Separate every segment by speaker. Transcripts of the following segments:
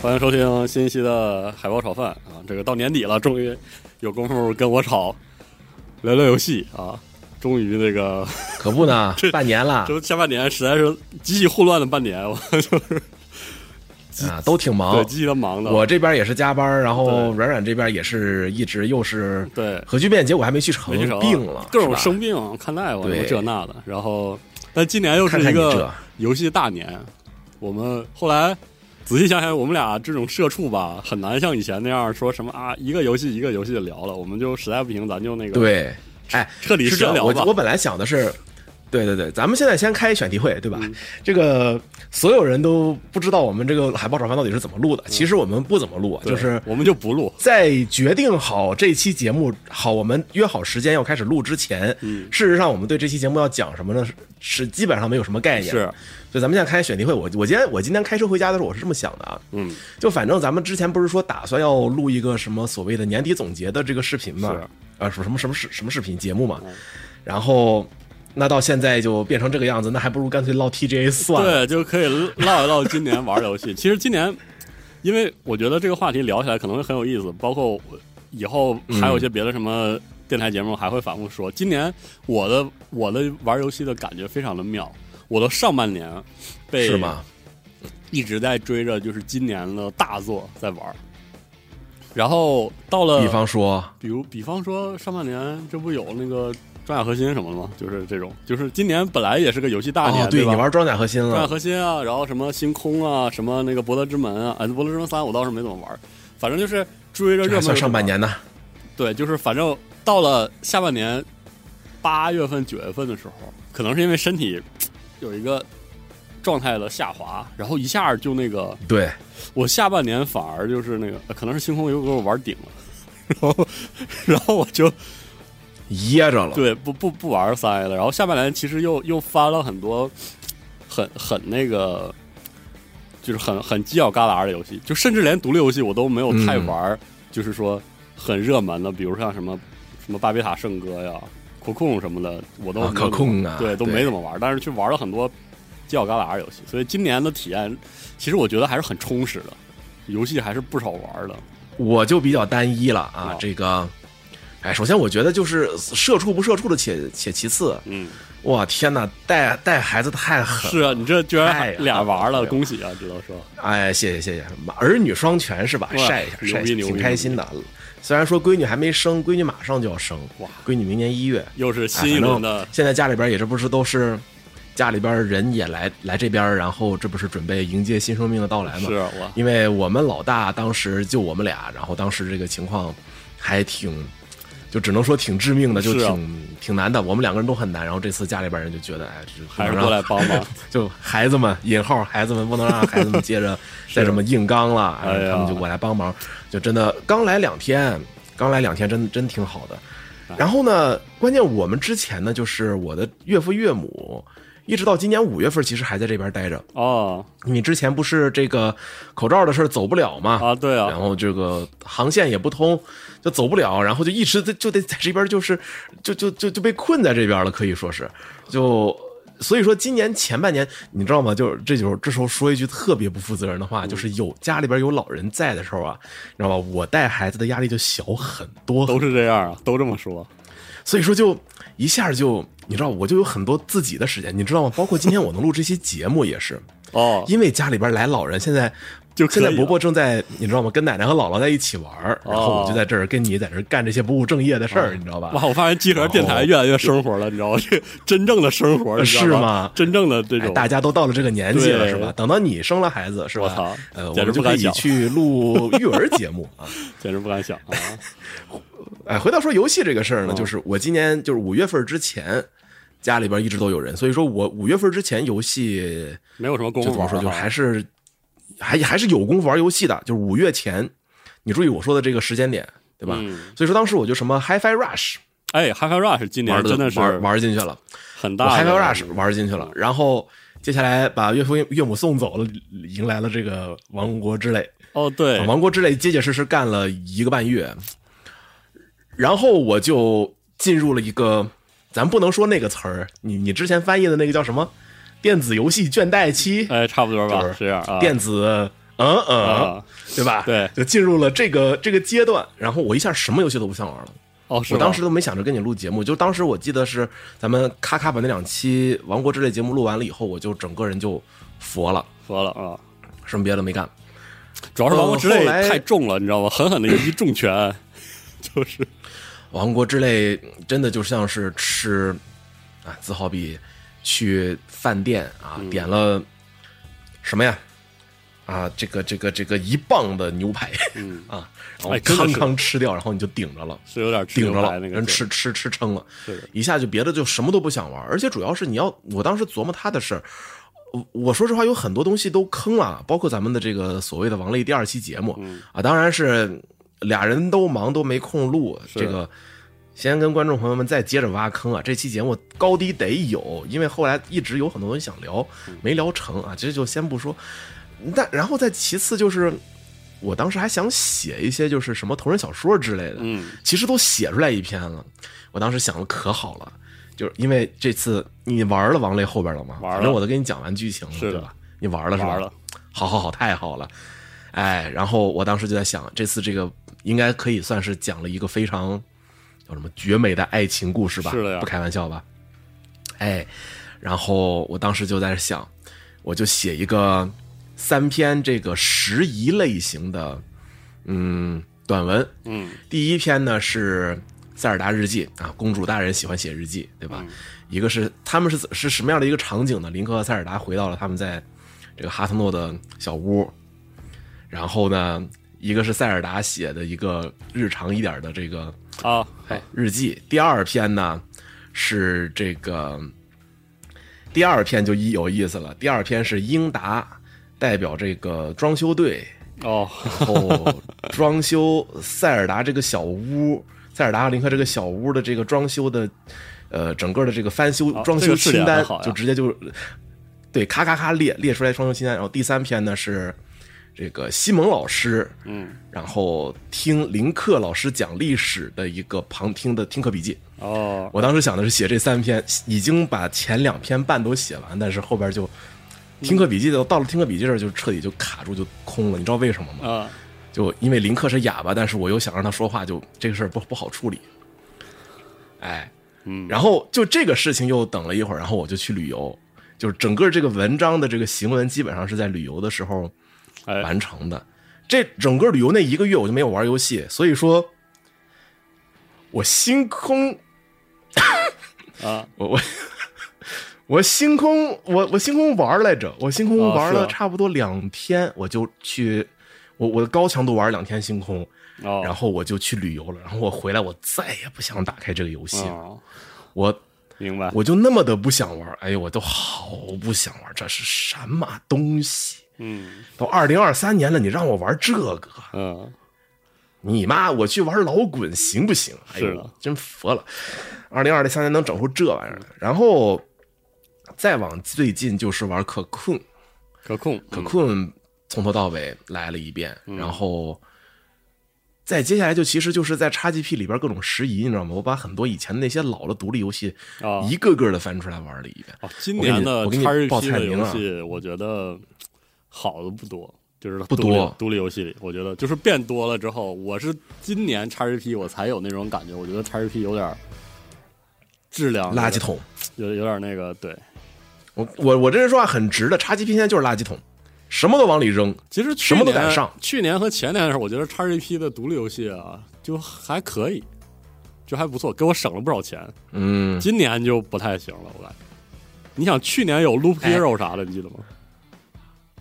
Speaker 1: 欢迎收听新一期的海报炒饭啊！这个到年底了，终于有功夫跟我吵，聊聊游戏啊！终于那个，
Speaker 2: 可不呢，半年了
Speaker 1: 这下半年实在是极其混乱的半年，我就是
Speaker 2: 啊，都挺
Speaker 1: 对
Speaker 2: 忙。
Speaker 1: 极其的忙的。
Speaker 2: 我这边也是加班，然后
Speaker 1: 对
Speaker 2: 软软这边也是一直又是
Speaker 1: 对
Speaker 2: 核聚变，结果还没去成
Speaker 1: 没去成，，啊
Speaker 2: 病了，
Speaker 1: 各种
Speaker 2: 是吧
Speaker 1: 生病，啊看大夫，什么
Speaker 2: 对
Speaker 1: 这那的。然后，但今年又是
Speaker 2: 看看
Speaker 1: 一
Speaker 2: 你
Speaker 1: 个
Speaker 2: 这
Speaker 1: 游戏大年，我们后来仔细想想，我们俩这种社畜吧，很难像以前那样说什么啊，一个游戏一个游戏的聊了。我们就实在不行，咱就那个
Speaker 2: 对，哎，
Speaker 1: 彻底
Speaker 2: 是
Speaker 1: 闲
Speaker 2: 这样，
Speaker 1: 聊
Speaker 2: 我
Speaker 1: 吧
Speaker 2: 我。本来想的是，对对对，咱们现在先开选题会，对
Speaker 1: 嗯
Speaker 2: 吧？这个所有人都不知道我们这个海报炒饭到底是怎么录的。其实我们不怎么录啊，
Speaker 1: 嗯对
Speaker 2: 就是
Speaker 1: 我们就不录，
Speaker 2: 在决定好这期节目好，我们约好时间要开始录之前，
Speaker 1: 嗯
Speaker 2: 事实上我们对这期节目要讲什么呢？是是基本上没有什么概念。
Speaker 1: 是，
Speaker 2: 所以咱们现在开选题会。我我今天我今天开车回家的时候，我是这么想的啊，
Speaker 1: 嗯，
Speaker 2: 就反正咱们之前不是说打算要录一个什么所谓的年底总结的这个视频嘛
Speaker 1: 是，嗯
Speaker 2: 啊，什么什么什么视什么视频节目嘛，然后那到现在就变成这个样子，那还不如干脆唠 TGA 算了。
Speaker 1: 对，就可以唠一唠今年玩的游戏。其实今年，因为我觉得这个话题聊起来可能会很有意思，包括我以后
Speaker 2: 嗯
Speaker 1: 还有一些别的什么电台节目还会反复说。今年我的我的玩游戏的感觉非常的妙，我的上半年被
Speaker 2: 是吗？
Speaker 1: 一直在追着就是今年的大作在玩儿，然后到了
Speaker 2: 比方说，
Speaker 1: 比如比方说上半年这不有那个。装甲核心什么的吗？就是这种，就是今年本来也是个游戏大年，
Speaker 2: 哦，对
Speaker 1: 吧？
Speaker 2: 你玩装甲核心
Speaker 1: 战
Speaker 2: 了，
Speaker 1: 核心啊，然后什么星空啊，什么那个博德之门啊，哎，博德之门三我倒是没怎么玩儿，反正就是追着热
Speaker 2: 这还
Speaker 1: 门
Speaker 2: 算
Speaker 1: 儿
Speaker 2: 上
Speaker 1: 玩
Speaker 2: 半
Speaker 1: 儿。
Speaker 2: 年呢。
Speaker 1: 对，就是反正到了下半年八月份、九月份的时候，可能是因为身体有一个状态的下滑，然后一下就那个，
Speaker 2: 对，
Speaker 1: 我下半年反而就是那个，呃可能是星空又给我玩顶了， 然后然后我就
Speaker 2: 噎着了。
Speaker 1: 对，不不不玩三 A 了。然后下半年其实又又翻了很多很很那个，就是很很犄角旮旯的游戏，就甚至连独立游戏我都没有太
Speaker 2: 嗯
Speaker 1: 玩儿，就是说很热门的，比如像什么什么巴别塔圣歌呀、可控什么的，我都没
Speaker 2: 啊
Speaker 1: 有
Speaker 2: 可控啊
Speaker 1: 对，都
Speaker 2: 对
Speaker 1: 没怎么玩儿，但是去玩了很多犄角旮旯的游戏，所以今年的体验其实我觉得还是很充实的。游戏还是不少玩儿的，
Speaker 2: 我就比较单一了啊
Speaker 1: 哦，
Speaker 2: 这个。哎，首先我觉得就是社畜不社畜的且且其次，
Speaker 1: 嗯，
Speaker 2: 哇天呐，带带孩子太狠了，
Speaker 1: 是啊，你这居然
Speaker 2: 哎呀
Speaker 1: 俩玩儿
Speaker 2: 哎
Speaker 1: 了，
Speaker 2: 呀
Speaker 1: 恭喜啊，知道说，
Speaker 2: 哎，谢谢谢谢，儿女双全是吧？
Speaker 1: 哇
Speaker 2: 晒一下
Speaker 1: 牛逼
Speaker 2: 晒一
Speaker 1: 牛
Speaker 2: 下，
Speaker 1: 逼
Speaker 2: 挺开心的。虽然说闺女还没生，闺女马上就要生，
Speaker 1: 哇
Speaker 2: 闺女明年一月。
Speaker 1: 又是
Speaker 2: 哎
Speaker 1: 新一轮的
Speaker 2: 反正现在家里边也这不是都是，家里边人也来来这边，然后这不是准备迎接新生命的到来嘛？
Speaker 1: 是我
Speaker 2: 因为我们老大当时就我们俩，然后当时这个情况还挺，就只能说挺致命的，就是挺、
Speaker 1: 啊
Speaker 2: 挺难的。我们两个人都很难，然后这次家里边人就觉得，哎，这
Speaker 1: 还是过来，帮忙。
Speaker 2: 就孩子们（引号孩子们）不能让孩子们 接着再这么硬刚了，
Speaker 1: 哎呀
Speaker 2: 他们就过来帮忙。就真的刚来两天，刚来两天真真挺好的。
Speaker 1: 哎
Speaker 2: 然后呢，关键我们之前呢，就是我的岳父岳母，一直到今年五月份，其实还在这边待着。
Speaker 1: 哦
Speaker 2: 你之前不是这个口罩的事儿走不了嘛？
Speaker 1: 啊，对
Speaker 2: 然
Speaker 1: 啊，
Speaker 2: 后这个航线也不通，就走不了，然后就一直在就得在这边，就是就就就就被困在这边了，可以说是，就所以说今年前半年，你知道吗？就是这就是这时候说一句特别不负责任的话，就是有家里边有老人在的时候啊，你知道吧？我带孩子的压力就小很多，
Speaker 1: 都是这样啊，都这么说。
Speaker 2: 所以说就一下就你知道，我就有很多自己的时间，你知道吗？包括今天我能录这期节目也是。
Speaker 1: 哦，
Speaker 2: 因为家里边来老人，现在
Speaker 1: 就可以
Speaker 2: 现
Speaker 1: 了
Speaker 2: 在伯伯正在你知道吗？跟奶奶和姥姥在一起玩儿，
Speaker 1: 哦
Speaker 2: 然后我就在这儿跟你在这儿干这些不务正业的事儿，你知道吧？哎
Speaker 1: 哇，我发现集合电台越来越生活了，你知道吗？这 真正的生活，你知道
Speaker 2: 是吗
Speaker 1: 真正的这
Speaker 2: 哎
Speaker 1: 种，
Speaker 2: 大家都到了这个年纪了，
Speaker 1: 对
Speaker 2: 是吧？等到你生了孩子，是吧？
Speaker 1: 我操
Speaker 2: 呃，我
Speaker 1: 简直
Speaker 2: 们
Speaker 1: 不
Speaker 2: 就
Speaker 1: 敢
Speaker 2: 可以
Speaker 1: 想
Speaker 2: 去录育儿节目啊。
Speaker 1: 简直不敢想啊！
Speaker 2: 哎，回到说游戏这个事
Speaker 1: 嗯
Speaker 2: 儿呢，就是我今年就是五月份之前，家里边一直都有人，所以说我五月份之前游戏
Speaker 1: 没有什么功
Speaker 2: 就
Speaker 1: 夫
Speaker 2: 怎
Speaker 1: 玩
Speaker 2: 么
Speaker 1: 儿
Speaker 2: 说，就还
Speaker 1: 啊
Speaker 2: 是还还是有功夫玩游戏的，就是五月前，你注意我说的这个时间点，对吧？
Speaker 1: 嗯
Speaker 2: 所以说当时我就什么 HiFi Rush
Speaker 1: 哎，Hi-Fi Rush 今年
Speaker 2: 玩
Speaker 1: 真的是
Speaker 2: 玩玩进去了，
Speaker 1: 很
Speaker 2: 我
Speaker 1: 大的嗯
Speaker 2: HiFi Rush 玩进去了，然后接下来把岳父岳母送走了，迎来了这个王国之泪。
Speaker 1: 哦，对
Speaker 2: 啊，王国之泪结结实实干了一个半月，然后我就进入了一个，咱不能说那个词儿，你你之前翻译的那个叫什么？电子游戏倦怠期，
Speaker 1: 哎，差不多吧
Speaker 2: 就，是
Speaker 1: 这样啊，
Speaker 2: 电子嗯嗯，
Speaker 1: 啊，
Speaker 2: 对吧？
Speaker 1: 对
Speaker 2: 就进入了这个这个阶段，然后我一下什么游戏都不想玩了。
Speaker 1: 哦，是
Speaker 2: 我
Speaker 1: 吗
Speaker 2: 当时都没想着跟你录节目，就当时我记得是咱们咔咔把那两期《王国之泪》节目录完了以后，我就整个人就佛了，
Speaker 1: 服了啊，
Speaker 2: 什么别的没干。
Speaker 1: 主要是王国之泪
Speaker 2: 呃后来
Speaker 1: 太重了，你知道吗？狠狠的一重拳， 就是
Speaker 2: 《王国之泪》真的就像是吃啊，自豪比去饭店啊，
Speaker 1: 嗯
Speaker 2: 点了什么呀？啊，这个这个这个一磅的牛排，
Speaker 1: 嗯
Speaker 2: 啊，然后
Speaker 1: 哎真的
Speaker 2: 康
Speaker 1: 是
Speaker 2: 康吃掉，然后你就顶着了。
Speaker 1: 是有点吃
Speaker 2: 顶
Speaker 1: 牛
Speaker 2: 着
Speaker 1: 排
Speaker 2: 了，
Speaker 1: 那个
Speaker 2: 人
Speaker 1: 劲儿
Speaker 2: 吃吃吃撑了
Speaker 1: 是的，
Speaker 2: 一下就别的就什么都不想玩儿，而且主要是你要，我当时琢磨他的事儿。我我说实话，有很多东西都坑了，包括咱们的这个所谓的王丽第二期节目、
Speaker 1: 嗯
Speaker 2: 啊，当然是俩人都忙都没空录。这个先跟观众朋友们再接着挖坑啊，这期节目高低得有，因为后来一直有很多东西想聊，
Speaker 1: 嗯
Speaker 2: 没聊成啊，这就先不说。但然后再其次就是，我当时还想写一些就是什么同人小说之类的，
Speaker 1: 嗯，
Speaker 2: 其实都写出来一篇了。我当时想的可好了，就是因为这次你玩了王雷后边了吗？
Speaker 1: 玩了
Speaker 2: 反正我都给你讲完剧情了，
Speaker 1: 是的
Speaker 2: 对吧？你玩了是吧？
Speaker 1: 玩了，
Speaker 2: 好好好，太好了。哎，然后我当时就在想，这次这个应该可以算是讲了一个非常叫什么绝美的爱情故事吧？
Speaker 1: 是的呀
Speaker 2: 不开玩笑吧？哎，然后我当时就在这想，我就写一个三篇这个时宜类型的嗯短文，
Speaker 1: 嗯
Speaker 2: 第一篇呢是塞尔达日记啊，公主大人喜欢写日记，对吧？
Speaker 1: 嗯
Speaker 2: 一个是他们是是什么样的一个场景呢？林克和塞尔达回到了他们在这个哈特诺的小屋，然后呢，一个是塞尔达写的一个日常一点的这个
Speaker 1: 啊，
Speaker 2: 日记，第二篇呢是这个，第二篇就一有意思了，第二篇是英达代表这个装修队
Speaker 1: 哦，
Speaker 2: 然后装修塞尔达这个小屋，塞尔达和林克这个小屋的这个装修的，呃，整个的这个翻修
Speaker 1: 啊
Speaker 2: 装
Speaker 1: 这
Speaker 2: 修
Speaker 1: 个质
Speaker 2: 清
Speaker 1: 量
Speaker 2: 单
Speaker 1: 很好呀
Speaker 2: 就直接就，对，咔咔咔列列出来装修清单。然后第三篇呢是这个西蒙老师，
Speaker 1: 嗯，
Speaker 2: 然后听林克老师讲历史的一个旁听的听课笔记。
Speaker 1: 哦，
Speaker 2: 我当时想的是写这三篇，已经把前两篇半都写完，但是后边就。听课笔记的到了听课笔记这儿就彻底就卡住就空了，你知道为什么吗？
Speaker 1: 啊，
Speaker 2: 就因为林克是哑巴，但是我又想让他说话，就这个事儿不不好处理。哎，
Speaker 1: 嗯
Speaker 2: 然后就这个事情又等了一会儿，然后我就去旅游，就是整个这个文章的这个行文基本上是在旅游的时候
Speaker 1: 哎，
Speaker 2: 完成的。这整个旅游那一个月我就没有玩游戏，所以说，我星空，
Speaker 1: 啊，
Speaker 2: 我我我星空，我我星空玩来着，我星空
Speaker 1: 哦
Speaker 2: 玩
Speaker 1: 是啊
Speaker 2: 了差不多两天，我就去，我我高强度玩了两天星空，
Speaker 1: 哦，
Speaker 2: 然后我就去旅游了，然后我回来，我再也不想打开这个游戏，了，
Speaker 1: 哦，
Speaker 2: 我
Speaker 1: 明白，
Speaker 2: 我就那么的不想玩，哎呦，我都好不想玩，这是什么东西？
Speaker 1: 嗯
Speaker 2: 都二零二三年了，你让我玩这个，
Speaker 1: 嗯，
Speaker 2: 你妈，我去玩老滚行不行？哎
Speaker 1: 是
Speaker 2: 呦
Speaker 1: 的，
Speaker 2: 真服了，二零二三年能整出这玩意儿来，然后再往最近就是玩可控，
Speaker 1: 可控，
Speaker 2: 可困从头到尾来了一遍，
Speaker 1: 嗯
Speaker 2: 然后再接下来就其实就是在 XGP 里边各种时宜，你知道吗？我把很多以前那些老的独立游戏
Speaker 1: 啊
Speaker 2: 一个个的翻出来玩了一遍。
Speaker 1: 哦，今
Speaker 2: 我给你
Speaker 1: 年的
Speaker 2: 我给你
Speaker 1: x
Speaker 2: 报
Speaker 1: r
Speaker 2: 菜
Speaker 1: p 的
Speaker 2: 名
Speaker 1: 游
Speaker 2: 啊
Speaker 1: 戏，我觉得好的不多，就是
Speaker 2: 不
Speaker 1: 独立
Speaker 2: 多
Speaker 1: 独立游戏里，我觉得就是变多了之后，我是今年 x r p 我才有那种感觉，我觉得 x r p 有点儿质量
Speaker 2: 垃圾，桶，
Speaker 1: 有有点儿那个对。
Speaker 2: 我我我这人说话很直的，XGP 现在就是垃圾桶，什么都往里扔。
Speaker 1: 其实去
Speaker 2: 什么都敢
Speaker 1: 年
Speaker 2: 上
Speaker 1: 去年和前年的时候，我觉得 x r p 的独立游戏啊，就还可以，就还不错，给我省了不少钱。
Speaker 2: 嗯，
Speaker 1: 今年就不太行了，我感觉。你想去年有 Loop
Speaker 2: 哎
Speaker 1: Hero 啥的，你记得吗？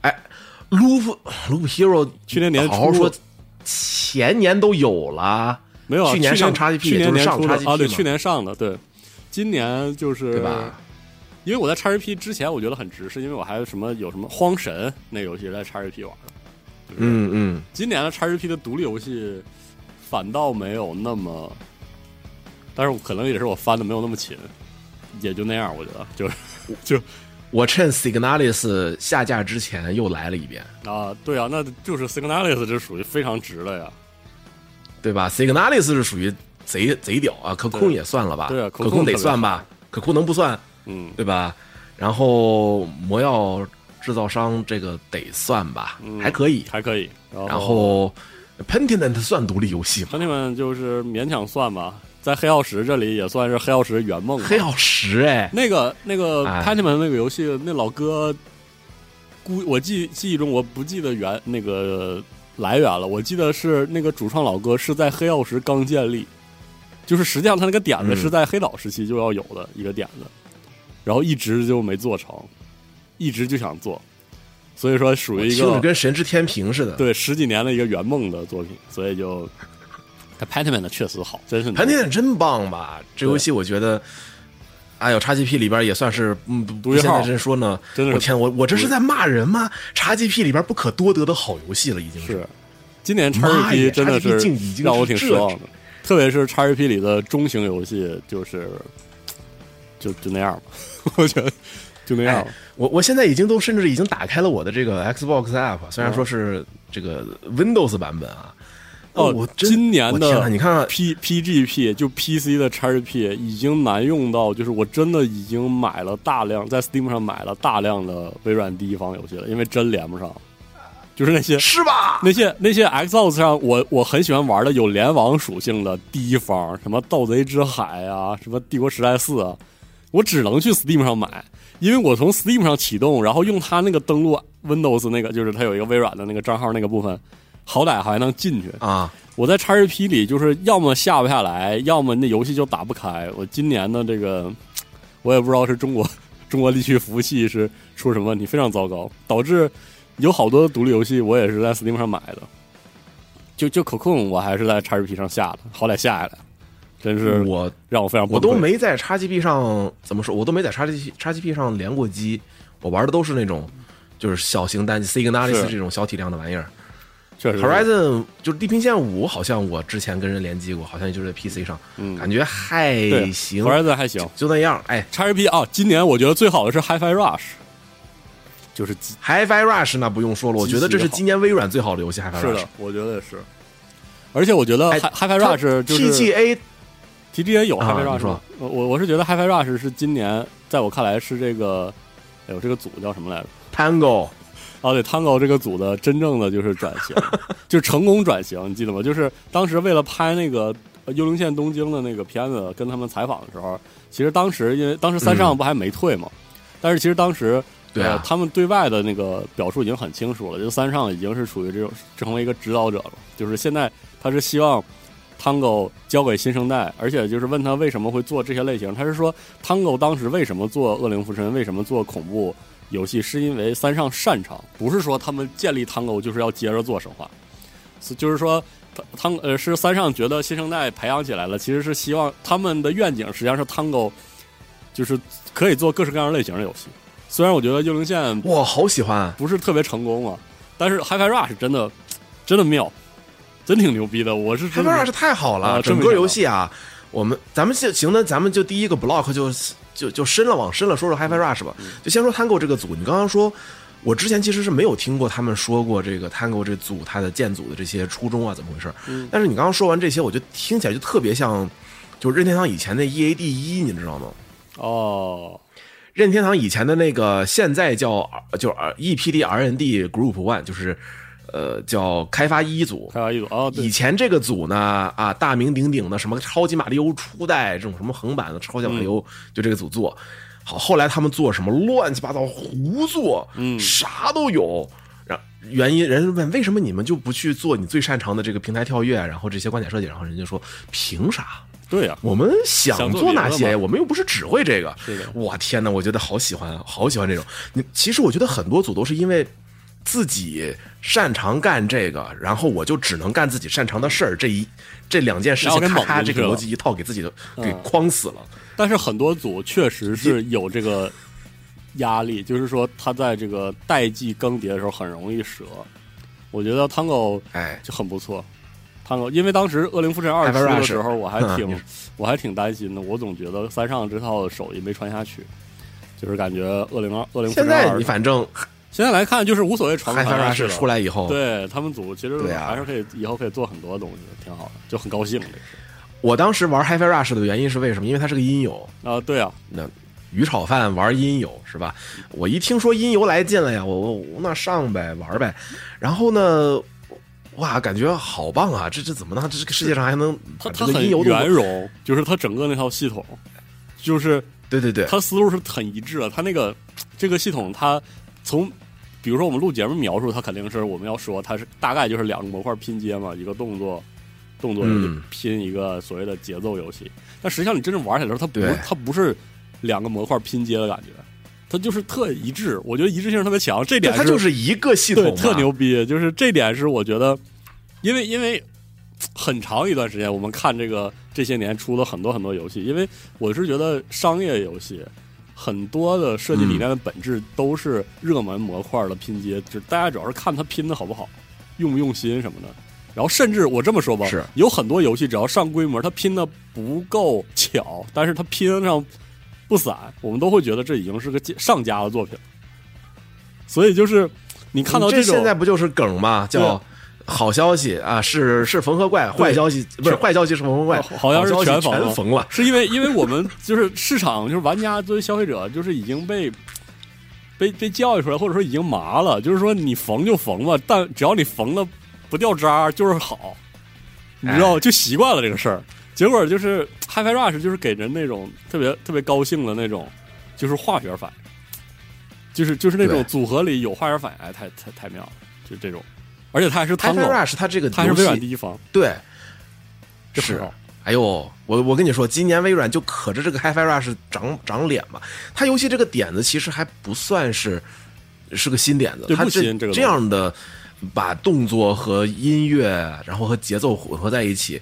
Speaker 2: 哎，Loop Loop Hero
Speaker 1: 去年年初
Speaker 2: 好好说，前年都有了，
Speaker 1: 没有啊，
Speaker 2: 去年上 XGP
Speaker 1: 去年
Speaker 2: 也就是
Speaker 1: 年
Speaker 2: 上
Speaker 1: 初的
Speaker 2: XGP
Speaker 1: 啊，对，
Speaker 2: 嘛
Speaker 1: 去年上的，对，今年就是
Speaker 2: 对吧？？
Speaker 1: 因为我在 XGP 之前，我觉得很值，是因为我还有什么有什么荒神那个游戏是在 XGP 玩的。就是
Speaker 2: 嗯嗯，
Speaker 1: 今年的 XGP 的独立游戏反倒没有那么，但是我可能也是我翻的没有那么勤，也就那样，我觉得就是就
Speaker 2: 我趁 Signalis 下架之前又来了一遍。
Speaker 1: 啊，对啊，那就是 Signalis 这属于非常值了呀。
Speaker 2: 对吧？Signalis 是属于贼贼屌啊，可控也算了吧，
Speaker 1: 对啊可
Speaker 2: 可
Speaker 1: 控
Speaker 2: 得算吧，可控能不算
Speaker 1: 嗯，
Speaker 2: 对吧？然后魔药制造商这个得算吧，
Speaker 1: 嗯
Speaker 2: 还可以。
Speaker 1: 还可以。
Speaker 2: 然
Speaker 1: 然
Speaker 2: 后 Pentiment 算独立游戏吗？
Speaker 1: 朋友们就是勉强算吧，在黑曜石这里也算是黑曜石圆梦吧。
Speaker 2: 黑曜石哎，
Speaker 1: 那个那个
Speaker 2: 哎
Speaker 1: p a t m a n 那个游戏，那老哥，估我记记忆中我不记得原那个来源了，我记得是那个主创老哥是在黑曜石刚建立，就是实际上他那个点子
Speaker 2: 嗯
Speaker 1: 是在黑岛时期就要有的一个点子，然后一直就没做成，一直就想做，所以说属于一
Speaker 2: 就是
Speaker 1: 个
Speaker 2: 跟神之天平似的。
Speaker 1: 对十几年的一个圆梦的作品，所以就。他 p a t m a n 的确实好，真是牛
Speaker 2: Pentiment 真棒吧？这游戏我觉得，哎呦，XGP 里边也算是，嗯，不
Speaker 1: 独
Speaker 2: 不
Speaker 1: 一
Speaker 2: 现
Speaker 1: 号
Speaker 2: 在真 说呢，
Speaker 1: 真的是
Speaker 2: 我天，我我这是在骂人吗？XGP 里边不可多得的好游戏了，已经
Speaker 1: 是，啊今年叉
Speaker 2: 妈
Speaker 1: GP
Speaker 2: 耶
Speaker 1: 真的
Speaker 2: XGP 竟已
Speaker 1: 是
Speaker 2: 经
Speaker 1: 让我
Speaker 2: 是
Speaker 1: 挺
Speaker 2: 这
Speaker 1: 失望的，特别是叉 GP 里的中型游戏，就是就就那样吧， 我觉得就那样
Speaker 2: 哎
Speaker 1: 吧。
Speaker 2: 我我现在已经都甚至已经打开了我的这个 Xbox app，虽然说是这个 Windows 版本啊，
Speaker 1: 哦，
Speaker 2: 我真
Speaker 1: 今年
Speaker 2: 我天
Speaker 1: 的
Speaker 2: 呐你看看
Speaker 1: P PGP 就 PC 的叉 GP 已经难用到，就是我真的已经买了大量在 Steam 上买了大量的微软第一方游戏了，因为真连不上，就是那些
Speaker 2: 是吧？
Speaker 1: 那些那些 Xbox 上我我很喜欢玩的有联网属性的第一方，什么《盗贼之海》啊，什么《帝国时代四》啊，我只能去 Steam 上买，因为我从 Steam 上启动，然后用它那个登录 Windows 那个，就是它有一个微软的那个账号那个部分，好歹还能进去。
Speaker 2: 啊，
Speaker 1: 我在 XGP 里就是要么下不下来，要么那游戏就打不开。我今年的这个，我也不知道是中国中国地区服务器是出什么问题，非常糟糕，导致有好多独立游戏我也是在 Steam 上买的，就就可控我还是在 XGP 上下的，好歹下下来，真是
Speaker 2: 我
Speaker 1: 让我非常
Speaker 2: 我
Speaker 1: 崩溃
Speaker 2: 都没在 XGP 上怎么说，我都没在 XGP XGP 上连过机，我玩的都是那种就是小型单机 Signalis
Speaker 1: 是
Speaker 2: 这种小体量的玩意儿。
Speaker 1: 确实是
Speaker 2: Horizon 就是《地平线五》，好像我之前跟人联机过，好像就是在 PC 上，
Speaker 1: 嗯
Speaker 2: 感觉还
Speaker 1: 对
Speaker 2: 行，
Speaker 1: Horizon 还行
Speaker 2: 就那样。哎
Speaker 1: ，XGP 啊，今年我觉得最好的是 HiFi Rush，就是机
Speaker 2: ，HiFi Rush 那不用说了，我觉得这是
Speaker 1: 极其好
Speaker 2: 今年微软最好的游戏。HiFi Rush
Speaker 1: 是的，我觉得也是。而且我觉得
Speaker 2: 哎
Speaker 1: Hi- HiFi Rush 就是
Speaker 2: TGA
Speaker 1: TGA 有
Speaker 2: 啊
Speaker 1: HiFi
Speaker 2: 你
Speaker 1: Rush
Speaker 2: 说
Speaker 1: 吗？我我我是觉得 HiFi Rush 是今年在我看来是这个，哎呦，这个组叫什么来着？
Speaker 2: Tango
Speaker 1: 哦，对，Tango 这个组的真正的就是转型， 就是成功转型，你记得吗？就是当时为了拍那个呃《幽灵线：东京》的那个片子，跟他们采访的时候，其实当时因为当时三
Speaker 2: 嗯
Speaker 1: 上不还没退嘛，但是其实当时
Speaker 2: 对啊
Speaker 1: 呃，他们对外的那个表述已经很清楚了，就三上已经是属于这种成为一个指导者了，就是现在他是希望 Tango 交给新生代，而且就是问他为什么会做这些类型，他是说 Tango 当时为什么做恶灵附身，为什么做恐怖游戏，是因为三上擅长，不是说他们建立 Tango 就是要接着做神话，所就是说。汤呃是三上觉得新生代培养起来了，其实是希望他们的愿景实际上是 Tango 就是可以做各式各样类型的游戏。虽然我觉得幽灵线
Speaker 2: 哇，好喜欢啊！
Speaker 1: 不是特别成功嘛，但是 HiFi Rush 真的真的妙，真挺牛逼的。我是
Speaker 2: h
Speaker 1: 真的
Speaker 2: i f i Rush 太好了，
Speaker 1: 啊真
Speaker 2: 整
Speaker 1: 没
Speaker 2: 个
Speaker 1: 想到
Speaker 2: 游戏啊，我们咱们就行，那咱们就第一个 block 就就就深了往深了
Speaker 1: 嗯
Speaker 2: 说说 HiFi Rush 吧，就先说 Tango 这个组，你刚刚说。我之前其实是没有听过他们说过这个 Tango 这组它的建组的这些初衷啊，怎么回事？
Speaker 1: 嗯
Speaker 2: 但是你刚刚说完这些，我就听起来就特别像，就是任天堂以前的 EA 第一，你知道吗？
Speaker 1: 哦，
Speaker 2: 任天堂以前的那个，现在叫就是呃，E EPD R&D Group One，就是呃叫开发一组。
Speaker 1: 开发一组哦，
Speaker 2: 以
Speaker 1: 对，
Speaker 2: 前这个组呢，啊，大名鼎鼎的什么超级马里奥初代这种什么横版的超级马里奥，
Speaker 1: 嗯
Speaker 2: 就这个组做。好，后来他们做什么乱七八糟胡做，
Speaker 1: 嗯
Speaker 2: 啥都有。然原因，人家问为什么你们就不去做你最擅长的这个平台跳跃，然后这些关卡设计，然后人家说凭啥？
Speaker 1: 对呀、
Speaker 2: 我们想
Speaker 1: 想做
Speaker 2: 做
Speaker 1: 别的
Speaker 2: 哪些？
Speaker 1: 嘛
Speaker 2: 我们又不是只会这个。
Speaker 1: 是的
Speaker 2: 我天哪，我觉得好喜欢，好喜欢这种。你其实我觉得很多组都是因为自己擅长干这个，然后我就只能干自己擅长的事儿。这一这两件事情，
Speaker 1: 然后给
Speaker 2: 咔
Speaker 1: 绑
Speaker 2: 咔
Speaker 1: 进
Speaker 2: 这
Speaker 1: 去
Speaker 2: 个逻
Speaker 1: 了
Speaker 2: 辑一套，给自己的给
Speaker 1: 嗯
Speaker 2: 框死了。
Speaker 1: 但是很多组确实是有这个压力，就是说他在这个代际更迭的时候很容易折。我觉得 Tango
Speaker 2: 哎，
Speaker 1: 就很不错。探戈，因为当时《恶灵附身二》出
Speaker 2: Hyper
Speaker 1: 的
Speaker 2: Rush
Speaker 1: 时候，我还
Speaker 2: 嗯你
Speaker 1: 挺我还挺担心的，我总觉得三上这套手艺没传下去，就是感觉《恶灵二》《恶灵附
Speaker 2: 现
Speaker 1: 身
Speaker 2: 在
Speaker 1: 二
Speaker 2: 你》反正
Speaker 1: 现在来看就是无所谓传不
Speaker 2: 嗨
Speaker 1: 传
Speaker 2: 翻
Speaker 1: 下
Speaker 2: 拉
Speaker 1: 去
Speaker 2: 是
Speaker 1: 了
Speaker 2: 出。来以后，
Speaker 1: 对他们组其实
Speaker 2: 对啊
Speaker 1: 还是可以以后可以做很多东西，挺好的，就很高兴这是
Speaker 2: 我当时玩 HiFi Rush 的原因是为什么？因为它是个音友，
Speaker 1: 啊，对啊，
Speaker 2: 那鱼炒饭玩音游是吧？我一听说音游来劲了呀，我我我那上呗玩呗，然后呢，哇，感觉好棒啊！这这怎么呢？这这个世界上还能
Speaker 1: 它
Speaker 2: 把
Speaker 1: 它
Speaker 2: 这个
Speaker 1: 很
Speaker 2: 音游都
Speaker 1: 圆融，就是它整个那套系统，就是
Speaker 2: 对对对，
Speaker 1: 它思路是很一致的。它那个这个系统，它从比如说我们录节目描述，它肯定是我们要说它是大概就是两个模块拼接嘛，一个动作动作游戏
Speaker 2: 嗯
Speaker 1: 拼一个所谓的节奏游戏。但实际上你真正玩起来的时候，它不
Speaker 2: 对
Speaker 1: 它不是两个模块拼接的感觉，它就是特一致。我觉得一致性特别强，这
Speaker 2: 对
Speaker 1: 点
Speaker 2: 它就是一个系统
Speaker 1: 对
Speaker 2: 嘛，
Speaker 1: 特牛逼。就是这点是我觉得，因为因为很长一段时间，我们看这个这些年出了很多很多游戏，因为我是觉得商业游戏。很多的设计理念的本质都是热门模块的拼接，就是大家主要是看它拼的好不好，用不用心什么的。然后甚至我这么说吧，
Speaker 2: 是
Speaker 1: 有很多游戏只要上规模，它拼的不够巧，但是它拼上不散，我们都会觉得这已经是个上佳的作品。所以就是你看到
Speaker 2: 这
Speaker 1: 种
Speaker 2: 现在不就是梗嘛，叫。好消息啊，是是缝合怪；坏消息不是
Speaker 1: 是
Speaker 2: 坏消息是缝合怪，
Speaker 1: 好好像是
Speaker 2: 消息
Speaker 1: 全
Speaker 2: 全
Speaker 1: 缝了
Speaker 2: 缝了。
Speaker 1: 是因为因为我们就是市场，就是玩家作为消费者，就是已经被被被教育出来，或者说已经麻了。就是说你缝就缝吧，但只要你缝了不掉渣儿就是好，你知
Speaker 2: 哎
Speaker 1: 道，就习惯了这个事儿。结果就是 HiFi Rush 就是给人那种特别特别高兴的那种，就是化学反应，就是就是那种
Speaker 2: 对
Speaker 1: 组合里有化学反应，哎，太太太妙了，就这种。而且它还是
Speaker 2: t i
Speaker 1: 汤
Speaker 2: f
Speaker 1: 狗
Speaker 2: i，Rush 它这个
Speaker 1: 它还是
Speaker 2: 游
Speaker 1: 微软
Speaker 2: 戏
Speaker 1: 第一方，
Speaker 2: 对，
Speaker 1: 这很
Speaker 2: 是
Speaker 1: 好
Speaker 2: 哎呦，我我跟你说，今年微软就可着这个 HiFi Rush 长长脸吧。它游戏这个点子其实还不算是是个新点子，
Speaker 1: 对
Speaker 2: 它
Speaker 1: 不
Speaker 2: 这
Speaker 1: 新这个东西
Speaker 2: 这样的把动作和音乐，然后和节奏混合在一起。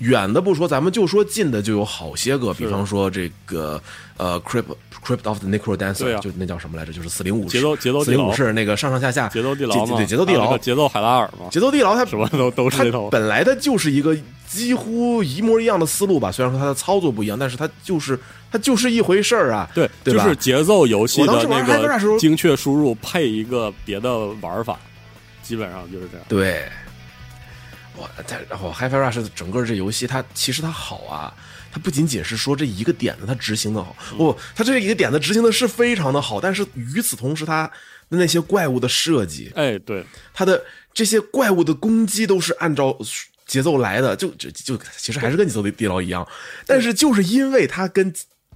Speaker 2: 远的不说，咱们就说近的就有好些个，比方说这个呃，Crypt Crypt of the Necro Dancer，、
Speaker 1: 对啊
Speaker 2: 就那叫什么来着？就是四零五
Speaker 1: 节奏节奏
Speaker 2: 四
Speaker 1: 地
Speaker 2: 零
Speaker 1: 牢
Speaker 2: 五是那个上上下下
Speaker 1: 节奏地牢嘛，啊
Speaker 2: 对节奏地
Speaker 1: 还有那
Speaker 2: 牢
Speaker 1: 个，节奏海拉尔嘛，
Speaker 2: 节奏地牢它
Speaker 1: 什么都 都是
Speaker 2: 它
Speaker 1: 那套。
Speaker 2: 本来它就是一个几乎一模一样的思路吧，虽然说它的操作不一样，但是它就是它就是一回事儿啊。
Speaker 1: 对，
Speaker 2: 对
Speaker 1: 就
Speaker 2: 吧
Speaker 1: 是节奏游戏
Speaker 2: 我当
Speaker 1: 的
Speaker 2: 时
Speaker 1: 那
Speaker 2: 玩 Hi-Fi 的时
Speaker 1: 个
Speaker 2: 候
Speaker 1: 精确输入配一个别的玩法，基本上就是这样。
Speaker 2: 对，我它然后 HiFi Rush 整个这游戏它其实它好啊，它不仅仅是说这一个点子它执行的好，不、它这一个点子执行的是非常的好，但是与此同时它的那些怪物的设计，
Speaker 1: 哎，对，
Speaker 2: 它的这些怪物的攻击都是按照节奏来的，就就就其实还是跟节奏地地牢一样，但是就是因为它跟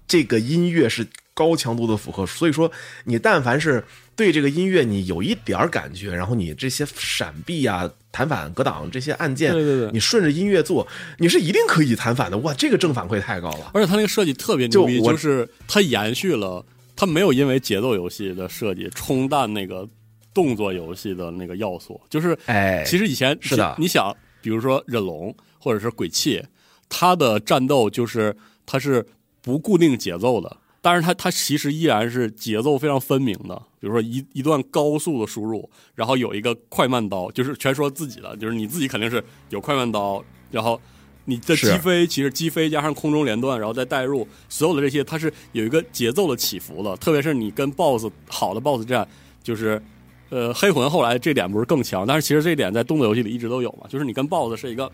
Speaker 2: 这个音乐是高强度的符合，所以说你但凡是对这个音乐你有一点儿感觉，然后你这些闪避啊、弹反、格挡这些按键，
Speaker 1: 对对对
Speaker 2: 你顺着音乐做，你是一定可以弹反的。哇，这个正反馈太高了。
Speaker 1: 而且它那个设计特别牛逼，
Speaker 2: 就我
Speaker 1: 就是它延续了，它没有因为节奏游戏的设计冲淡那个动作游戏的那个要素。就是，
Speaker 2: 哎
Speaker 1: 其实以前
Speaker 2: 是的
Speaker 1: 你想，比如说忍龙或者是鬼泣，它的战斗就是它是不固定节奏的，但是它它其实依然是节奏非常分明的。比如说一一段高速的输入，然后有一个快慢刀，就是全说自己的，就是你自己肯定是有快慢刀，然后你的击
Speaker 2: 是
Speaker 1: 飞其实击飞加上空中连段，然后再带入所有的这些，它是有一个节奏的起伏的。特别是你跟 BOSS 好的 BOSS 战，就是呃黑魂后来这点不是更强，但是其实这一点在动作游戏里一直都有嘛，就是你跟 BOSS 是一个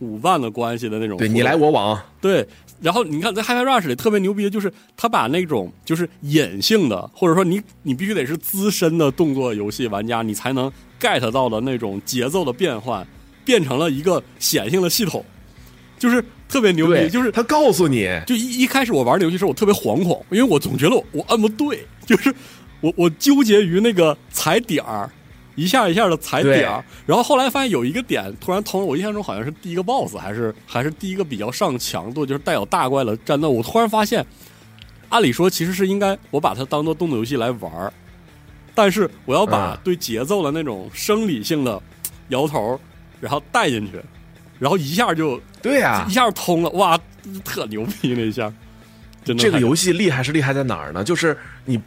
Speaker 1: 五万的关系的那种互动。
Speaker 2: 对你来我往，
Speaker 1: 对，然后你看在 Hi-Fi Rush 里特别牛逼的就是他把那种就是隐性的，或者说你你必须得是资深的动作游戏玩家，你才能 get 到的那种节奏的变换，变成了一个显性的系统，就是特别牛逼，
Speaker 2: 对，
Speaker 1: 就是
Speaker 2: 他告诉你，
Speaker 1: 就一一开始我玩这游戏时候，我特别惶恐，因为我总觉得我我按不对， 就是我我纠结于那个踩点儿，一下一下的踩点儿，然后后来发现有一个点突然通了，我印象中好像是第一个 BOSS 还是还是第一个比较上强度，就是带有大怪的战斗，我突然发现，按理说其实是应该我把它当做动作游戏来玩儿，但是我要把
Speaker 2: 嗯
Speaker 1: 对节奏的那种生理性的摇头儿，然后带进去，然后一下就
Speaker 2: 对啊
Speaker 1: 一，下通了，哇，特牛逼那一下，真的
Speaker 2: 这个
Speaker 1: 太
Speaker 2: 游戏厉害是厉害在哪儿呢？就是你，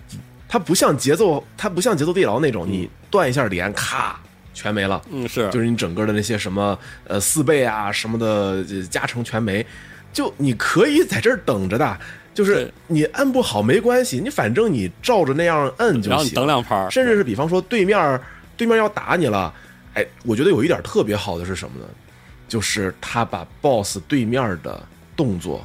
Speaker 2: 它不像节奏，它不像节奏地牢那种，你断一下连，咔，全没了。
Speaker 1: 嗯是
Speaker 2: 就是你整个的那些什么呃四倍啊什么的呃加成全没，就你可以在这儿等着的，就是
Speaker 1: 对
Speaker 2: 你摁不好没关系，你反正你照着那样摁就
Speaker 1: 然后你
Speaker 2: 行
Speaker 1: 等。两拍儿，
Speaker 2: 甚至是比方说对面儿对面要打你了，哎，我觉得有一点特别好的是什么呢？就是他把 BOSS 对面的动作，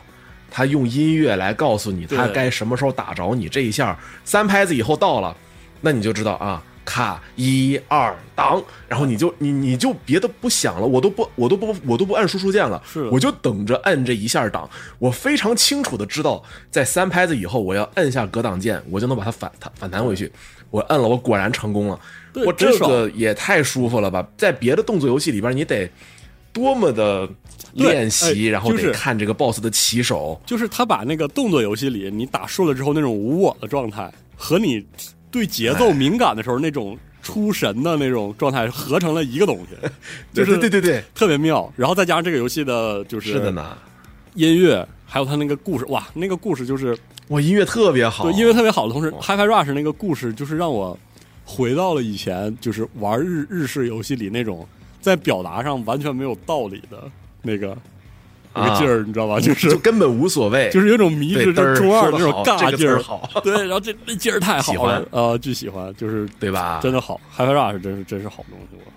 Speaker 2: 他用音乐来告诉你他
Speaker 1: 对
Speaker 2: 该哎什么时候打着你这一下，三拍子以后到了，那你就知道啊，卡一二档，然后你就你你就别的不想了，我都不我都不我都不按输出键了，
Speaker 1: 是的
Speaker 2: 我就等着按这一下档，我非常清楚的知道，在三拍子以后我要按下格挡键，我就能把它反弹反弹回去，我按了，我果然成功了。
Speaker 1: 对
Speaker 2: 我
Speaker 1: 真
Speaker 2: 这
Speaker 1: 爽
Speaker 2: 个也太舒服了吧！在别的动作游戏里边，你得多么的
Speaker 1: 对
Speaker 2: 练习，
Speaker 1: 哎
Speaker 2: 然后
Speaker 1: 就
Speaker 2: 得
Speaker 1: 是
Speaker 2: 看这个 BOSS 的起手。
Speaker 1: 就是他把那个动作游戏里你打顺了之后那种无我的状态，和你对节
Speaker 2: 哎
Speaker 1: 奏敏感的时候那种出神的那种状态合成了一个东 西，就是
Speaker 2: 对对对对，
Speaker 1: 特别妙。然后再加上这个游戏的就是
Speaker 2: 的呢。
Speaker 1: 音乐，还有它那个故事，哇，那个故事就是
Speaker 2: 我音乐特别好，
Speaker 1: 对音乐特别好的同
Speaker 2: 哦
Speaker 1: 时，HiFi Rush 那个故事就是让我回到了以前就是玩日日式游戏里那种在表达上完全没有道理的 那个那个劲儿，你知道吧？ 就是
Speaker 2: 啊就根本无所谓，
Speaker 1: 就是有一种迷之
Speaker 2: 对嘚儿
Speaker 1: 中二的那
Speaker 2: 说得
Speaker 1: 种
Speaker 2: 好这
Speaker 1: 尬
Speaker 2: 个
Speaker 1: 劲
Speaker 2: 词
Speaker 1: 儿，
Speaker 2: 儿好
Speaker 1: 对，然后这这劲儿太好
Speaker 2: 喜
Speaker 1: 了
Speaker 2: 欢，
Speaker 1: 呃，巨喜欢，就是
Speaker 2: 对吧？
Speaker 1: 真的好，Happy Rush 真是真是好东西，我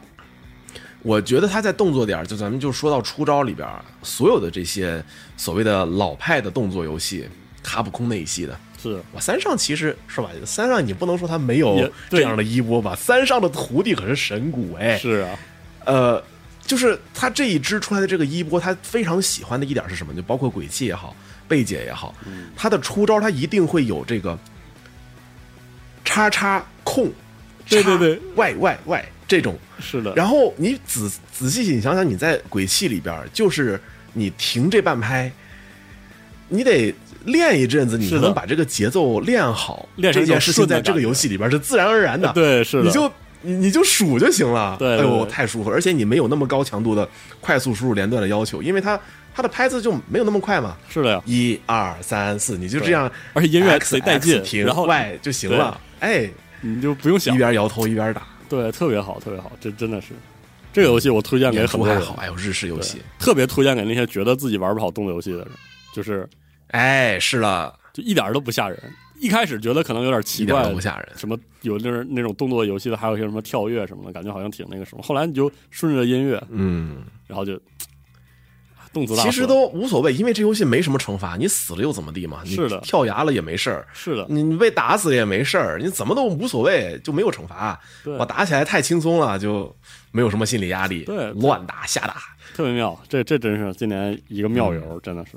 Speaker 2: 我觉得他在动作点儿，就咱们就说到出招里边儿，所有的这些所谓的老派的动作游戏，卡普空那一系的，
Speaker 1: 是
Speaker 2: 哇，三上其实是吧？三上你不能说他没有
Speaker 1: 也
Speaker 2: 这
Speaker 1: 对
Speaker 2: 样的衣钵吧？三上的徒弟可是神骨哎，
Speaker 1: 是啊，
Speaker 2: 呃，就是他这一支出来的这个衣钵，他非常喜欢的一点是什么？就包括鬼泣也好，贝姐也好，
Speaker 1: 嗯
Speaker 2: 他的出招他一定会有这个叉叉控，
Speaker 1: 对
Speaker 2: 叉
Speaker 1: 对对
Speaker 2: ，Y Y Y 这种。
Speaker 1: 是的，
Speaker 2: 然后你仔仔细你想想，你在鬼泣里边儿，就是你停这半拍，你得练一阵子，你
Speaker 1: 是
Speaker 2: 才
Speaker 1: 的
Speaker 2: 能把这个节奏练好。
Speaker 1: 练成一
Speaker 2: 这
Speaker 1: 种
Speaker 2: 件事情
Speaker 1: 顺的
Speaker 2: 在这个
Speaker 1: 感觉
Speaker 2: 游戏里边儿是自然而然的。
Speaker 1: 对是的，
Speaker 2: 你就你你就数就行了。
Speaker 1: 对
Speaker 2: 哎
Speaker 1: 对
Speaker 2: 呦，
Speaker 1: 对
Speaker 2: 太舒服了，而且你没有那么高强度的快速输入连段的要求，因为它它的拍子就没有那么快嘛。
Speaker 1: 是的呀，
Speaker 2: 一二三四，你就这样，
Speaker 1: 而且音乐
Speaker 2: X,
Speaker 1: 贼带劲
Speaker 2: X 停
Speaker 1: 然后
Speaker 2: Y 就行了。哎，
Speaker 1: 你就不用
Speaker 2: 一
Speaker 1: 想，
Speaker 2: 边摇头一边打，
Speaker 1: 对，特别好，特别好，这真的是这个游戏我推荐给
Speaker 2: 演
Speaker 1: 很
Speaker 2: 出
Speaker 1: 多
Speaker 2: 还
Speaker 1: 人，
Speaker 2: 好，哎呦，日式游
Speaker 1: 对
Speaker 2: 戏，
Speaker 1: 特别推荐给那些觉得自己玩不好动作游戏的人，就是
Speaker 2: 哎，是了，
Speaker 1: 就一点儿都不吓人。一开始觉得可能有点奇
Speaker 2: 一点
Speaker 1: 怪，
Speaker 2: 都不吓人。
Speaker 1: 什么有那种那种动作游戏的，还有一些什么跳跃什么的，感觉好像挺那个什么。后来你就顺着音乐，
Speaker 2: 嗯，
Speaker 1: 然后就啊动词大
Speaker 2: 其实
Speaker 1: 合
Speaker 2: 都无所谓，因为这游戏没什么惩罚，你死了又怎么地嘛？你
Speaker 1: 是的
Speaker 2: 跳崖了也没事儿，
Speaker 1: 是的，
Speaker 2: 你被打死也没事儿，你怎么都无所谓，就没有惩罚。
Speaker 1: 对
Speaker 2: 我打起来太轻松了，就没有什么心理压力。
Speaker 1: 对
Speaker 2: 乱打瞎打
Speaker 1: 特别妙。这这真是今年一个妙
Speaker 2: 嗯
Speaker 1: 游，真的是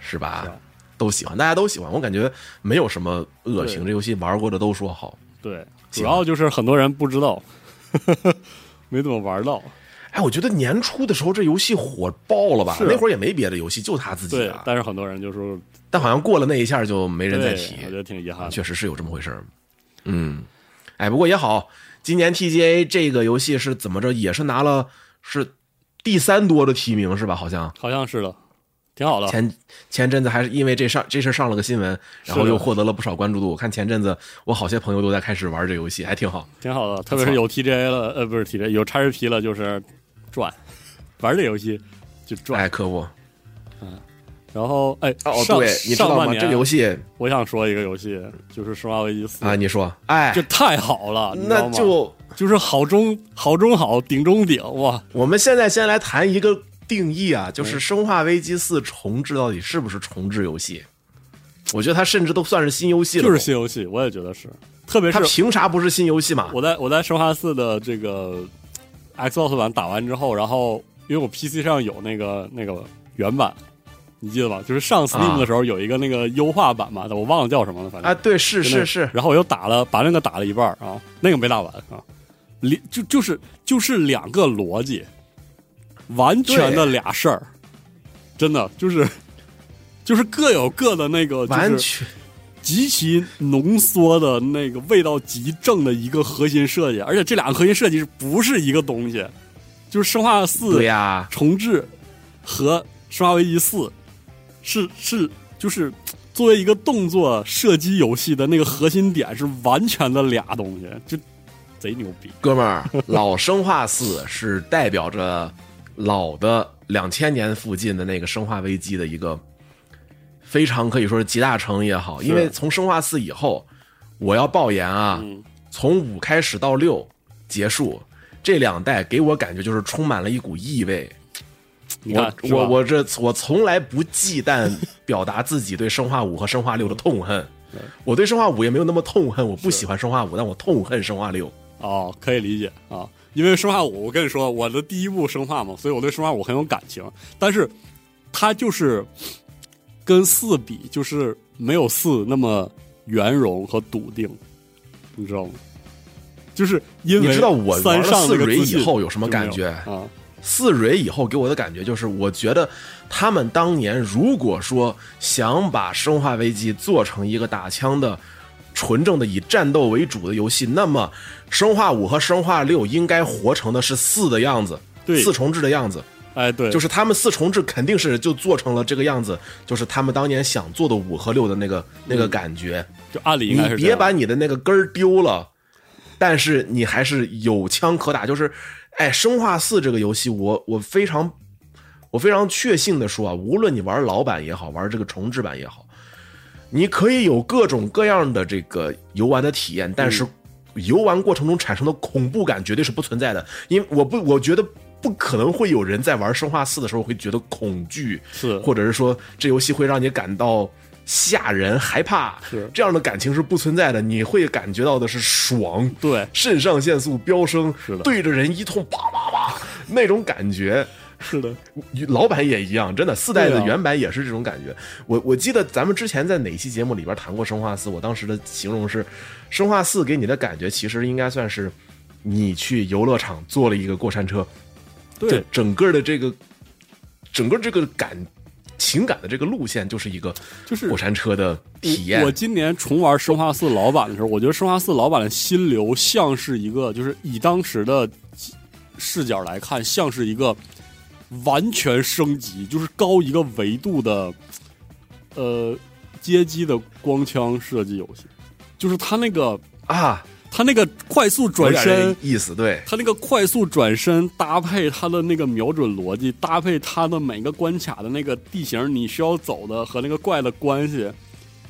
Speaker 2: 是吧？
Speaker 1: 是啊
Speaker 2: 都喜欢，大家都喜欢。我感觉没有什么恶评，
Speaker 1: 对
Speaker 2: 这游戏玩过的都说好。
Speaker 1: 对。主
Speaker 2: 行
Speaker 1: 要就是很多人不知道， 没怎么玩到。
Speaker 2: 哎，我觉得年初的时候这游戏火爆了吧？
Speaker 1: 是啊
Speaker 2: 那会儿也没别的游戏，就他自己
Speaker 1: 对
Speaker 2: 的，。
Speaker 1: 但是很多人就说，
Speaker 2: 但好像过了那一下就没
Speaker 1: 对，
Speaker 2: 啊人再提。
Speaker 1: 我觉得挺遗憾的。
Speaker 2: 啊确实是有这么回事儿。嗯，哎，不过也好，今年 TGA 这个游戏是怎么着，也是拿了是第三多的提名是吧？好像
Speaker 1: 好像是的，挺好的。
Speaker 2: 前前阵子还是因为这上这事儿上了个新闻，然后
Speaker 1: 是的
Speaker 2: 又获得了不少关注度。我看前阵子我好些朋友都在开始玩这游戏，还挺好。
Speaker 1: 挺好的，特别是有 TGA 了，呃，不是 TGA，有 XRP 了，就是赚， 玩这游戏就赚。
Speaker 2: 哎，可不，
Speaker 1: 然后，哎，
Speaker 2: 哦
Speaker 1: 上
Speaker 2: 对，你知道
Speaker 1: 上半
Speaker 2: 吗？
Speaker 1: 年
Speaker 2: 这游戏
Speaker 1: 我想说一个游戏，就是《生化危机四
Speaker 2: 啊，》，你说，哎
Speaker 1: 这，太好了，嗯你知道
Speaker 2: 那
Speaker 1: 吗
Speaker 2: 就
Speaker 1: 就是好中好中好，顶中顶，哇，
Speaker 2: 我们现在先来谈一个定义啊，
Speaker 1: 嗯
Speaker 2: 就是《生化危机四》重置到底是不是重置游戏？我觉得它甚至都算是新游戏了都，
Speaker 1: 就是新游戏，我也觉得是，特别
Speaker 2: 它
Speaker 1: 是
Speaker 2: 凭啥不是新游戏嘛？
Speaker 1: 我在我在生化四的这个 Xbox 版打完之后，然后因为我 PC 上有那个那个原版，你记得吧？就是上 Steam 的时候有一个那个优化版嘛，我忘了叫什么了，反正
Speaker 2: 啊，对，是
Speaker 1: 真的
Speaker 2: 是是，
Speaker 1: 然后我又打了，把那个打了一半儿啊，那个没打完啊，里就就是就是两个逻辑，完全的俩事儿，真的就是就是各有各的那个，
Speaker 2: 完
Speaker 1: 就是
Speaker 2: 全
Speaker 1: 极其浓缩的那个味道极正的一个核心设计，而且这两个核心设计是不是一个东西？就是生化四
Speaker 2: 对呀、
Speaker 1: 重置和《生化危机四》是是就是作为一个动作射击游戏的那个核心点是完全的俩东西，就贼牛逼。
Speaker 2: 哥们儿，老生化四是代表着老的两千年附近的那个生化危机的一个非常可以说是集大成也好，因为从生化四以后，我要爆言啊，
Speaker 1: 嗯
Speaker 2: 从五开始到六结束这两代，给我感觉就是充满了一股异味。
Speaker 1: 你啊看
Speaker 2: 我
Speaker 1: 是吧
Speaker 2: 我我这我从来不忌惮表达自己对生化五和生化六的痛恨。
Speaker 1: 嗯
Speaker 2: 我对生化五也没有那么痛恨，我不喜欢生化五，但我痛恨生化六。
Speaker 1: 哦，可以理解啊，因为生化五，我跟你说，我的第一部生化嘛，所以我对生化五很有感情。但是它就是跟四比，就是没有四那么圆融和笃定，你知道吗？就是因为
Speaker 2: 你知道我玩
Speaker 1: 三
Speaker 2: 了
Speaker 1: 上那个
Speaker 2: 四蕊
Speaker 1: 自信
Speaker 2: 以后有什么感
Speaker 1: 就没有
Speaker 2: 觉
Speaker 1: 啊？
Speaker 2: 四蕊以后给我的感觉就是，我觉得他们当年如果说想把《生化危机》做成一个打枪的、纯正的以战斗为主的游戏，那么《生化五》和《生化六》应该活成的是四的样子，
Speaker 1: 对
Speaker 2: 四重置的样子。
Speaker 1: 哎，对，
Speaker 2: 就是他们四重置肯定是就做成了这个样子，就是他们当年想做的五和六的那个那
Speaker 1: 嗯
Speaker 2: 个感觉。
Speaker 1: 就按理应
Speaker 2: 你
Speaker 1: 该是这
Speaker 2: 别
Speaker 1: 样
Speaker 2: 把你的那个根儿丢了，但是你还是有枪可打。就是，哎，《生化四》这个游戏，我我非常我非常确信的说啊，无论你玩老版也好，玩这个重置版也好，你可以有各种各样的这个游玩的体验，但
Speaker 1: 嗯
Speaker 2: 是游玩过程中产生的恐怖感绝对是不存在的，因为我不，我觉得。不可能会有人在玩《生化四》的时候会觉得恐惧，
Speaker 1: 是
Speaker 2: 或者是说这游戏会让你感到吓人、害怕，
Speaker 1: 是
Speaker 2: 这样的感情是不存在的。你会感觉到的是爽，
Speaker 1: 对
Speaker 2: 肾上腺素飙升
Speaker 1: 是的，
Speaker 2: 对着人一通啪啪啪那种感觉。
Speaker 1: 是的，
Speaker 2: 老版也一样，真的，四代
Speaker 1: 对
Speaker 2: 的
Speaker 1: 啊
Speaker 2: 原版也是这种感觉。我我记得咱们之前在哪期节目里边谈过《生化四》，我当时的形容是，《生化四》给你的感觉其实应该算是你去游乐场坐了一个过山车，这
Speaker 1: 对
Speaker 2: 整个的这个整个这个感情感的这个路线就是一个
Speaker 1: 就是
Speaker 2: 过山车的体验
Speaker 1: 我。今年重玩《生化四》老版的时候，我觉得《生化四》老版的心流像是一个，就是以当时的视角来看，像是一个完全升级，就是高一个维度的，呃，街机的光枪射击游戏。就是它那个，
Speaker 2: 啊，
Speaker 1: 它那个快速转
Speaker 2: 有点
Speaker 1: 身
Speaker 2: 这，意思，对，
Speaker 1: 他那个快速转身搭配他的那个瞄准逻辑，搭配他的每个关卡的那个地形，你需要走的和那个怪的关系，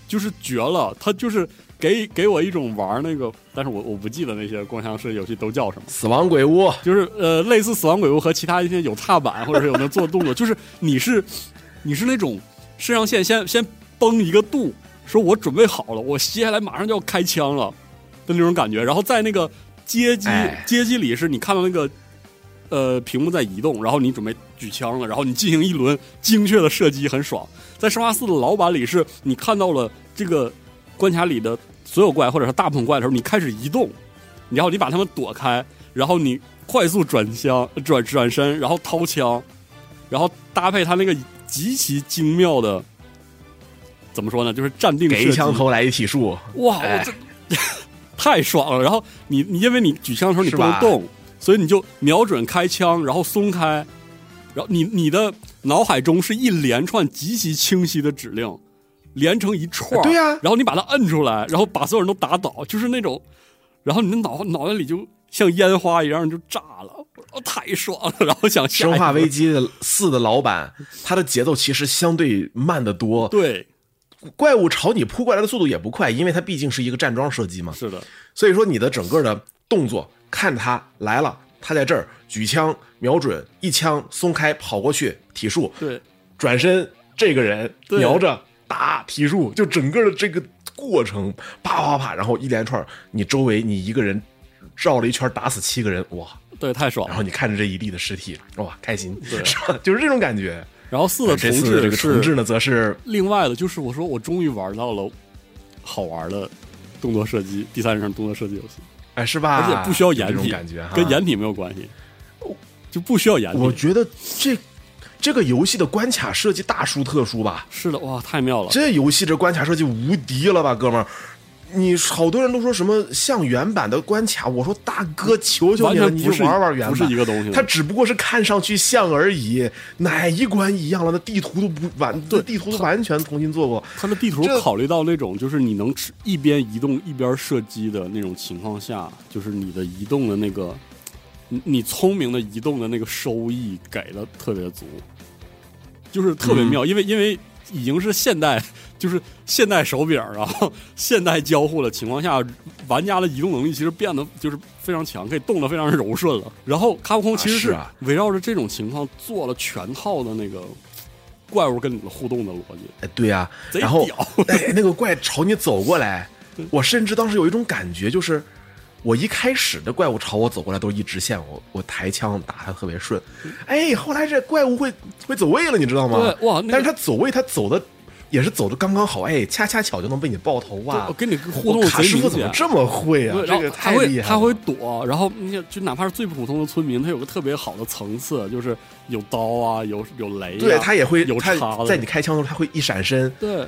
Speaker 1: 就是绝了。他就是给给我一种玩那个，但是我我不记得那些光枪射击游戏都叫什么。
Speaker 2: 死亡鬼屋，
Speaker 1: 就是呃，类似《死亡鬼屋》和其他一些有踏板或者是有那做动作，就是你是你是那种肾上腺先先崩一个度，说我准备好了，我接下来马上就要开枪了的那种感觉，然后在那个街机、
Speaker 2: 哎
Speaker 1: 街机里是你看到那个呃屏幕在移动，然后你准备举枪了，然后你进行一轮精确的射击，很爽。在生化四的老版里，是你看到了这个关卡里的所有怪或者是大部分怪的时候，你开始移动，然后你把他们躲开，然后你快速转枪转转身，然后掏枪，然后搭配他那个极其精妙的，怎么说呢？就是站定
Speaker 2: 给
Speaker 1: 射
Speaker 2: 一
Speaker 1: 击
Speaker 2: 枪头来一体术，
Speaker 1: 哇，
Speaker 2: 哎
Speaker 1: 我这 太爽了！然后你你因为你举枪的时候你
Speaker 2: 是
Speaker 1: 不能
Speaker 2: 吧
Speaker 1: 动，所以你就瞄准开枪，然后松开，然后你你的脑海中是一连串极其清晰的指令，连成一串儿，
Speaker 2: 哎对呀
Speaker 1: 然后你把它摁出来，然后把所有人都打倒，就是那种，然后你的脑脑袋里就像烟花一样就炸了，哦，太爽了！然后想
Speaker 2: 《
Speaker 1: 下一
Speaker 2: 生化
Speaker 1: 步
Speaker 2: 危机》的四的老板，他的节奏其实相对慢得多，
Speaker 1: 对，
Speaker 2: 怪物朝你扑过来的速度也不快，因为它毕竟是一个站桩射击嘛，
Speaker 1: 是的，
Speaker 2: 所以说你的整个的动作，看他来了，他在这儿举枪瞄准，一枪松开跑过去，体术，
Speaker 1: 对，
Speaker 2: 转身这个人
Speaker 1: 对
Speaker 2: 瞄着打体术，就整个的这个过程啪啪啪，然后一连串，你周围你一个人绕了一圈打死七个人，哇！
Speaker 1: 对，太爽
Speaker 2: 然
Speaker 1: 了。
Speaker 2: 后你看着这一地的尸体，哇，开心，
Speaker 1: 对
Speaker 2: 是吧？就是这种感觉。
Speaker 1: 然后四的重
Speaker 2: 哎这次的
Speaker 1: 置
Speaker 2: 这个重
Speaker 1: 是
Speaker 2: 置呢，则是
Speaker 1: 另外的就是，我说我终于玩到了好玩的动作射击，第三人称动作射击游戏，
Speaker 2: 哎，是吧？
Speaker 1: 而且不需要
Speaker 2: 有
Speaker 1: 掩
Speaker 2: 这种
Speaker 1: 体，
Speaker 2: 感觉哈，
Speaker 1: 跟掩体没有关系，就不需要掩
Speaker 2: 我
Speaker 1: 体。
Speaker 2: 觉得这这个游戏的关卡设计大书特书吧，
Speaker 1: 是的，哇，太妙了！
Speaker 2: 这游戏这关卡设计无敌了吧，哥们儿！你好多人都说什么像原版的关卡，我说大哥，求求
Speaker 1: 完
Speaker 2: 你了，
Speaker 1: 全
Speaker 2: 你
Speaker 1: 不
Speaker 2: 就是玩玩原
Speaker 1: 不是一
Speaker 2: 版。
Speaker 1: 个东西的。
Speaker 2: 它只不过是看上去像而已，哪一关一样了？那地图都不完，
Speaker 1: 对
Speaker 2: 地图都完全重新做过。
Speaker 1: 它的地图
Speaker 2: 这
Speaker 1: 考虑到那种就是你能吃一边移动一边射击的那种情况下，就是你的移动的那个，你你聪明的
Speaker 2: 嗯
Speaker 1: 移动的那个收益给的特别足，就是特别妙。因为因为已经是现代，就是现代手柄，然后现代交互的情况下，玩家的移动能力其实变得就是非常强，可以动得非常柔顺了。然后卡普空其实
Speaker 2: 啊是
Speaker 1: 是
Speaker 2: 啊
Speaker 1: 围绕着这种情况做了全套的那个怪物跟你的互动的逻辑，
Speaker 2: 哎，对呀、
Speaker 1: 贼
Speaker 2: 然后
Speaker 1: 屌
Speaker 2: 哎，那个怪朝你走过来，我甚至当时有一种感觉，就是我一开始的怪物朝我走过来都是一直线，我我抬枪打它特别顺，哎，后来这怪物会会走位了，你知道吗？
Speaker 1: 对啊哇那个
Speaker 2: 但是它走位，它走的也是走的刚刚好，哎，恰恰巧就能被你爆头啊！
Speaker 1: 对我跟你互动
Speaker 2: 我卡
Speaker 1: 贼
Speaker 2: 师傅
Speaker 1: 明
Speaker 2: 怎么
Speaker 1: 显
Speaker 2: 这么会啊
Speaker 1: 对，？然
Speaker 2: 这
Speaker 1: 后
Speaker 2: 个
Speaker 1: 他
Speaker 2: 太厉
Speaker 1: 会
Speaker 2: 害了，
Speaker 1: 他会躲，然后你就哪怕是最普通的村民，他有个特别好的层次，就是有刀啊，有有雷、啊，
Speaker 2: 对他也会，
Speaker 1: 有
Speaker 2: 他
Speaker 1: 叉子，
Speaker 2: 在你开枪的时候，他会一闪身，
Speaker 1: 对，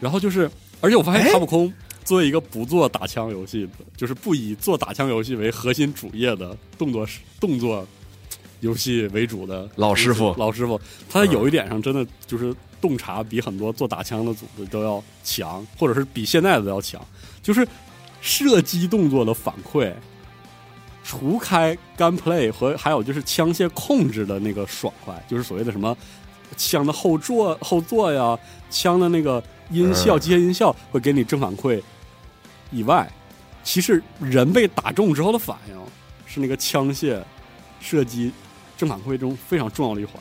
Speaker 1: 然后就是，而且我发现
Speaker 2: 哎
Speaker 1: 卡普空作为一个不做打枪游戏的，就是不以做打枪游戏为核心主业的动作是动作游戏为主的
Speaker 2: 老师傅
Speaker 1: 老师傅，他在有一点上真的就是洞察比很多做打枪的组织都要强，或者是比现在的都要强，就是射击动作的反馈。除开 gunplay 和还有就是枪械控制的那个爽快，就是所谓的什么枪的后座后座呀，枪的那个音效、
Speaker 2: 嗯
Speaker 1: 机械音效会给你正反馈以外，其实人被打中之后的反应是那个枪械射击正反馈中非常重要的一环。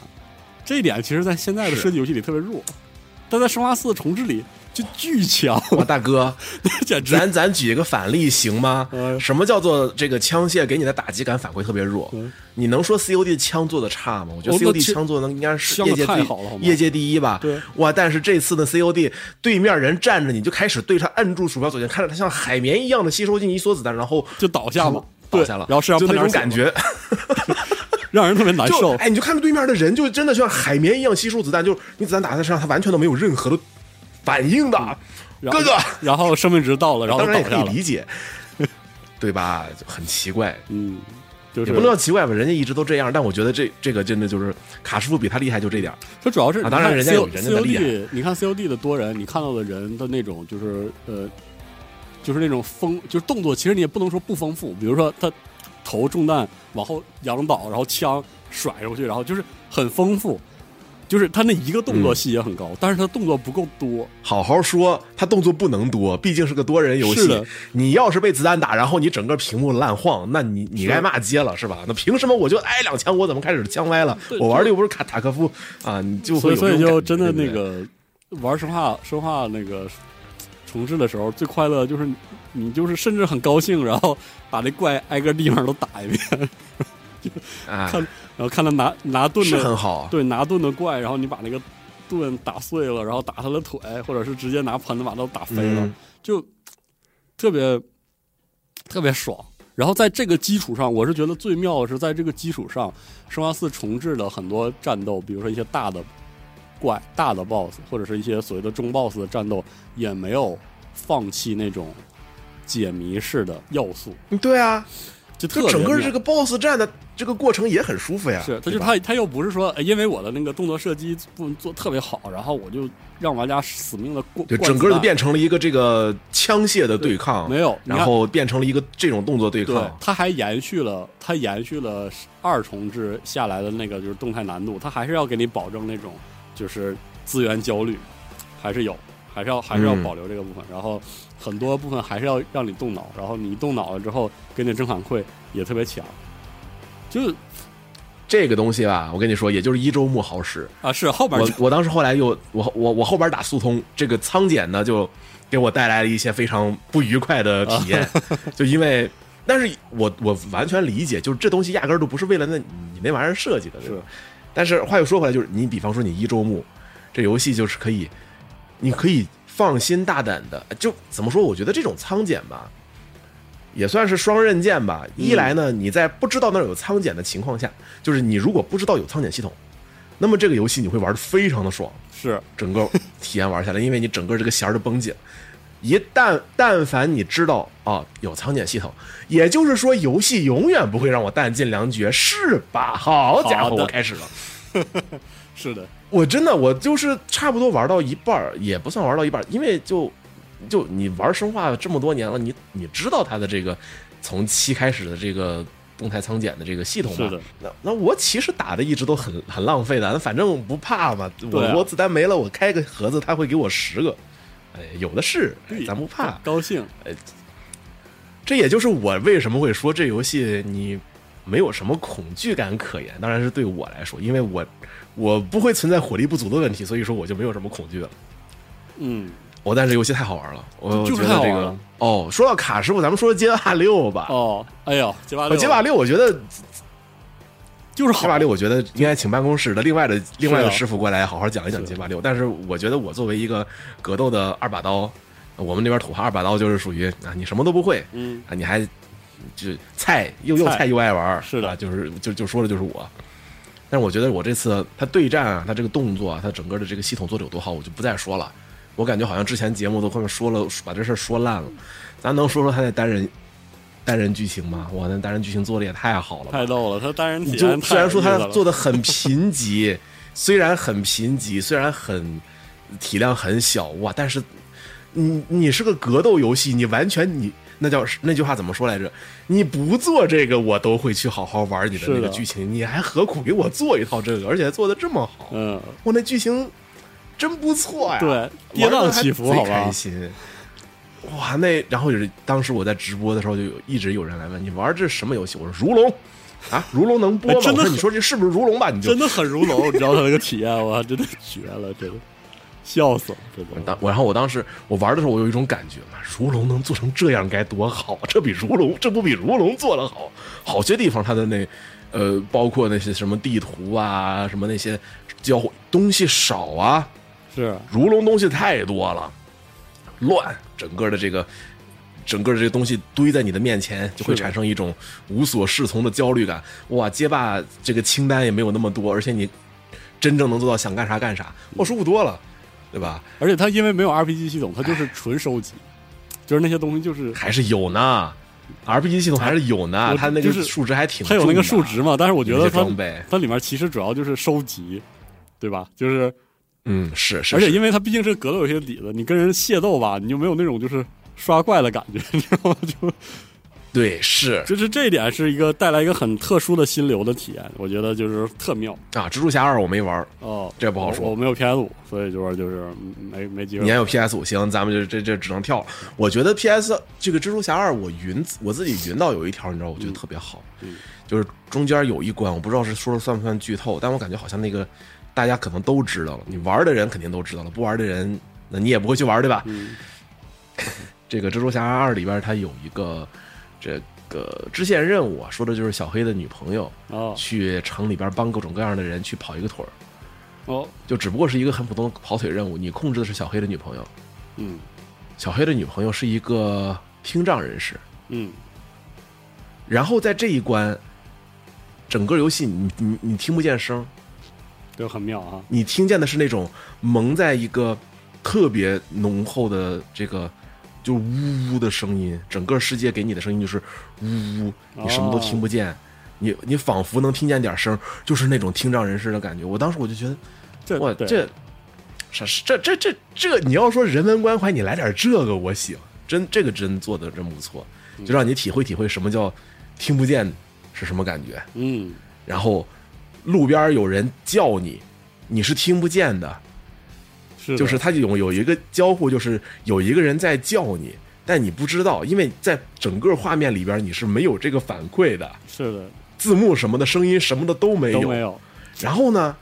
Speaker 1: 这一点其实，在现在的
Speaker 2: 是
Speaker 1: 射击游戏里特别弱，但在《生化四》重置里就巨强，
Speaker 2: 哇，大哥，
Speaker 1: 简直
Speaker 2: 咱咱举一个反例行吗
Speaker 1: 嗯？
Speaker 2: 什么叫做这个枪械给你的打击感反馈特别弱
Speaker 1: 嗯？
Speaker 2: 你能说 COD 的枪做的差吗？我觉得
Speaker 1: 哦那
Speaker 2: COD
Speaker 1: 其
Speaker 2: 枪做的应该是
Speaker 1: 枪得
Speaker 2: 业界
Speaker 1: 太
Speaker 2: 第
Speaker 1: 好了好吗
Speaker 2: 业界第一吧
Speaker 1: 对？
Speaker 2: 哇！但是这次的 COD 对面人站着你就开始对他摁住鼠标左键，看着他像海绵一样的吸收进一梭子弹，然后
Speaker 1: 就倒下了，
Speaker 2: 倒
Speaker 1: 对
Speaker 2: 下了，
Speaker 1: 然后身上
Speaker 2: 就
Speaker 1: 喷
Speaker 2: 那
Speaker 1: 点
Speaker 2: 种
Speaker 1: 血
Speaker 2: 感，觉，
Speaker 1: 让人特别难
Speaker 2: 就
Speaker 1: 受。
Speaker 2: 哎，你就看着对面的人，就真的像海绵一样吸收子弹，就是你子弹打在他身上，他完全都没有任何的反应的。
Speaker 1: 然后
Speaker 2: 哥哥，
Speaker 1: 然后生命值到了，然后
Speaker 2: 当
Speaker 1: 就
Speaker 2: 然也
Speaker 1: 嗯倒
Speaker 2: 可
Speaker 1: 下
Speaker 2: 以
Speaker 1: 了。
Speaker 2: 理解，对吧？就很奇怪，
Speaker 1: 嗯，就是
Speaker 2: 也不能叫奇怪吧，人家一直都这样。但我觉得这这个真的就是卡师傅比他厉害，就这点儿
Speaker 1: 这主要是
Speaker 2: 啊当然人家有人家的
Speaker 1: COD，
Speaker 2: 厉害
Speaker 1: 你看 COD 的多人，你看到的人的那种就是呃，就是那种丰，就是动作，其实你也不能说不丰富。比如说他头中弹往后仰倒，然后枪甩出去，然后就是很丰富。就是他那一个
Speaker 2: 嗯
Speaker 1: 动作细节很高，但是他动作不够多。
Speaker 2: 好好说，他动作不能多，毕竟是个多人游
Speaker 1: 是
Speaker 2: 戏
Speaker 1: 的。
Speaker 2: 你要是被子弹打，然后你整个屏幕乱晃，那你你该骂街了是吧？那凭什么我就挨两枪，我怎么开始枪歪了？
Speaker 1: 对
Speaker 2: 我玩的又不是卡塔科夫啊，你就
Speaker 1: 所以，
Speaker 2: 会有这
Speaker 1: 所以
Speaker 2: 种
Speaker 1: 就
Speaker 2: 感觉
Speaker 1: 真的
Speaker 2: 对
Speaker 1: 那
Speaker 2: 不对
Speaker 1: 个玩生化生化那个重置的时候，最快乐就是你就是甚至很高兴，然后把那怪挨个地方都打一遍，
Speaker 2: 啊，
Speaker 1: 看然后看他拿拿盾
Speaker 2: 是
Speaker 1: 的
Speaker 2: 很好。
Speaker 1: 对，拿盾的怪，然后你把那个盾打碎了，然后打他的腿，或者是直接拿盆子把他打飞了，
Speaker 2: 嗯
Speaker 1: 就特别特别爽。然后在这个基础上，我是觉得最妙的是在这个基础上，《生化四》重置的很多战斗，比如说一些大的怪、大的 BOSS，或者是一些所谓的中 BOSS 的战斗，也没有放弃那种解谜式的要素，
Speaker 2: 对啊，
Speaker 1: 就特
Speaker 2: 就
Speaker 1: 别
Speaker 2: 整个
Speaker 1: 妙
Speaker 2: 这个 BOSS 战的这个过程也很舒服呀。
Speaker 1: 是，他
Speaker 2: 对
Speaker 1: 就
Speaker 2: 吧
Speaker 1: 他他又不是说，哎因为我的那个动作射击做做特别好，然后我就让玩家死命的过，
Speaker 2: 对，
Speaker 1: 灌
Speaker 2: 整
Speaker 1: 子
Speaker 2: 个就
Speaker 1: 弹
Speaker 2: 变成了一个这个枪械的对抗，
Speaker 1: 没有你看
Speaker 2: 然后变成了一个这种动作对
Speaker 1: 对
Speaker 2: 抗，，
Speaker 1: 他还延续了他延续了二重制下来的那个就是动态难度，他还是要给你保证那种就是资源焦虑，还是有，还是要还是要
Speaker 2: 嗯
Speaker 1: 保留这个部分，然后很多部分还是要让你动脑，然后你一动脑了之后给你的正反馈也特别强，就是
Speaker 2: 这个东西吧，我跟你说，也就是一周目好使。
Speaker 1: 啊是后边
Speaker 2: 我
Speaker 1: 就
Speaker 2: 我当时后来又我我我后边打速通，这个苍减呢就给我带来了一些非常不愉快的体验，
Speaker 1: 啊
Speaker 2: 就因为。但是我我完全理解，就是这东西压根儿都不是为了那你那玩意儿设计的，对吧
Speaker 1: 是？
Speaker 2: 但是话又说回来，就是你比方说你一周目，这游戏就是可以，你可以放心大胆的，就怎么说？我觉得这种仓检吧，也算是双刃剑吧。
Speaker 1: 嗯
Speaker 2: 一来呢，你在不知道那儿有仓检的情况下，就是你如果不知道有仓检系统，那么这个游戏你会玩的非常的爽，
Speaker 1: 是
Speaker 2: 整个体验玩下来，因为你整个这个弦儿的绷紧。一旦但凡你知道啊有仓检系统，也就是说游戏永远不会让我弹尽粮绝，是吧？好家
Speaker 1: 好
Speaker 2: 伙，
Speaker 1: 的
Speaker 2: 我开始了。
Speaker 1: 是的，
Speaker 2: 我真的我就是差不多玩到一半儿，也不算玩到一半儿，因为就就你玩生化这么多年了，你你知道它的这个从七开始的这个动态仓减的这个系统嘛。
Speaker 1: 是的，
Speaker 2: 那那我其实打的一直都很很浪费的，反正不怕嘛。我、
Speaker 1: 对啊
Speaker 2: 我子弹没了，我开个盒子，他会给我十个，哎，有的是，哎
Speaker 1: 对
Speaker 2: 咱不怕。
Speaker 1: 高兴，
Speaker 2: 这也就是我为什么会说这游戏你没有什么恐惧感可言。当然是对我来说，因为我我不会存在火力不足的问题，所以说我就没有什么恐惧了。
Speaker 1: 嗯，
Speaker 2: 我、但是游戏太好玩了，我
Speaker 1: 就是
Speaker 2: 我觉
Speaker 1: 太
Speaker 2: 得
Speaker 1: 好
Speaker 2: 这
Speaker 1: 玩
Speaker 2: 个
Speaker 1: 了
Speaker 2: 哦，说到卡师傅，咱们说街霸六吧。
Speaker 1: 哦，哎呦，街霸
Speaker 2: 我
Speaker 1: 六，
Speaker 2: 啊街霸六，我觉得
Speaker 1: 就是
Speaker 2: 街
Speaker 1: 好
Speaker 2: 霸，六，我觉得应该请办公室的另外的另外
Speaker 1: 是
Speaker 2: 的
Speaker 1: 啊
Speaker 2: 师傅过来好好讲一讲
Speaker 1: 是
Speaker 2: 街霸六。但是我觉得我作为一个格斗的二把刀，我们那边土话二把刀就是属于啊，你什么都不会，
Speaker 1: 嗯，
Speaker 2: 啊，你还就菜又又
Speaker 1: 菜
Speaker 2: 菜又爱玩儿，
Speaker 1: 是的
Speaker 2: 啊就是就就说的就是我。但是我觉得我这次他对战啊，他这个动作啊，他整个的这个系统做的有多好，我就不再说了。我感觉好像之前节目都快说了，把这事儿说烂了。咱能说说他那单人单人剧情吗？哇，那单人剧情做的也太好了吧！
Speaker 1: 太逗了，他单人体
Speaker 2: 就
Speaker 1: 验
Speaker 2: 虽然说他做
Speaker 1: 的
Speaker 2: 的很贫瘠，虽然很贫瘠，虽然很体量很小哇，但是你你是个格斗游戏，你完全你那叫那句话怎么说来着？你不做这个，我都会去好好玩你的那
Speaker 1: 是
Speaker 2: 个
Speaker 1: 的
Speaker 2: 剧情，你还何苦给我做一套这个？而且还做的这么好，
Speaker 1: 嗯，
Speaker 2: 哇，那剧情真不错呀！
Speaker 1: 对，跌
Speaker 2: 玩
Speaker 1: 宕
Speaker 2: 得还
Speaker 1: 起伏，
Speaker 2: 贼
Speaker 1: 好
Speaker 2: 开
Speaker 1: 吧，
Speaker 2: 心。哇，那然后就是当时我在直播的时候，就有一直有人来问你玩这什么游戏，我说如龙啊，如龙能播吗？
Speaker 1: 哎真的
Speaker 2: 我说
Speaker 1: 很
Speaker 2: 你说这是不是如龙吧？你就
Speaker 1: 真的很如龙，你知道他那个体验，我真的绝了，真的笑死了，真的
Speaker 2: 当，我然后我当时我玩的时候，我有一种感觉嘛，如龙能做成这样该多好，这比如龙这不比如龙做的好？好些地方它的那呃，包括那些什么地图啊，什么那些交互东西少啊，
Speaker 1: 是
Speaker 2: 如龙东西太多了，乱，整个的这个，整个的这个东西堆在你的面前，就会
Speaker 1: 是的
Speaker 2: 产生一种无所适从的焦虑感。哇，街霸这个清单也没有那么多，而且你真正能做到想干啥干啥，
Speaker 1: 嗯
Speaker 2: 我数不多了，对吧？
Speaker 1: 而且它因为没有 RPG 系统，它就是纯收集，就是那些东西就是
Speaker 2: 还是有呢，RPG 系统还是有呢，
Speaker 1: 我
Speaker 2: 它那
Speaker 1: 就
Speaker 2: 个
Speaker 1: 是
Speaker 2: 数值还挺
Speaker 1: 它有那个数值
Speaker 2: 嘛，
Speaker 1: 嘛，但是我觉
Speaker 2: 有一
Speaker 1: 得
Speaker 2: 些
Speaker 1: 它
Speaker 2: 装备，
Speaker 1: 它里面其实主要就是收集，对吧？就是
Speaker 2: 嗯，是是，
Speaker 1: 而且
Speaker 2: 是
Speaker 1: 因为它毕竟是格斗游戏的底子，你跟人械斗吧，你就没有那种就是刷怪的感觉， 你知道吗？就
Speaker 2: 对是
Speaker 1: 就是这一点是一个带来一个很特殊的心流的体验，我觉得就是特妙
Speaker 2: 啊，蜘蛛侠二我没玩儿，
Speaker 1: 哦。
Speaker 2: 这不好说
Speaker 1: 我我没有 PS 五，所以就是就是没没机
Speaker 2: 你
Speaker 1: 会。
Speaker 2: 还有 PS 五，行，咱们就这这只能跳。我觉得 PS 这个蜘蛛侠二，我云我自己云到有一条，你知道，我觉得特别好，
Speaker 1: 嗯
Speaker 2: 就是中间有一关，我不知道是说了算不算剧透，但我感觉好像那个大家可能都知道了，你玩的人肯定都知道了，不玩的人，那你也不会去玩，对吧？
Speaker 1: 嗯，
Speaker 2: 这个蜘蛛侠二里边它有一个这个支线任务啊，说的就是小黑的女朋友
Speaker 1: 哦
Speaker 2: 去城里边帮各种各样的人去跑一个腿儿，
Speaker 1: 哦，
Speaker 2: 就只不过是一个很普通的跑腿任务，你控制的是小黑的女朋友。
Speaker 1: 嗯
Speaker 2: 小黑的女朋友是一个听障人士，
Speaker 1: 嗯
Speaker 2: 然后在这一关，整个游戏你你你听不见声，
Speaker 1: 就很妙啊。
Speaker 2: 你听见的是那种蒙在一个特别浓厚的这个就呜呜的声音，整个世界给你的声音就是呜呜，你什么都听不见，你你仿佛能听见点声，就是那种听障人士的感觉。我当时我就觉得，
Speaker 1: 这
Speaker 2: 哇，
Speaker 1: 对
Speaker 2: 这啥是这这这这，你要说人文关怀，你来点这个我行，真这个真做的真不错，
Speaker 1: 嗯
Speaker 2: 就让你体会体会什么叫听不见是什么感觉。
Speaker 1: 嗯
Speaker 2: 然后路边有人叫你，你是听不见的，
Speaker 1: 是的
Speaker 2: 就是他有有一个交互，就是有一个人在叫你。但你不知道，因为在整个画面里边你是没有这个反馈的，
Speaker 1: 是的
Speaker 2: 字幕什么的、声音什么的都没
Speaker 1: 都
Speaker 2: 有。
Speaker 1: 没有
Speaker 2: 然后呢，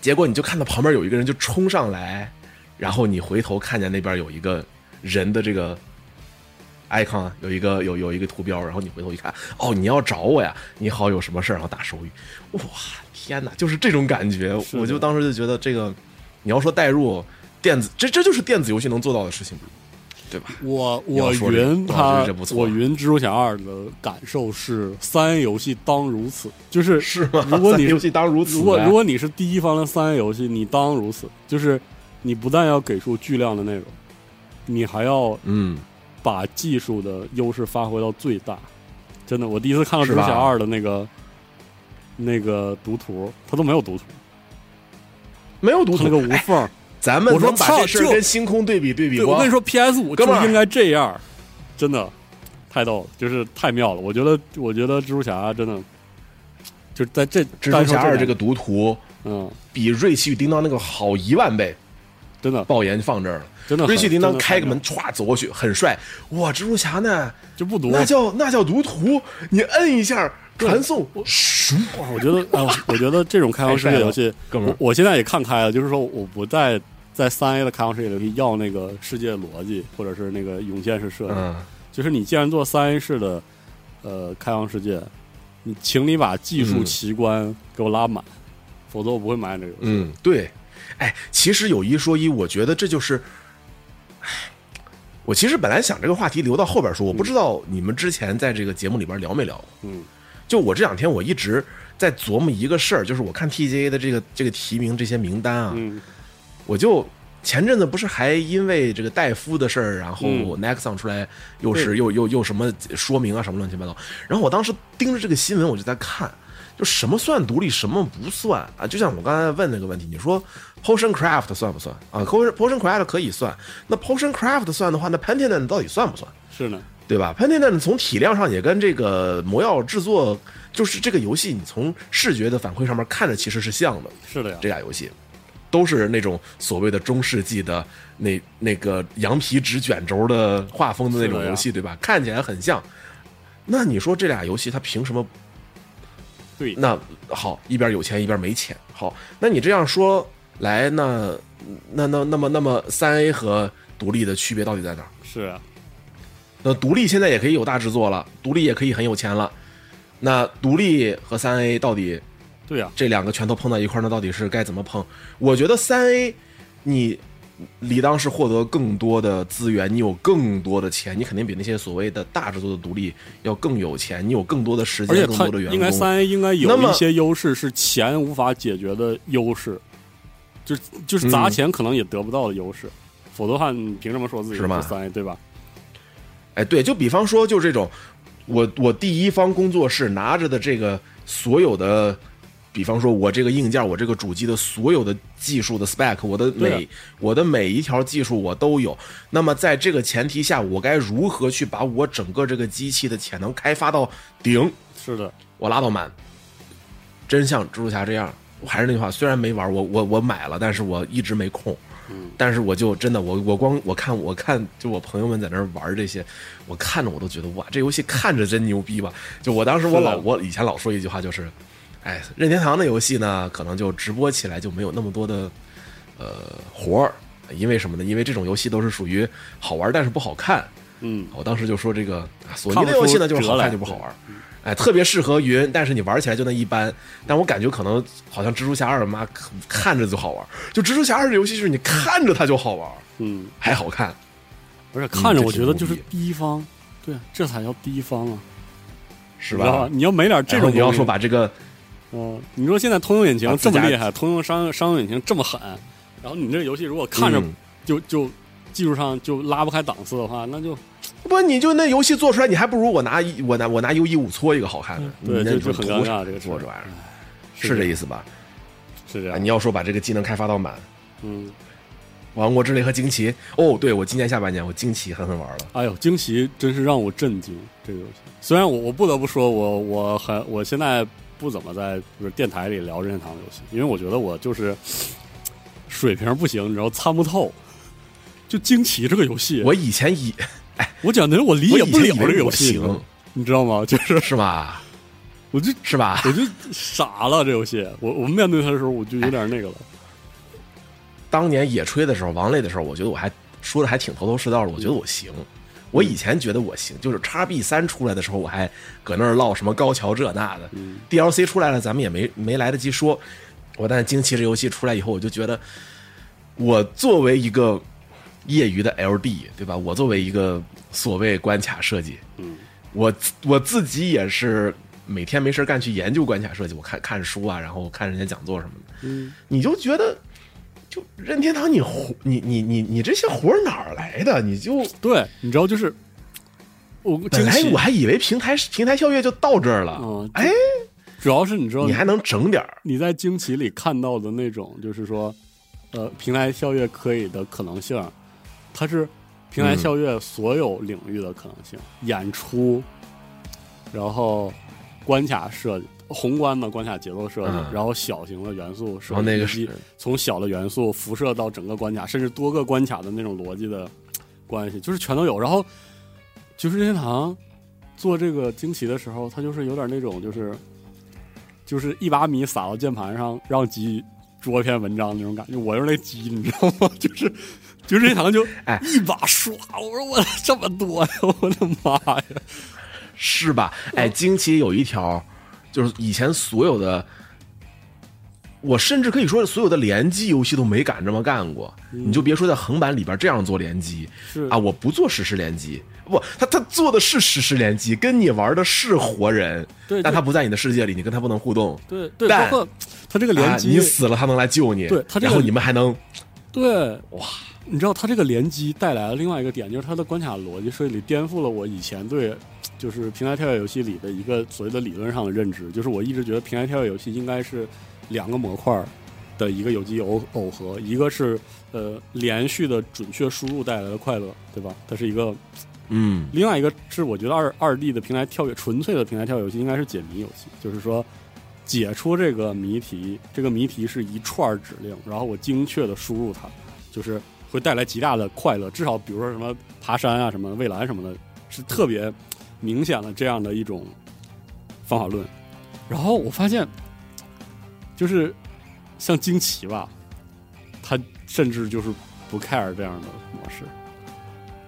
Speaker 2: 结果你就看到旁边有一个人就冲上来，然后你回头看见那边有一个人的这个 icon，啊有一个有有一个图标，然后你回头一看，哦，你要找我呀？你好，有什么事儿？然后打手语，哇，天哪，就是这种感觉，
Speaker 1: 是的
Speaker 2: 我就当时就觉得这个，你要说代入电子，这这就是电子游戏能做到的事情，对吧？
Speaker 1: 我
Speaker 2: 要
Speaker 1: 我
Speaker 2: 说这个
Speaker 1: 云
Speaker 2: 我
Speaker 1: 他
Speaker 2: 觉得这不，错啊
Speaker 1: 我云蜘蛛侠二的感受是三 A 游戏当如此，就是
Speaker 2: 是吗？
Speaker 1: 如果你
Speaker 2: 游戏当如此，哎
Speaker 1: 如果如果你是第一方的三 A 游戏，你当如此，就是你不但要给出巨量的内容，你还要
Speaker 2: 嗯，
Speaker 1: 把技术的优势发挥到最大。真的，我第一次看到蜘
Speaker 2: 是
Speaker 1: 蛛
Speaker 2: 吧
Speaker 1: 侠二的那个那个读图，它都没有读图，
Speaker 2: 没有读
Speaker 1: 它那个
Speaker 2: 图
Speaker 1: 无，
Speaker 2: 哎，
Speaker 1: 缝。
Speaker 2: 咱们
Speaker 1: 我说
Speaker 2: 能把这
Speaker 1: 操
Speaker 2: 事儿
Speaker 1: 就
Speaker 2: 跟星空对比对比
Speaker 1: 对，
Speaker 2: 光，
Speaker 1: 我跟你说，PS 五
Speaker 2: 哥
Speaker 1: 就
Speaker 2: 们儿
Speaker 1: 应该这样，真的太逗了，就是太妙了。我觉得，我觉得蜘蛛侠真的就是在这
Speaker 2: 蜘蛛侠二这，
Speaker 1: 单说
Speaker 2: 个
Speaker 1: 点
Speaker 2: 毒图
Speaker 1: 嗯，
Speaker 2: 比瑞奇与叮当那个好一万倍，
Speaker 1: 真的
Speaker 2: 爆言放 这儿了。
Speaker 1: 真的很
Speaker 2: 瑞奇叮当
Speaker 1: 真的很
Speaker 2: 开个门歘走过去，很帅。哇，蜘蛛侠呢？
Speaker 1: 就不毒，
Speaker 2: 那叫那叫毒图，你摁一下传送，咻
Speaker 1: 哇我觉得，哎、我觉得这种开放世界游戏，
Speaker 2: 太帅了哥们儿
Speaker 1: 我我现在也看开了，就是说我不再在三 A 的开放世界游戏要那个世界逻辑，或者是那个涌现式设计，
Speaker 2: 嗯，
Speaker 1: 就是你既然做三 A 式的呃开放世界，你请你把技术
Speaker 2: 嗯
Speaker 1: 奇观给我拉满，否则我不会买这个游戏。
Speaker 2: 嗯，对，哎，其实有一说一，我觉得这就是，哎，我其实本来想这个话题留到后边说，我不知道你们之前在这个节目里边聊没聊过。
Speaker 1: 嗯，
Speaker 2: 就我这两天我一直在琢磨一个事儿，就是我看 TGA 的这个这个提名这些名单啊，
Speaker 1: 嗯
Speaker 2: 我就。前阵子不是还因为这个戴夫的事儿，然后
Speaker 1: 嗯
Speaker 2: Nexon 出来又
Speaker 1: 对
Speaker 2: 是又又又什么说明啊什么乱七八糟，然后我当时盯着这个新闻我就在看，就什么算独立，什么不算啊？就像我刚才问那个问题，你说 Potion Craft 算不算啊？Potion Potion Craft 可以算，那 Potion Craft 算的话，那 Pentiment 到底算不算？
Speaker 1: 是呢，
Speaker 2: 对吧？Pentiment 从体量上也跟这个魔药制作，就是这个游戏，你从视觉的反馈上面看着其实是像的。
Speaker 1: 是的呀
Speaker 2: 这。俩游戏都是那种所谓的中世纪的那那个羊皮纸卷轴的画风的那
Speaker 1: 是
Speaker 2: 种
Speaker 1: 的呀
Speaker 2: 游戏，对吧？看起来很像。那你说这俩游戏它凭什么
Speaker 1: 对，
Speaker 2: 那好，一边有钱一边没钱。好，那你这样说来，那那那那么那么三 A 和独立的区别到底在哪儿？
Speaker 1: 是啊，
Speaker 2: 那独立现在也可以有大制作了，独立也可以很有钱了。那独立和三 A 到底
Speaker 1: 对啊呀、
Speaker 2: 这两个拳头碰到一块儿，那到底是该怎么碰？我觉得三 A 你理当是获得更多的资源，你有更多的钱，你肯定比那些所谓的大制作的独立要更有钱，你有更多的时
Speaker 1: 而
Speaker 2: 间，
Speaker 1: 且
Speaker 2: 更
Speaker 1: 它
Speaker 2: 多的员
Speaker 1: 应该
Speaker 2: 工。
Speaker 1: 三 A 应该有
Speaker 2: 那么
Speaker 1: 一些优势是钱无法解决的优势，就是就是砸
Speaker 2: 嗯
Speaker 1: 钱可能也得不到的优势，否则的话你凭什么说自己
Speaker 2: 是吗
Speaker 1: 三 A 对吧？
Speaker 2: 哎，对，就比方说，就这种，我我第一方工作室拿着的这个所有的，比方说我这个硬件，我这个主机的所有的技术的 spec，我的
Speaker 1: 对啊
Speaker 2: 每、我的每一条技术我都有。那么在这个前提下，我该如何去把我整个这个机器的潜能开发到顶，
Speaker 1: 是的，
Speaker 2: 我拉到满？真像蜘蛛侠这样，我还是那句话，虽然没玩，我我我买了，但是我一直没空。但是我就真的我我光我看我看就我朋友们在那儿玩这些，我看着我都觉得哇，这游戏看着真牛逼吧！就我当时我
Speaker 1: 是的
Speaker 2: 老我以前老说一句话就是，哎，任天堂的游戏呢，可能就直播起来就没有那么多的呃活儿，因为什么呢？因为这种游戏都是属于好玩但是不好看。
Speaker 1: 嗯，
Speaker 2: 我当时就说这个啊索
Speaker 1: 看
Speaker 2: 尼
Speaker 1: 不
Speaker 2: 的
Speaker 1: 出
Speaker 2: 游戏呢就是好
Speaker 1: 辙来
Speaker 2: 看就不好玩。哎，特别适合云，但是你玩起来就那一般。但我感觉可能好像蜘蛛侠二妈看看着就好玩，就蜘蛛侠二这游戏就是你看着它就好玩，
Speaker 1: 嗯，
Speaker 2: 还好看。
Speaker 1: 而且看着
Speaker 2: 嗯
Speaker 1: 我
Speaker 2: 这挺
Speaker 1: 觉得就是
Speaker 2: 牛逼
Speaker 1: 第一方，对啊，这才叫第一方啊，
Speaker 2: 是
Speaker 1: 你知道
Speaker 2: 吧？
Speaker 1: 你要没点这
Speaker 2: 然后
Speaker 1: 种，
Speaker 2: 你要说，把这个，
Speaker 1: 嗯，你说现在通用引擎
Speaker 2: 把
Speaker 1: 这
Speaker 2: 自
Speaker 1: 么
Speaker 2: 家
Speaker 1: 厉害，通用商商用引擎这么狠，然后你这个游戏如果看着
Speaker 2: 嗯
Speaker 1: 就就技术上就拉不开档次的话，那就
Speaker 2: 不你就那游戏做出来，你还不如我拿一我拿我拿 U 一五搓一个好看的，
Speaker 1: 嗯对，
Speaker 2: 你那
Speaker 1: 就
Speaker 2: 你
Speaker 1: 就
Speaker 2: 说
Speaker 1: 很
Speaker 2: 图
Speaker 1: 尴
Speaker 2: 啥
Speaker 1: 尬这个事
Speaker 2: 做
Speaker 1: 儿嗯
Speaker 2: 这玩意儿
Speaker 1: 是
Speaker 2: 是这
Speaker 1: 的
Speaker 2: 意思吧？
Speaker 1: 是这
Speaker 2: 啊
Speaker 1: 样，
Speaker 2: 你要说把这个技能开发到满，《
Speaker 1: 嗯。
Speaker 2: 王国之泪》和惊奇，哦，对我今年下半年我惊奇狠狠玩了，
Speaker 1: 哎呦，惊奇真是让我震惊！这个游戏，虽然我我不得不说，我我很我现在不怎么在就是电台里聊任天堂的游戏，因为我觉得我就是水平不行，然后参不透。就惊奇这个游戏，我
Speaker 2: 我以前以
Speaker 1: 我讲的我理
Speaker 2: 我
Speaker 1: 解
Speaker 2: 以
Speaker 1: 不
Speaker 2: 前
Speaker 1: 了
Speaker 2: 以
Speaker 1: 这个
Speaker 2: 为
Speaker 1: 游
Speaker 2: 我
Speaker 1: 戏，
Speaker 2: 行，
Speaker 1: 你知道吗？就是
Speaker 2: 是吧？
Speaker 1: 我就是
Speaker 2: 吧？
Speaker 1: 我就傻了，这游戏，我我面对它的时候我就有点那个了。
Speaker 2: 当年野炊的时候，王类的时候，我觉得我还说的还挺头头是道的，我觉得我行。我以前觉得我行，就是叉 B 三出来的时候，我还搁那儿唠什么高桥这那的。DLC
Speaker 1: 嗯
Speaker 2: 出来了，咱们也没没来得及说。我但是惊奇这游戏出来以后，我就觉得，我作为一个业余的 LD，对吧？我作为一个所谓关卡设计，
Speaker 1: 嗯，
Speaker 2: 我自我自己也是每天没事儿干去研究关卡设计，我看看书啊，然后看人家讲座什么的。
Speaker 1: 嗯，
Speaker 2: 你就觉得，就任天堂你活你你你你这些活儿哪儿来的？你就
Speaker 1: 对，你知道就是我
Speaker 2: 本
Speaker 1: 惊
Speaker 2: 来
Speaker 1: 奇
Speaker 2: 我，还以为平台平台跳跃就到这儿了，
Speaker 1: 嗯
Speaker 2: 哎，
Speaker 1: 主要是你知道
Speaker 2: 你还能整点儿，
Speaker 1: 你在惊奇里看到的那种，就是说，呃，平台跳跃可以的可能性，它是平台校乐所有领域的可能性，演出，然后关卡设计，宏观的关卡节奏设计，
Speaker 2: 嗯
Speaker 1: 然后小型的元素设计，
Speaker 2: 然后那个
Speaker 1: 以及
Speaker 2: 是
Speaker 1: 从小的元素辐射到整个关卡，甚至多个关卡的那种逻辑的关系，就是全都有。然后就是任天堂做这个惊奇的时候，它就是有点那种就是就是一把米撒到键盘上，让鸡捉一篇文章那种感觉。我就是那鸡，你知道吗？ 就是就是任天堂就
Speaker 2: 哎
Speaker 1: 一把刷，我说我这么多呀，我的妈呀！
Speaker 2: 是吧？
Speaker 1: 嗯
Speaker 2: 哎，惊奇有一条，就是以前所有的，我甚至可以说所有的联机游戏都没敢这么干过。
Speaker 1: 嗯
Speaker 2: 你就别说在横版里边这样做联机
Speaker 1: 是
Speaker 2: 啊，我不做实时联机，不，他他做的是实时联机，跟你玩的是活人，
Speaker 1: 对
Speaker 2: 但
Speaker 1: 就
Speaker 2: 他不在你的世界里，你跟他不能互动。
Speaker 1: 对对，包
Speaker 2: 但
Speaker 1: 括他这个
Speaker 2: 啊
Speaker 1: 联机，
Speaker 2: 你死了他能来救你，
Speaker 1: 对他这个
Speaker 2: 然后你们还能
Speaker 1: 对，哇，你知道它这个联机带来了另外一个点，就是它的关卡逻辑设计颠覆了我以前对就是平台跳跃游戏里的一个所谓的理论上的认知，就是我一直觉得平台跳跃游戏应该是两个模块儿的一个有机耦耦合，一个是呃连续的准确输入带来的快乐，对吧？它是一个
Speaker 2: 嗯
Speaker 1: 另外一个是我觉得二二 D 的平台跳跃，纯粹的平台跳跃游戏应该是解谜游戏，就是说解出这个谜题，这个谜题是一串儿指令，然后我精确的输入它，就是会带来极大的快乐。至少比如说什么爬山啊、什么蔚蓝什么的，是特别明显的这样的一种方法论。然后我发现，就是像惊奇吧，他甚至就是不 care 这样的模式，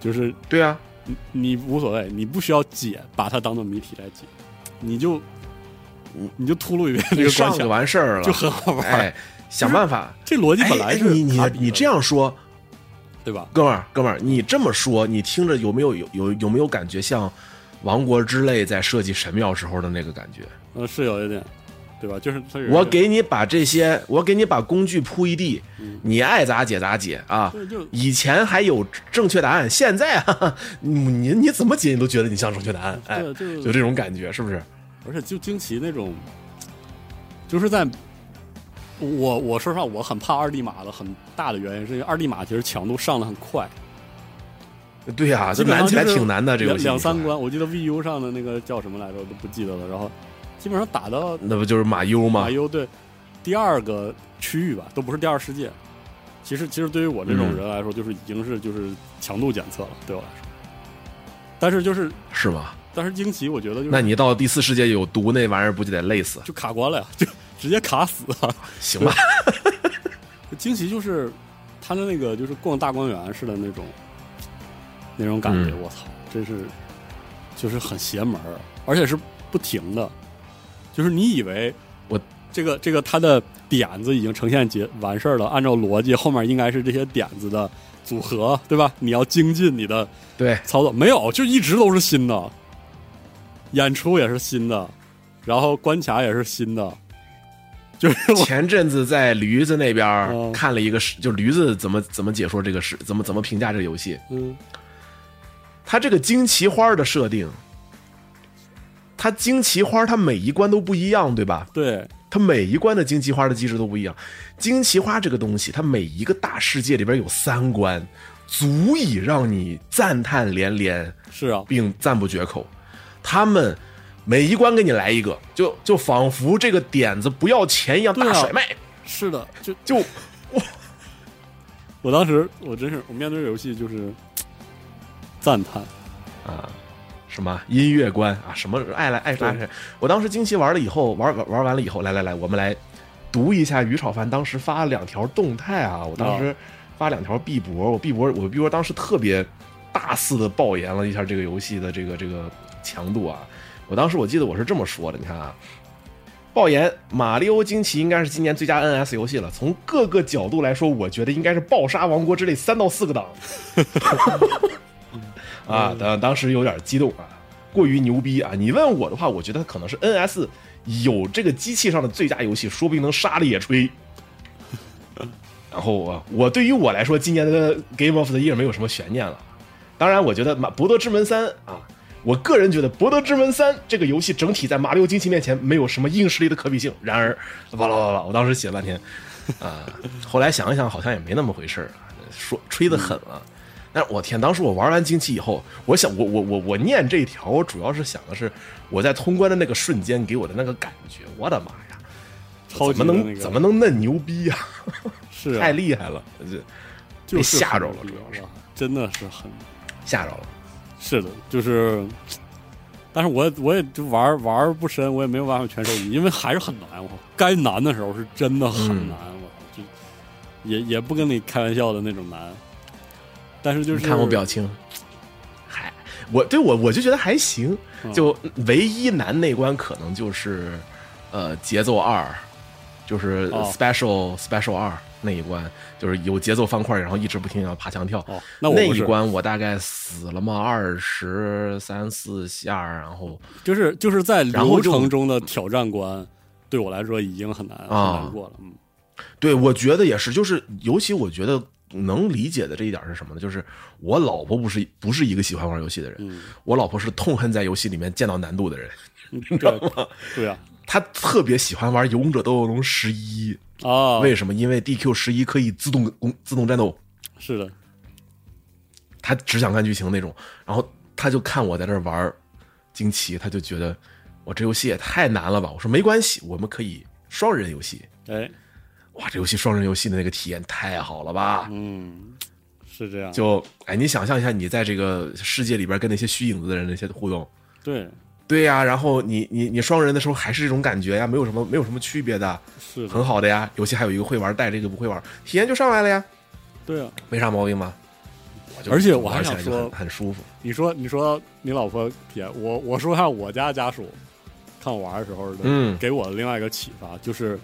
Speaker 1: 就是
Speaker 2: 对啊，
Speaker 1: 你你无所谓，你不需要解，把它当做谜题来解，你就你就秃噜一遍这
Speaker 2: 嗯你
Speaker 1: 个关
Speaker 2: 上就
Speaker 1: 卡，
Speaker 2: 完事儿了，
Speaker 1: 就很好玩。
Speaker 2: 哎，想办法。
Speaker 1: 这逻辑本来
Speaker 2: 哎
Speaker 1: 是
Speaker 2: 你你
Speaker 1: 卡比的
Speaker 2: 你这样说，
Speaker 1: 对吧？
Speaker 2: 哥们儿，哥们儿，你这么说，你听着有没有有有有没有感觉像《王国之泪》在设计神庙时候的那个感觉？
Speaker 1: 呃，是有一点，对吧？就是它有一
Speaker 2: 我
Speaker 1: 点
Speaker 2: 给你把这些，我给你把工具铺一地，你爱咋解咋解啊！
Speaker 1: 对就
Speaker 2: 以前还有正确答案，现在哈、哈， 你你你怎么解你都觉得你像正确答案，哎，
Speaker 1: 对就
Speaker 2: 就这种感觉是不是？
Speaker 1: 而且就惊奇那种，就是在我我说实话，我很怕二 D 码的很大的原因是因为二 D 码其实强度上的很快，
Speaker 2: 对呀、
Speaker 1: 基
Speaker 2: 这
Speaker 1: 本上
Speaker 2: 难起来
Speaker 1: 就是
Speaker 2: 挺难的，这个游
Speaker 1: 两
Speaker 2: 戏
Speaker 1: 两
Speaker 2: 你说
Speaker 1: 三关，我记得 VU 上的那个叫什么来着，我都不记得了。然后基本上打到
Speaker 2: 那不就是马优吗
Speaker 1: 马？优对第二个区域吧，都不是第二世界。其实，其实对于我这种人来说，就是已经是就是强度检测了，对我来说。但是就是，
Speaker 2: 是吗？
Speaker 1: 但是惊奇，我觉得就是
Speaker 2: 那你到第四世界有毒那玩意儿，不就得累死？
Speaker 1: 就卡关了呀，就直接卡死啊！
Speaker 2: 行吧，
Speaker 1: 惊奇就是他的那个就是逛大观园似的那种那种感觉，
Speaker 2: 嗯
Speaker 1: 我操，真是就是很邪门儿，而且是不停的，就是你以为
Speaker 2: 我
Speaker 1: 这个这个他的点子已经呈现结完事儿了，按照逻辑后面应该是这些点子的组合，对吧？你要精进你的
Speaker 2: 对，
Speaker 1: 操作，没有，就一直都是新的，演出也是新的，然后关卡也是新的，就是我
Speaker 2: 前阵子在驴子那边
Speaker 1: 嗯
Speaker 2: 儿看了一个，视，就驴子怎么怎么解说这个事，怎么怎么评价这个游戏。
Speaker 1: 嗯
Speaker 2: 它这个惊奇花的设定，它惊奇花它每一关都不一样，对吧？
Speaker 1: 对。
Speaker 2: 它每一关的惊奇花的机制都不一样。惊奇花这个东西，它每一个大世界里边有三关，足以让你赞叹连连，
Speaker 1: 是啊，
Speaker 2: 并赞不绝口。他们每一关给你来一个，就就仿佛这个点子不要钱一样
Speaker 1: 对
Speaker 2: 大
Speaker 1: 啊
Speaker 2: 甩卖，
Speaker 1: 是的，就
Speaker 2: 就
Speaker 1: 我当时我真是我面对这游戏就是赞叹，
Speaker 2: 啊，什么音乐观啊，什么爱来爱啥
Speaker 1: 对
Speaker 2: 谁。我当时惊奇玩了以后，玩玩玩完了以后，来来来，我们来读一下于炒饭当时发了两条动态啊，我当时发两条碧博，我碧博我碧博当时特别大肆的爆言了一下这个游戏的这个这个强度啊。我当时我记得我是这么说的，你看啊，爆言《马里欧惊奇》应该是今年最佳 NS 游戏了。从各个角度来说，我觉得应该是爆杀《王国之泪》三到四个档。啊，当当时有点激动啊，过于牛逼啊！你问我的话，我觉得可能是 NS 有这个机器上的最佳游戏，说不定能杀了野炊。然后啊，我对于我来说，今年的 Game of the Year 没有什么悬念了。当然，我觉得《马博德之门三》啊，我个人觉得《博德之门三》这个游戏整体在《马里奥惊奇》面前没有什么硬实力的可比性。然而，哇啦哇啦，我当时写了半天，啊，后来想一想，好像也没那么回事儿啊，说吹的狠了。但是我天，当时我玩完惊奇以后，我想我我我我念这一条，我主要是想的是我在通关的那个瞬间给我的那个感觉，我的妈呀，
Speaker 1: 超级
Speaker 2: 怎么
Speaker 1: 的
Speaker 2: 能、
Speaker 1: 那个
Speaker 2: 怎么能那牛逼啊？
Speaker 1: 是啊
Speaker 2: 太厉害了，这
Speaker 1: 就是
Speaker 2: 吓着了
Speaker 1: 很
Speaker 2: 主要是
Speaker 1: 哇真的是很
Speaker 2: 吓着了。
Speaker 1: 是的，就是，但是我也我也就玩玩不深，我也没有办法全收集，因为还是很难。我靠该难的时候是真的很难，我操，
Speaker 2: 嗯
Speaker 1: 就也也不跟你开玩笑的那种难。但是就是
Speaker 2: 嗯你看我表情，还我对我我就觉得还行，
Speaker 1: 嗯
Speaker 2: 就唯一难那关可能就是呃节奏二，就是
Speaker 1: 哦
Speaker 2: special、special 二那一关，就是有节奏方块，然后一直不停地要爬墙跳。
Speaker 1: 哦，那我不
Speaker 2: 一
Speaker 1: 是
Speaker 2: 关我大概死了嘛二十三四下，然后
Speaker 1: 就是就是在
Speaker 2: 然后
Speaker 1: 流
Speaker 2: 就
Speaker 1: 程中的挑战关，对我来说已经很难、
Speaker 2: 啊
Speaker 1: 很难过了。嗯，
Speaker 2: 对我觉得也是，就是尤其我觉得能理解的这一点是什么呢？就是我老婆不是不是一个喜欢玩游戏的人，
Speaker 1: 嗯
Speaker 2: 我老婆是痛恨在游戏里面见到难度的人。
Speaker 1: 对对啊
Speaker 2: 他特别喜欢玩《勇者斗恶龙十一
Speaker 1: 啊》，，
Speaker 2: 为什么？因为 DQ 十一可以自动攻、自动战斗，
Speaker 1: 是的，
Speaker 2: 他只想看剧情那种。然后他就看我在这儿玩惊奇，他就觉得我这游戏也太难了吧。我说没关系，我们可以双人游戏。
Speaker 1: 哎，
Speaker 2: 哇，这游戏双人游戏的那个体验太好了吧！
Speaker 1: 嗯，是这样，
Speaker 2: 就哎，你想象一下，你在这个世界里边跟那些虚影子的人那些互动，
Speaker 1: 对，
Speaker 2: 对呀、然后你你你双人的时候还是这种感觉呀，没有什么没有什么区别的，
Speaker 1: 是的，
Speaker 2: 很好的呀。游戏还有一个会玩带着一个不会玩，体验就上来了呀。
Speaker 1: 对啊。
Speaker 2: 没啥毛病吧？就
Speaker 1: 而且我还
Speaker 2: 玩起
Speaker 1: 想
Speaker 2: 来就
Speaker 1: 说
Speaker 2: 很，很舒服。
Speaker 1: 你说，你说你老婆姐，我我说一下我家家属，看我玩的时候的，
Speaker 2: 嗯
Speaker 1: 给我的另外一个启发就是，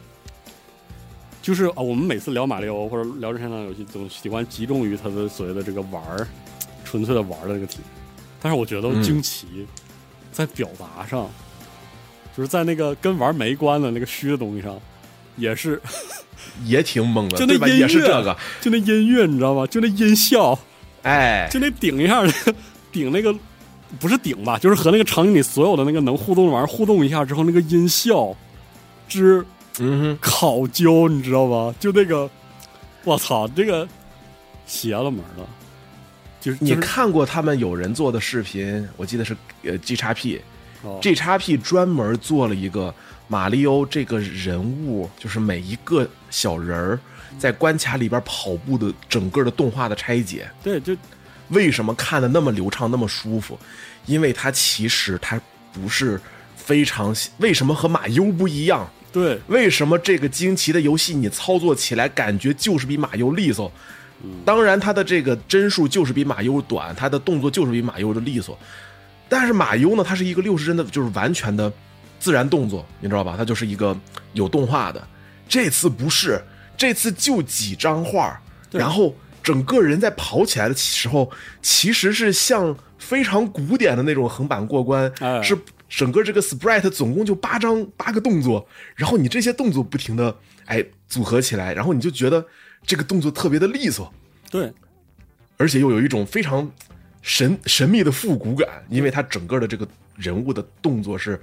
Speaker 1: 就是啊，我们每次聊马里奥或者聊任天堂游戏，总喜欢集中于它的所谓的这个玩儿，纯粹的玩儿的这个体验。但是我觉得
Speaker 2: 嗯
Speaker 1: 惊奇、在表达上，就是在那个跟玩儿没关的那个虚的东西上，也是
Speaker 2: 也挺猛的，
Speaker 1: 就那
Speaker 2: 对吧？
Speaker 1: 音乐
Speaker 2: 也是这个，
Speaker 1: 就那音乐，你知道吗？就那音效，
Speaker 2: 哎，
Speaker 1: 就那顶一下，那个 顶那个不是顶吧，就是和那个场景里所有的那个能互动的玩意儿互动一下之后，那个音效之
Speaker 2: 嗯
Speaker 1: 考究，你知道吗？就那个，我操，这个邪了门了，就是
Speaker 2: 哼，你
Speaker 1: 就是
Speaker 2: 看过他们有人做的视频？我记得是呃 G 叉 P，
Speaker 1: 哦
Speaker 2: G 叉 P 专门做了一个马里欧这个人物，就是每一个小人儿在关卡里边跑步的整个的动画的拆解。
Speaker 1: 对，就
Speaker 2: 为什么看的那么流畅，那么舒服？因为它其实它不是非常为什么和马优不一样？
Speaker 1: 对，
Speaker 2: 为什么这个惊奇的游戏你操作起来感觉就是比马优利索？当然，它的这个帧数就是比马优短，它的动作就是比马优的利索。但是马优呢，它是一个六十帧的，就是完全的自然动作，你知道吧？它就是一个有动画的。这次不是，这次就几张画，
Speaker 1: 对
Speaker 2: 然后整个人在跑起来的时候，其实是像非常古典的那种横版过关，
Speaker 1: 哎
Speaker 2: 是整个这个 sprite 总共就八张八个动作，然后你这些动作不停的哎组合起来，然后你就觉得这个动作特别的利索，
Speaker 1: 对，
Speaker 2: 而且又有一种非常神神秘的复古感，因为它整个的这个人物的动作是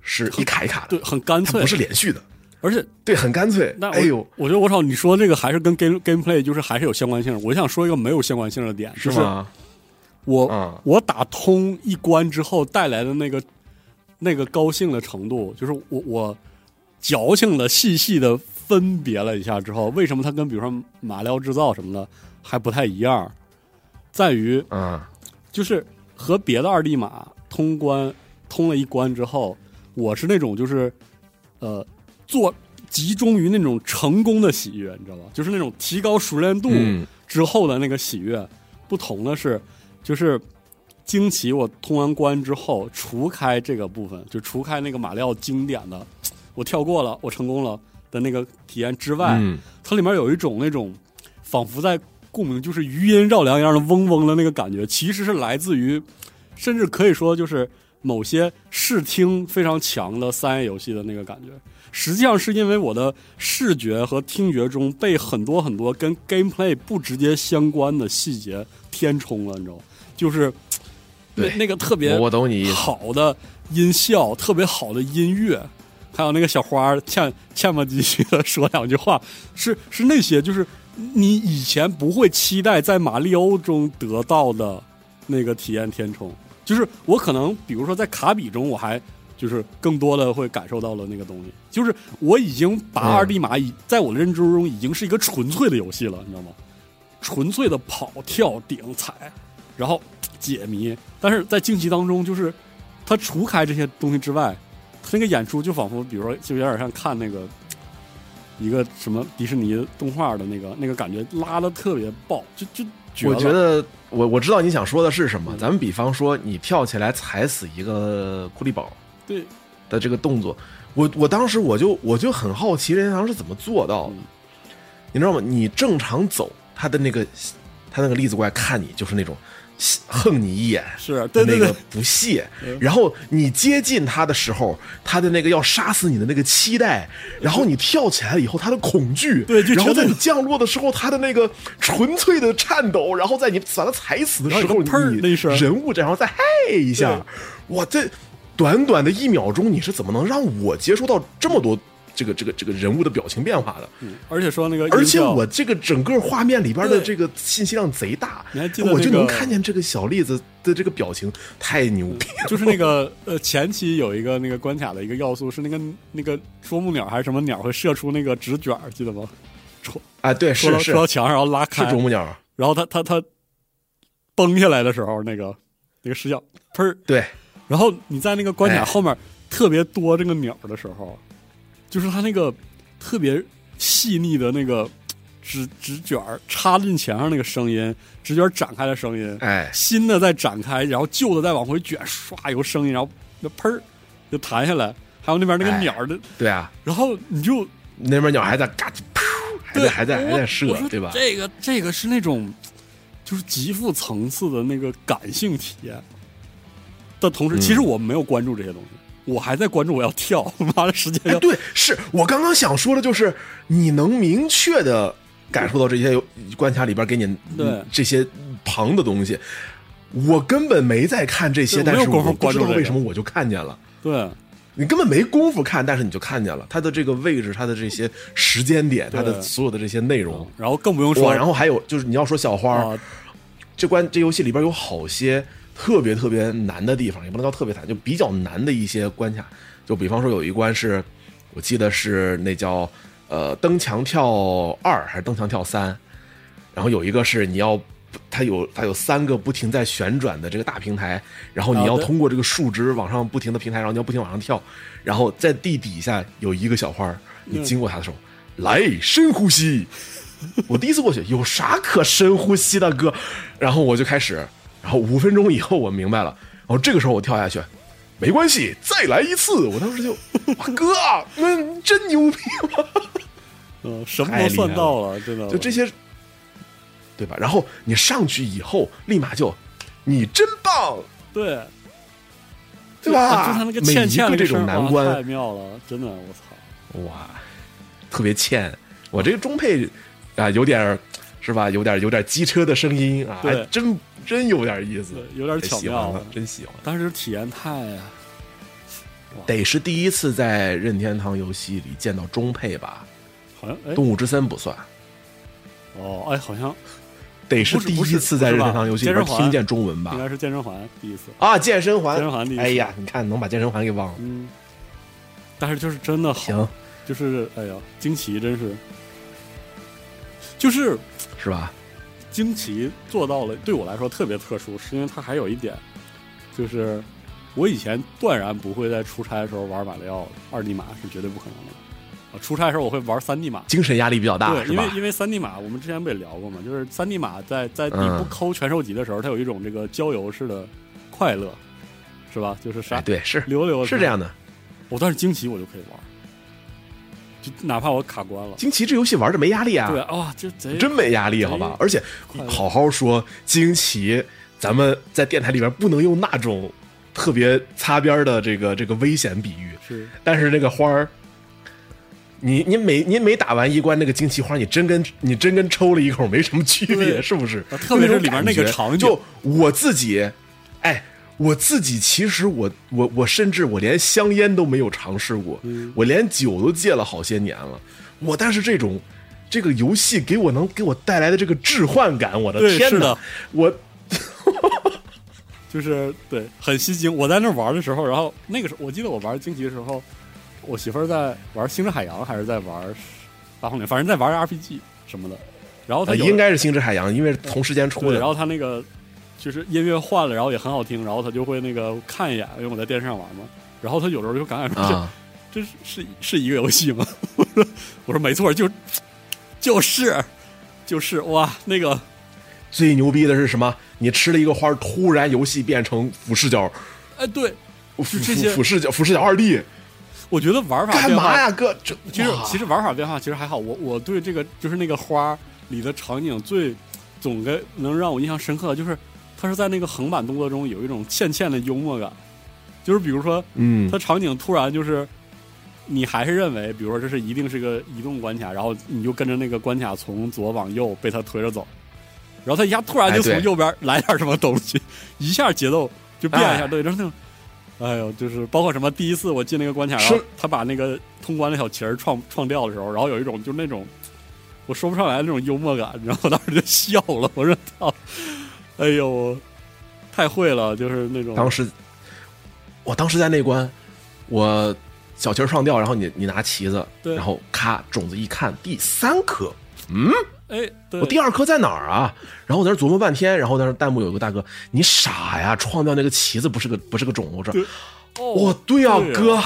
Speaker 2: 是一卡一卡的
Speaker 1: 对，，很干
Speaker 2: 它
Speaker 1: 脆
Speaker 2: 不，是连续的，
Speaker 1: 而且
Speaker 2: 对，很干脆。
Speaker 1: 那我
Speaker 2: 哎呦，
Speaker 1: 我觉得我操，你说这个还是跟 game gameplay 就是还是有相关性的。我想说一个没有相关性的点，就是是
Speaker 2: 吗？
Speaker 1: 我、
Speaker 2: 嗯
Speaker 1: 我打通一关之后带来的那个那个高兴的程度，就是我我矫情的细细的分别了一下之后，为什么它跟比如说马料制造什么的还不太一样，在于
Speaker 2: 啊，
Speaker 1: 就是和别的二 D 马通关通了一关之后，我是那种就是呃做集中于那种成功的喜悦，你知道吧？就是那种提高熟练度
Speaker 2: 嗯
Speaker 1: 之后的那个喜悦。不同的是，就是惊奇我通完关之后，除开这个部分，就除开那个马料经典的我跳过了，我成功了的那个体验之外，
Speaker 2: 嗯，
Speaker 1: 它里面有一种那种仿佛在共鸣，就是余音绕梁一样的嗡嗡的那个感觉，其实是来自于，甚至可以说就是某些视听非常强的三 A 游戏的那个感觉。实际上是因为我的视觉和听觉中被很多很多跟 gameplay 不直接相关的细节填充了，你知道吗？就是那
Speaker 2: 对
Speaker 1: 那个特别
Speaker 2: 我我懂你意思。
Speaker 1: 好的音效，特别好的音乐，还有那个小花儿欠欠吧唧唧的说两句话，是是那些就是你以前不会期待在马里欧中得到的那个体验填充，就是我可能比如说在卡比中我还。就是更多的会感受到了那个东西，就是我已经把二 D 马已、在我的认知中已经是一个纯粹的游戏了，你知道吗？纯粹的跑、跳、顶、踩，然后解谜。但是在惊奇当中，就是它除开这些东西之外，它那个演出就仿佛，比如说，就有点像看那个一个什么迪士尼动画的那个那个感觉，拉的特别爆，就就绝
Speaker 2: 我
Speaker 1: 了。嗯
Speaker 2: 觉得我我知道你想说的是什么。咱们比方说，你跳起来踩死一个库利宝
Speaker 1: 对，
Speaker 2: 的这个动作，我我当时我就我就很好奇任天堂是怎么做到的，
Speaker 1: 嗯
Speaker 2: 你知道吗？你正常走，他的那个他那个栗子怪看你就是那种 横你一眼，
Speaker 1: 是对对
Speaker 2: 那
Speaker 1: 对
Speaker 2: 个，不屑
Speaker 1: 嗯。
Speaker 2: 然后你接近他的时候，他的那个要杀死你的那个期待，然后你跳起来以后，他的恐惧，
Speaker 1: 对就
Speaker 2: 然后
Speaker 1: 觉得
Speaker 2: 在你降落的时候，他的那个纯粹的颤抖，然后在你把他踩死的时
Speaker 1: 然后
Speaker 2: 候，
Speaker 1: 有个砰儿那
Speaker 2: 你
Speaker 1: 一声
Speaker 2: 人物这然后再嘿一下，哇，这短短的一秒钟，你是怎么能让我接收到这么多这个这个这个人物的表情变化的？
Speaker 1: 嗯而且说那个音效，
Speaker 2: 而且我这个整个画面里边
Speaker 1: 对
Speaker 2: 的这个信息量贼大，
Speaker 1: 你还记得
Speaker 2: 我就
Speaker 1: 那个
Speaker 2: 能看见这个小栗子的这个表情，太牛逼 了！
Speaker 1: 就是那个呃，前期有一个那个关卡的一个要素是那个那个啄木鸟还是什么鸟会射出那个纸卷儿，记得吗？
Speaker 2: 啊，对，
Speaker 1: 戳
Speaker 2: 是
Speaker 1: 到
Speaker 2: 是
Speaker 1: 戳到墙上，然后拉
Speaker 2: 是
Speaker 1: 开，
Speaker 2: 啄木鸟，
Speaker 1: 然后它它它崩下来的时候，那个那个视角喷儿，
Speaker 2: 对，
Speaker 1: 然后你在那个关
Speaker 2: 哎
Speaker 1: 卡后面特别多这个鸟的时候，就是它那个特别细腻的那个纸纸卷儿插进墙上那个声音，纸卷儿展开的声音，
Speaker 2: 哎，
Speaker 1: 新的在展开，然后旧的在往回卷，唰有个声音，然后那喷儿就弹下来，还有那边那个
Speaker 2: 哎
Speaker 1: 鸟儿的，
Speaker 2: 对啊，
Speaker 1: 然后你就
Speaker 2: 那边鸟还在嘎叽，噗还在
Speaker 1: 对
Speaker 2: 还在还
Speaker 1: 我
Speaker 2: 在
Speaker 1: 我
Speaker 2: 射，
Speaker 1: 说
Speaker 2: 对吧？
Speaker 1: 这个这个是那种就是极富层次的那个感性体验的同时，
Speaker 2: 嗯
Speaker 1: 其实我没有关注这些东西，我还在关注我要跳， 妈的时间
Speaker 2: 哎，
Speaker 1: 要
Speaker 2: 对，是我刚刚想说的，就是你能明确的感受到这些游关卡里边给你
Speaker 1: 对
Speaker 2: 这些旁的东西。我根本没在看这些，
Speaker 1: 对
Speaker 2: 但
Speaker 1: 我没有
Speaker 2: 是我
Speaker 1: 功夫
Speaker 2: 不知道
Speaker 1: 关注这个
Speaker 2: 为什么我就看见了。
Speaker 1: 对
Speaker 2: 你根本没工夫看，但是你就看见了它的这个位置，它的这些时间点，它的所有的这些内容。
Speaker 1: 然后更不用说，
Speaker 2: 哇，然后还有就是你要说小花儿，
Speaker 1: 啊，
Speaker 2: 这关这游戏里边有好些特别特别难的地方，也不能叫特别难，就比较难的一些关卡。就比方说有一关是，我记得是那叫呃蹬墙跳二还是蹬墙跳三，然后有一个是你要。它有它有三个不停在旋转的这个大平台，然后你
Speaker 1: 啊
Speaker 2: 要
Speaker 1: 对
Speaker 2: 通过这个树枝往上不停的平台，然后你要不停往上跳，然后在地底下有一个小花儿，你
Speaker 1: 嗯
Speaker 2: 经过它的时候，来深呼吸，我第一次过去有啥可深呼吸的哥？然后我就开始，然后五分钟以后我明白了，然后这个时候我跳下去，没关系，再来一次。我当时就， 哇哥，啊那、真牛逼吗？
Speaker 1: 嗯、什么
Speaker 2: 太
Speaker 1: 都
Speaker 2: 厉
Speaker 1: 算
Speaker 2: 害
Speaker 1: 到了，真的，
Speaker 2: 就这些，对吧？然后你上去以后，立马就，你真棒，
Speaker 1: 对。
Speaker 2: 对
Speaker 1: 就他
Speaker 2: 吧
Speaker 1: 那？个
Speaker 2: 每
Speaker 1: 欠
Speaker 2: 一
Speaker 1: 欠
Speaker 2: 个
Speaker 1: 那
Speaker 2: 这
Speaker 1: 个
Speaker 2: 种
Speaker 1: 声儿
Speaker 2: 难
Speaker 1: 哇
Speaker 2: 关，
Speaker 1: 太妙了，真的，我操！
Speaker 2: 哇，特别欠。我这个中配啊，有点儿是吧？有点儿有点儿机车的声音啊，
Speaker 1: 对
Speaker 2: 还真真有点意思
Speaker 1: 对，有点巧
Speaker 2: 喜欢
Speaker 1: 妙啊
Speaker 2: 了
Speaker 1: 了，
Speaker 2: 真喜欢。
Speaker 1: 当时体验太
Speaker 2: 得是第一次在任天堂游戏里见到中配吧？
Speaker 1: 好像哎
Speaker 2: 动物之森不算，
Speaker 1: 哦哎，好像
Speaker 2: 得是
Speaker 1: 不是
Speaker 2: 第
Speaker 1: 不
Speaker 2: 一
Speaker 1: 是
Speaker 2: 次在任天堂游戏里边
Speaker 1: 不是吧
Speaker 2: 听见中文
Speaker 1: 应
Speaker 2: 吧？
Speaker 1: 该是健身环第一次，
Speaker 2: 啊，健身环，
Speaker 1: 健身环第一次
Speaker 2: 啊哎呀，你看能把健身环给忘了，
Speaker 1: 嗯，但是就是真的好，
Speaker 2: 行
Speaker 1: 就是哎呀，惊奇真是，就是
Speaker 2: 是吧？
Speaker 1: 惊奇做到了，对我来说特别特殊，是因为它还有一点，就是我以前断然不会在出差的时候玩马里奥二 D 马是绝对不可能的，啊，出差的时候我会玩三 D 马，
Speaker 2: 精神压力比较大，
Speaker 1: 对，
Speaker 2: 是
Speaker 1: 因为
Speaker 2: 吧？
Speaker 1: 因为三 D 码，我们之前不也聊过嘛，就是三 D 码在在你
Speaker 2: 嗯
Speaker 1: 不抠全收集的时候，它有一种这个郊游式的快乐，是吧？就是啥、
Speaker 2: 哎，对，是
Speaker 1: 溜溜
Speaker 2: 是这
Speaker 1: 的，
Speaker 2: 样的。
Speaker 1: 我当时惊奇我就可以玩，就哪怕我卡关了，
Speaker 2: 惊奇这游戏玩的没压力啊，
Speaker 1: 对啊、哇这贼
Speaker 2: 真没压力，好吧？而且
Speaker 1: 快乐
Speaker 2: 好好说，惊奇，咱们在电台里边不能用那种特别擦边儿的这个这个危险比喻，
Speaker 1: 是
Speaker 2: 但是那个花儿。你你每你每打完一关那个惊奇花，你真跟你真跟抽了一口没什么区别，
Speaker 1: 对
Speaker 2: 是不是
Speaker 1: 啊？特别是
Speaker 2: 那种
Speaker 1: 里边那个
Speaker 2: 感觉
Speaker 1: 场景
Speaker 2: 就我自己，哎，我自己其实我我我甚至我连香烟都没有尝试过，
Speaker 1: 嗯
Speaker 2: 我连酒都戒了好些年了。我但是这种这个游戏给我能给我带来的这个置换感，我的
Speaker 1: 对
Speaker 2: 天
Speaker 1: 是
Speaker 2: 哪
Speaker 1: 的！
Speaker 2: 我
Speaker 1: 就是对，很吸睛。我在那玩的时候，然后那个时候我记得我玩惊奇的时候，我媳妇儿在玩《星之海洋》还是在玩《八方岭》，反正在玩 RPG 什么的。然后她
Speaker 2: 呃
Speaker 1: 有
Speaker 2: 应该是《星之海洋》，因为是同时间出
Speaker 1: 对，
Speaker 2: 的
Speaker 1: 然。后她那个就是音乐换了，然后也很好听，然后她就会那个看一眼，因为我在电视上玩嘛。然后她有时候就感慨说：“
Speaker 2: 啊，
Speaker 1: 这这是是是一个游戏吗？” 我说：“我说没错，就就是就是哇，那个
Speaker 2: 最牛逼的是什么？你吃了一个花儿，突然游戏变成俯视角，
Speaker 1: 哎，对，
Speaker 2: 俯
Speaker 1: 这些
Speaker 2: 俯视角，俯视角二 D，
Speaker 1: 我觉得玩法
Speaker 2: 干
Speaker 1: 变化
Speaker 2: 嘛呀，哥？这
Speaker 1: 啊其实
Speaker 2: 哇
Speaker 1: 其实玩法变化其实还好，我我对这个就是那个花里的场景最总该能让我印象深刻的就是，它是在那个横版动作中有一种欠欠的幽默感，就是比如说
Speaker 2: 嗯
Speaker 1: 它场景突然就是你还是认为，比如说这是一定是个移动关卡，然后你就跟着那个关卡从左往右被它推着走，然后它一下突然就
Speaker 2: 哎对
Speaker 1: 从右边来点什么东西，一下节奏就变一下，
Speaker 2: 哎
Speaker 1: 对，就是那种。哎呦，就是包括什么，第一次我进那个关卡，然后
Speaker 2: 是
Speaker 1: 他把那个通关的小旗儿撞撞掉的时候，然后有一种就是那种我说不上来的那种幽默感，然后我当时就 笑了，我说操，哎呦，太会了，就是那种
Speaker 2: 当时我当时在那关，我小旗儿上吊，然后你你拿旗子，
Speaker 1: 对
Speaker 2: 然后咔种子一看，第三颗，
Speaker 1: 哎，对
Speaker 2: 我第二颗在哪儿啊？然后我在那儿琢磨半天，然后在那儿弹幕有个大哥，你傻呀，创造那个旗子不是个不是个种子，我说
Speaker 1: 对
Speaker 2: 哦，
Speaker 1: 哦，
Speaker 2: 对呀、
Speaker 1: 对呀
Speaker 2: 哥，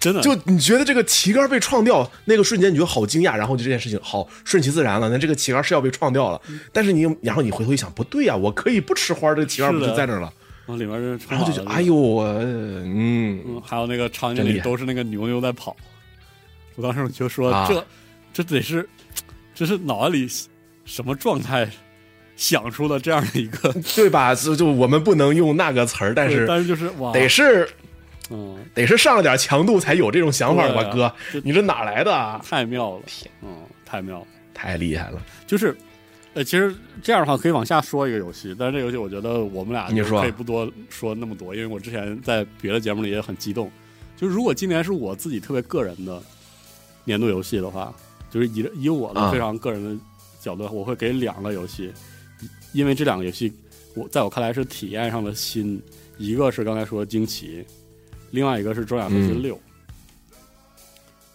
Speaker 1: 真 的
Speaker 2: 就你觉得这个旗杆被创掉，那个瞬间你觉得好惊讶，然后就这件事情好顺其自然了。那这个旗杆是要被创掉
Speaker 1: 嗯
Speaker 2: 了，但是你然后你回头一想，不对呀、我可以不吃花，这个旗杆
Speaker 1: 是
Speaker 2: 不
Speaker 1: 的
Speaker 2: 就在那儿了？
Speaker 1: 往里面儿充
Speaker 2: 然后就觉
Speaker 1: 满
Speaker 2: 得
Speaker 1: 了
Speaker 2: 哎
Speaker 1: 这
Speaker 2: 呦，我嗯，
Speaker 1: 种，嗯还有那个场景
Speaker 2: 真
Speaker 1: 里
Speaker 2: 厉害
Speaker 1: 都是那个牛牛在跑，我当时就说
Speaker 2: 啊
Speaker 1: 这这得是这是脑袋里什么状态想出了这样的一个，
Speaker 2: 对吧？就就我们不能用那个词儿，但是
Speaker 1: 但是就是哇，
Speaker 2: 得是
Speaker 1: 嗯，
Speaker 2: 得是上了点强度才有这种想法吧，
Speaker 1: 对
Speaker 2: 哥
Speaker 1: 啊这，
Speaker 2: 你这哪来的啊？
Speaker 1: 太妙了
Speaker 2: 天，
Speaker 1: 嗯，太妙了。
Speaker 2: 太厉害了！
Speaker 1: 就是，呃，其实这样的话可以往下说一个游戏，但是这个游戏我觉得我们俩
Speaker 2: 你
Speaker 1: 就
Speaker 2: 说
Speaker 1: 可以不多说那么多，因为我之前在别的节目里也很激动。就是如果今年是我自己特别个人的年度游戏的话，就是以以我的
Speaker 2: 啊
Speaker 1: 非常个人的角度，我会给两个游戏，因为这两个游戏我在我看来是体验上的新，一个是刚才说的惊奇，另外一个是装甲核心
Speaker 2: 嗯
Speaker 1: 六。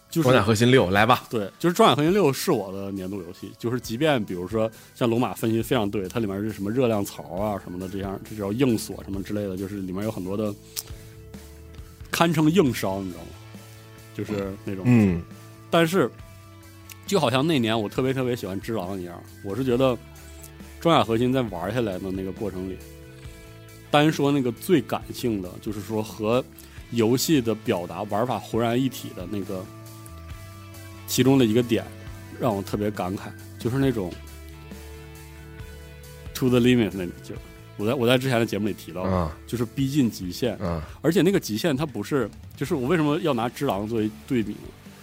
Speaker 1: 就
Speaker 2: 《
Speaker 1: 是
Speaker 2: 装甲核心六》来吧，
Speaker 1: 对，就是《装甲核心六》是我的年度游戏，就是即便比如说像龙马分析得非常对，它里面是什么热量槽啊什么的，这样这叫硬锁什么之类的，就是里面有很多的堪称硬伤，你知道吗？就是那种，
Speaker 2: 嗯，
Speaker 1: 但是就好像那年我特别特别喜欢《之王》一样，我是觉得《装甲核心》在玩下来的那个过程里，单说那个最感性的，就是说和游戏的表达玩法浑然一体的那个其中的一个点，让我特别感慨，就是那种 to the limit 那种劲儿。我在我在之前的节目里提到过，
Speaker 2: 啊
Speaker 1: 就是逼近极限，
Speaker 2: 啊，
Speaker 1: 而且那个极限它不是，就是我为什么要拿《只狼》作为对比呢？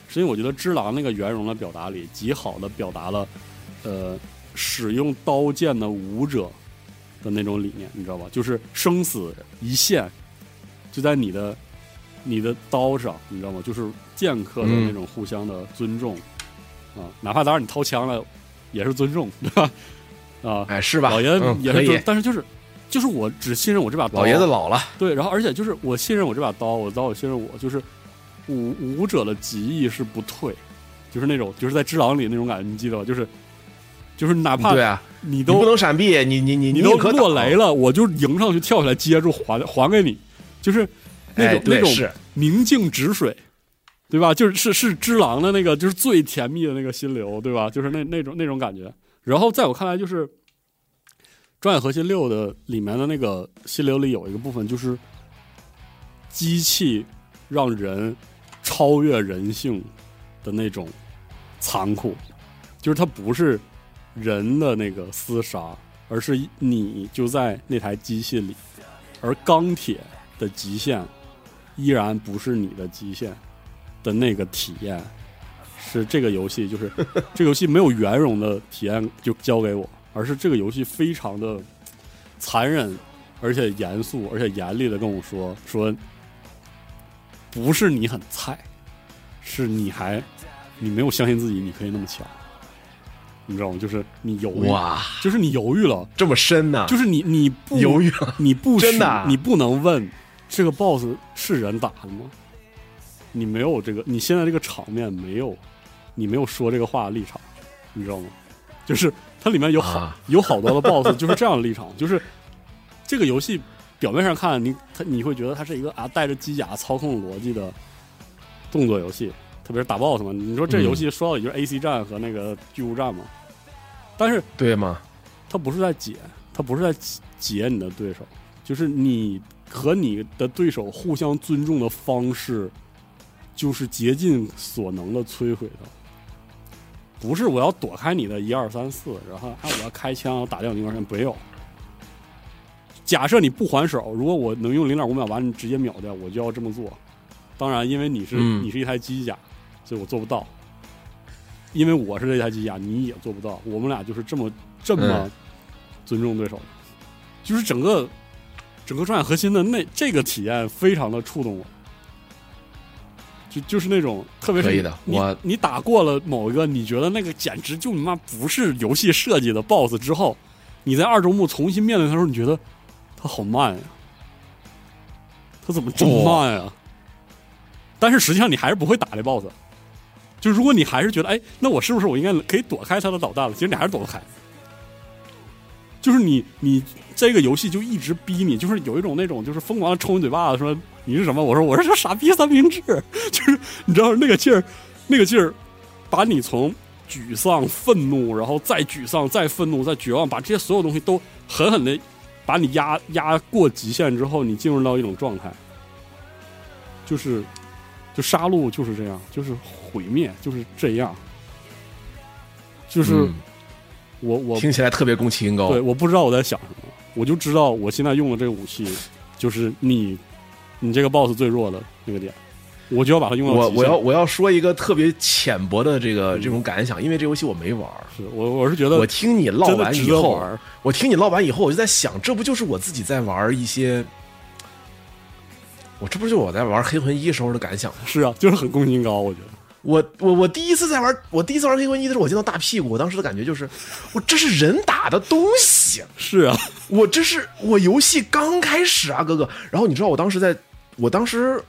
Speaker 1: 是因为我觉得《只狼》那个圆融的表达里，极好的表达了，呃，使用刀剑的武者的那种理念，你知道吧？就是生死一线，就在你的你的刀上，你知道吗？就是剑客的那种互相的尊重、啊，哪怕当然你掏枪了，也是尊重，对吧？啊，
Speaker 2: 哎，是吧？
Speaker 1: 老爷
Speaker 2: 嗯
Speaker 1: 也
Speaker 2: 可
Speaker 1: 是尊，
Speaker 2: 以，
Speaker 1: 但是就是就是我只信任我这把刀，
Speaker 2: 老爷子老了，
Speaker 1: 对，然后而且就是我信任我这把刀，我刀我信任我，就是武武者的极意是不退，就是那种就是在《只狼》里那种感觉，你记得吧？就是就是哪怕
Speaker 2: 对啊，
Speaker 1: 你
Speaker 2: 你不
Speaker 1: 都
Speaker 2: 能闪避，你你你
Speaker 1: 你都
Speaker 2: 可
Speaker 1: 落
Speaker 2: 挡
Speaker 1: 雷，了，我就迎上去跳下来接住还还给你，就是那
Speaker 2: 哎
Speaker 1: 种、
Speaker 2: 对
Speaker 1: 那种
Speaker 2: 是
Speaker 1: 明镜止水，对吧？就是是是只狼的那个，就是最甜蜜的那个心流，对吧？就是那那种那种感觉。然后在我看来，就是《专业核心六》的里面的那个心流里有一个部分，就是机器让人超越人性的那种残酷，就是它不是人的那个厮杀，而是你就在那台机器里，而钢铁的极限依然不是你的极限的那个体验，是这个游戏就是 这个游戏没有圆融的体验就交给我，而是这个游戏非常的残忍，而且严肃，而且严厉的跟我说说，不是你很菜，是你还你没有相信自己，你可以那么强，你知道吗？就是你犹豫，
Speaker 2: 哇，
Speaker 1: 就是你犹豫了，
Speaker 2: 这么深呐、
Speaker 1: 就是你你不
Speaker 2: 啊犹豫了，
Speaker 1: 你不
Speaker 2: 真
Speaker 1: 许
Speaker 2: 的啊
Speaker 1: 你不能问这个 boss 是人打的吗？你没有这个，你现在这个场面没有，你没有说这个话的立场，你知道吗？就是它里面有好、
Speaker 2: 啊
Speaker 1: 有好多的 boss 就是这样的立 场，就是这个游戏表面上看你它你会觉得它是一个啊带着机甲操控逻辑的动作游戏，特别是打 boss 嘛。你说这
Speaker 2: 嗯
Speaker 1: 游戏说到底就是 AC 战和那个巨无战嘛，但是
Speaker 2: 对吗？
Speaker 1: 他不是在解，他不是在解解你的对手，就是你和你的对手互相尊重的方式，就是竭尽所能的摧毁他。不是我要躲开你的一二三四，然后啊我要开枪打掉你零点没有。假设你不还手，如果我能用零点五秒把你直接秒掉，我就要这么做。当然，因为你是、
Speaker 2: 嗯
Speaker 1: 你是一台机甲，所以我做不到。因为我是这台机甲，你也做不到。我们俩就是这么这么
Speaker 2: 嗯
Speaker 1: 尊重对手，就是整个整个《转眼核心》的那这个体验非常的触动我，就就是那种特别是
Speaker 2: 可以
Speaker 1: 你
Speaker 2: 的
Speaker 1: 你
Speaker 2: 我
Speaker 1: 你打过了某一个你觉得那个简直就你妈不是游戏设计的 BOSS 之后，你在二周目重新面对他的时候，你觉得他好慢呀，他怎么这么慢呀？但是实际上你还是不会打这 BOSS，就如果你还是觉得哎，那我是不是我应该可以躲开他的导弹了？其实你还是躲不开。就是你你这个游戏就一直逼你，就是有一种那种就是疯狂的抽你嘴巴子，说你是什么？我说我是这傻逼三明治， 就是你知道那个劲儿，那个劲儿，把你从沮丧、愤怒，然后再沮丧、再愤怒、再绝望，把这些所有东西都狠狠的把你压压过极限之后，你进入到一种状态，就是就杀戮就是这样，就是毁灭就是这样，就是
Speaker 2: 嗯
Speaker 1: 我、我
Speaker 2: 听起来特别宫崎英高
Speaker 1: 对，，我不知道我在想什么，我就知道我现在用的这个武器就是你，你这个 boss 最弱的那个点，我就要把它用到
Speaker 2: 我
Speaker 1: 极限
Speaker 2: 我要我要说一个特别浅薄的这个这种感想，因为这游戏我没玩儿。
Speaker 1: 是我我是觉得
Speaker 2: 我听你唠
Speaker 1: 真的
Speaker 2: 完
Speaker 1: 值
Speaker 2: 以
Speaker 1: 得
Speaker 2: 后
Speaker 1: 玩，儿，
Speaker 2: 我听你唠完以后，我就在想，这不就是我自己在玩儿一些，我这不就是我在玩《黑魂一》时候的感想吗？
Speaker 1: 是啊，就是很攻心高，我觉得
Speaker 2: 我我我第一次在玩，我第一次玩《黑魂一》的时候，我见到大屁股，我当时的感觉就是，我这是人打的东西啊，
Speaker 1: 是啊，
Speaker 2: 我这是我游戏刚开始啊，哥哥。然后你知道我当时在，我当时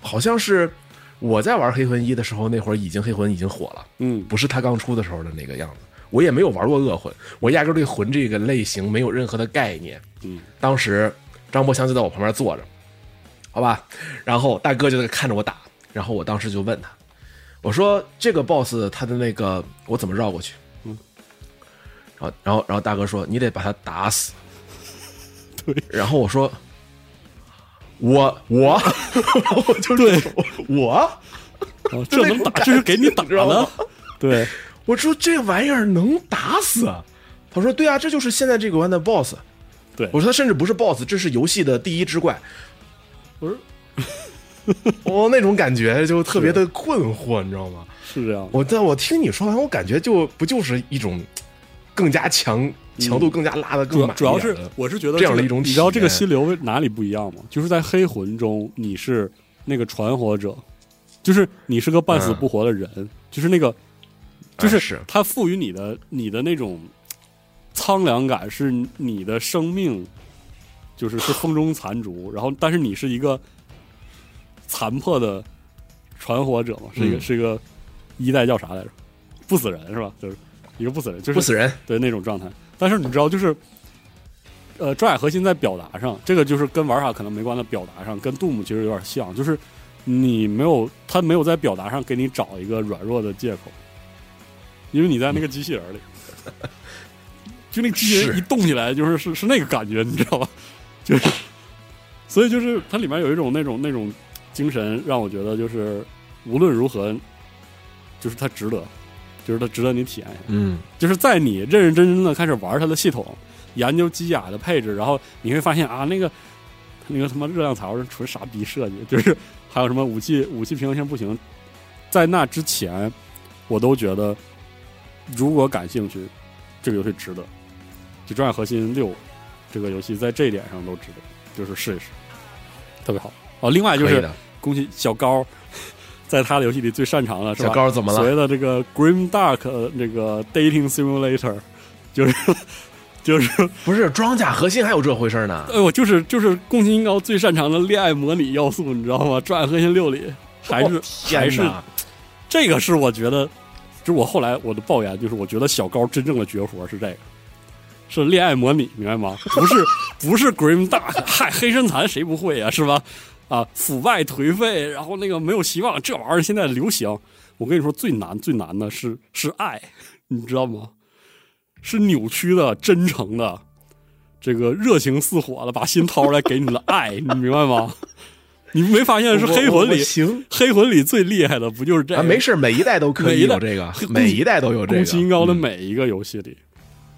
Speaker 2: 好像是我在玩《黑魂一》的时候，那会儿已经《黑魂》已经火了。
Speaker 1: 嗯，
Speaker 2: 不是他刚出的时候的那个样子。我也没有玩过恶魂，我压根儿对魂这个类型没有任何的概念。
Speaker 1: 嗯，
Speaker 2: 当时张博翔就在我旁边坐着，好吧，然后大哥就在看着我打，然后我当时就问他，我说这个 boss 他的那个我怎么绕过去？嗯，然后然后然后大哥说你得把他打死。
Speaker 1: 对，
Speaker 2: 然后我说我我， 然后我就
Speaker 1: 对
Speaker 2: 说我。
Speaker 1: 啊这能打，这是给你打
Speaker 2: 你知道
Speaker 1: 的
Speaker 2: 吗，
Speaker 1: 对，
Speaker 2: 我说这玩意儿能打死啊？他说对啊，这就是现在这个关的 BOSS。
Speaker 1: 对
Speaker 2: 我说他甚至不是 BOSS，这是游戏的第一只怪。
Speaker 1: 不是
Speaker 2: 哦，那种感觉就特别的困惑，你知道吗？
Speaker 1: 是这样，
Speaker 2: 我但我听你说完，我感觉就不就是一种更加强、强度更加拉的啊
Speaker 1: 主
Speaker 2: 更
Speaker 1: 要
Speaker 2: 满一
Speaker 1: 主要
Speaker 2: 点的
Speaker 1: 是我是觉得
Speaker 2: 这样的
Speaker 1: 个
Speaker 2: 一种
Speaker 1: 你知道这个
Speaker 2: 体验
Speaker 1: 心流为哪里不一样吗？就是在黑魂中，你是那个传火者，就是你是个半死
Speaker 2: 嗯
Speaker 1: 不活的人，就是那个，就
Speaker 2: 啊
Speaker 1: 是
Speaker 2: 是
Speaker 1: 它赋予你的你的那种苍凉感，是你的生命，就是是风中残烛，然后但是你是一个残破的传火者嘛，是一个、
Speaker 2: 嗯
Speaker 1: 是一个一代叫啥来着？不死人是吧？就是一个不死人，就是
Speaker 2: 不死人，
Speaker 1: 对那种状态。但是你知道，就是呃，抓眼核心在表达上，这个就是跟玩法可能没关的表达上，跟杜姆其实有点像，就是你没有他没有在表达上给你找一个软弱的借口，因为你在那个机器人里，就那个机器人
Speaker 2: 是
Speaker 1: 一动起来，就是是是那个感觉，你知道吧？就是，所以就是它里面有一种那种那种精神，让我觉得就是无论如何，就是它值得，就是它值得你体验一下。
Speaker 2: 嗯，
Speaker 1: 就是在你认认真真的开始玩它的系统，研究机甲的配置，然后你会发现啊，那个那个他妈热量槽是纯傻逼设计，就是还有什么武器武器平衡性不行，在那之前，我都觉得如果感兴趣，这个游戏值得。就《转眼核心六》这个游戏在这一点上都值得，就是试一试，特别好。哦，另外就
Speaker 2: 可以
Speaker 1: 是
Speaker 2: 的。
Speaker 1: 恭喜小高，在他的游戏里最擅长了，是吧？
Speaker 2: 小高怎么了
Speaker 1: 所谓的这个 Grim Dark 呃那个 Dating Simulator，就是就是，
Speaker 2: 不是装甲核心还有这回事呢？
Speaker 1: 哎我就是就是宫崎英高最擅长的恋爱模拟要素，你知道吗？《转核心六》里还是、
Speaker 2: 哦天哪
Speaker 1: 还是这个是我觉得，就是我后来我的抱怨就是，我觉得小高真正的绝活是这个，是恋爱模拟，明白吗？ 不是不是 Grim Dark，嗨，黑身残谁不会呀、是吧？啊，腐败颓废，然后那个没有希望，这玩意儿现在流行。我跟你说，最难最难的是是爱，你知道吗？是扭曲的、真诚的，这个热情似火的，把心掏出来给你的爱，你明白吗？你没发现是
Speaker 2: 我
Speaker 1: 黑魂
Speaker 2: 我
Speaker 1: 里
Speaker 2: 行
Speaker 1: 黑魂里最厉害的不就是这
Speaker 2: 啊，
Speaker 1: 个？
Speaker 2: 没事，每一代都可以
Speaker 1: 每一代
Speaker 2: 有这个
Speaker 1: 嘿，
Speaker 2: 每一代都有这个。
Speaker 1: 宫崎英高的
Speaker 2: 嗯
Speaker 1: 每一个游戏里，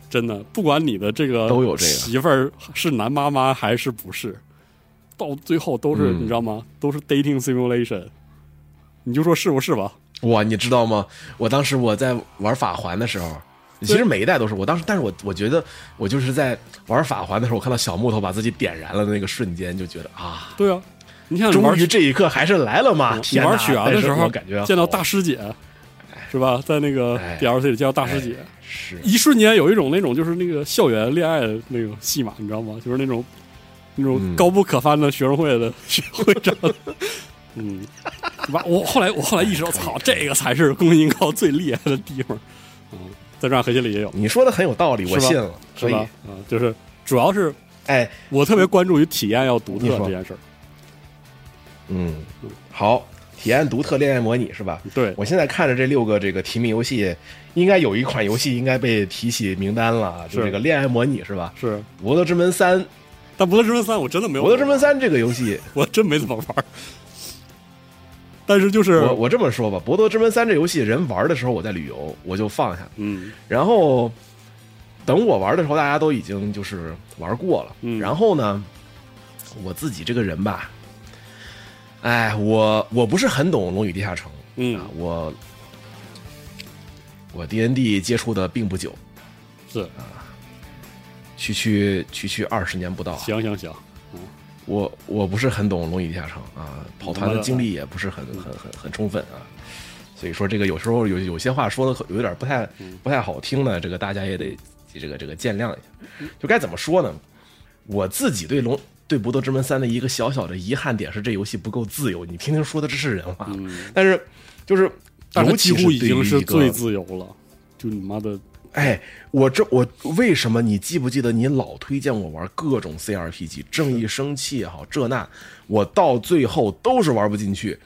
Speaker 1: 真的不管你的这个
Speaker 2: 都有这个
Speaker 1: 媳妇儿是男妈妈还是不是，到最后都是、
Speaker 2: 嗯
Speaker 1: 你知道吗？都是 dating simulation，你就说是不是吧？
Speaker 2: 哇，你知道吗？我当时我在玩法环的时候，其实每一代都是我当时，但是我我觉得我就是在玩法环的时候，我看到小木头把自己点燃了的那个瞬间，就觉得啊，
Speaker 1: 对啊，你看你
Speaker 2: 终
Speaker 1: 玩
Speaker 2: 于这一刻还是来了嘛！
Speaker 1: 你
Speaker 2: 天哪
Speaker 1: 玩雪阳
Speaker 2: 但
Speaker 1: 的
Speaker 2: 是
Speaker 1: 时候，
Speaker 2: 我感觉
Speaker 1: 见到
Speaker 2: 好
Speaker 1: 大师姐是吧？在那个
Speaker 2: 哎
Speaker 1: DLC 里见到大师姐，
Speaker 2: 是
Speaker 1: 一瞬间有一种那种就是那个校园恋爱的那种戏码，你知道吗？就是那种那种
Speaker 2: 嗯
Speaker 1: 高不可攀的学生会的学会长，嗯，完我后来我后来意识到，操，这个才是宫崎英高最厉害的地方，嗯，在《战核心》里也有，
Speaker 2: 你说的很有道理，我
Speaker 1: 是吧
Speaker 2: 信了。
Speaker 1: 是
Speaker 2: 所以
Speaker 1: 吧，？啊，就是主要是
Speaker 2: 哎，
Speaker 1: 我特别关注于体验要独
Speaker 2: 你
Speaker 1: 特
Speaker 2: 说
Speaker 1: 这件事儿，
Speaker 2: 嗯，好，体验独特恋爱模拟是吧？
Speaker 1: 对
Speaker 2: 我现在看着这六个这个提名游戏，应该有一款游戏应该被提起名单了啊，就是这个恋爱模拟是吧？
Speaker 1: 是。
Speaker 2: 《博德之门三》，《
Speaker 1: 但《博德之门三》我真的没有，
Speaker 2: 博德之门三》这个游戏，
Speaker 1: 我真没怎么玩儿，但是就是
Speaker 2: 我我这么说吧，《博德之门三》这游戏，人玩的时候我在旅游，我就放下了，
Speaker 1: 嗯
Speaker 2: 然后等我玩的时候，大家都已经就是玩过了。
Speaker 1: 嗯
Speaker 2: 然后呢，我自己这个人吧，哎，我我不是很懂《龙与地下城》啊
Speaker 1: 嗯，
Speaker 2: 我我 D N D 接触的并不久，
Speaker 1: 是
Speaker 2: 区区区区二十年不到啊、
Speaker 1: 行行行，
Speaker 2: 我我不是很懂《龙与地下城》啊，跑团的经历也不是很很很很充分啊，所以说这个有时候有有些话说的有点不太
Speaker 1: 嗯
Speaker 2: 不太好听呢，这个大家也得这个这个见谅一
Speaker 1: 嗯
Speaker 2: 下。就该怎么说呢？我自己对龙对《博德之门三》的一个小小的遗憾点是，这游戏不够自由。你听听说的这是人话，但是就是
Speaker 1: 嗯但
Speaker 2: 尤
Speaker 1: 是
Speaker 2: 其
Speaker 1: 几乎已
Speaker 2: 对于
Speaker 1: 经是
Speaker 2: 一个
Speaker 1: 最自由了，就你妈的，
Speaker 2: 哎，我这我为什么你记不记得你老推荐我玩各种 CRPG，《正义生气》也好，这那，我到最后都是玩不进去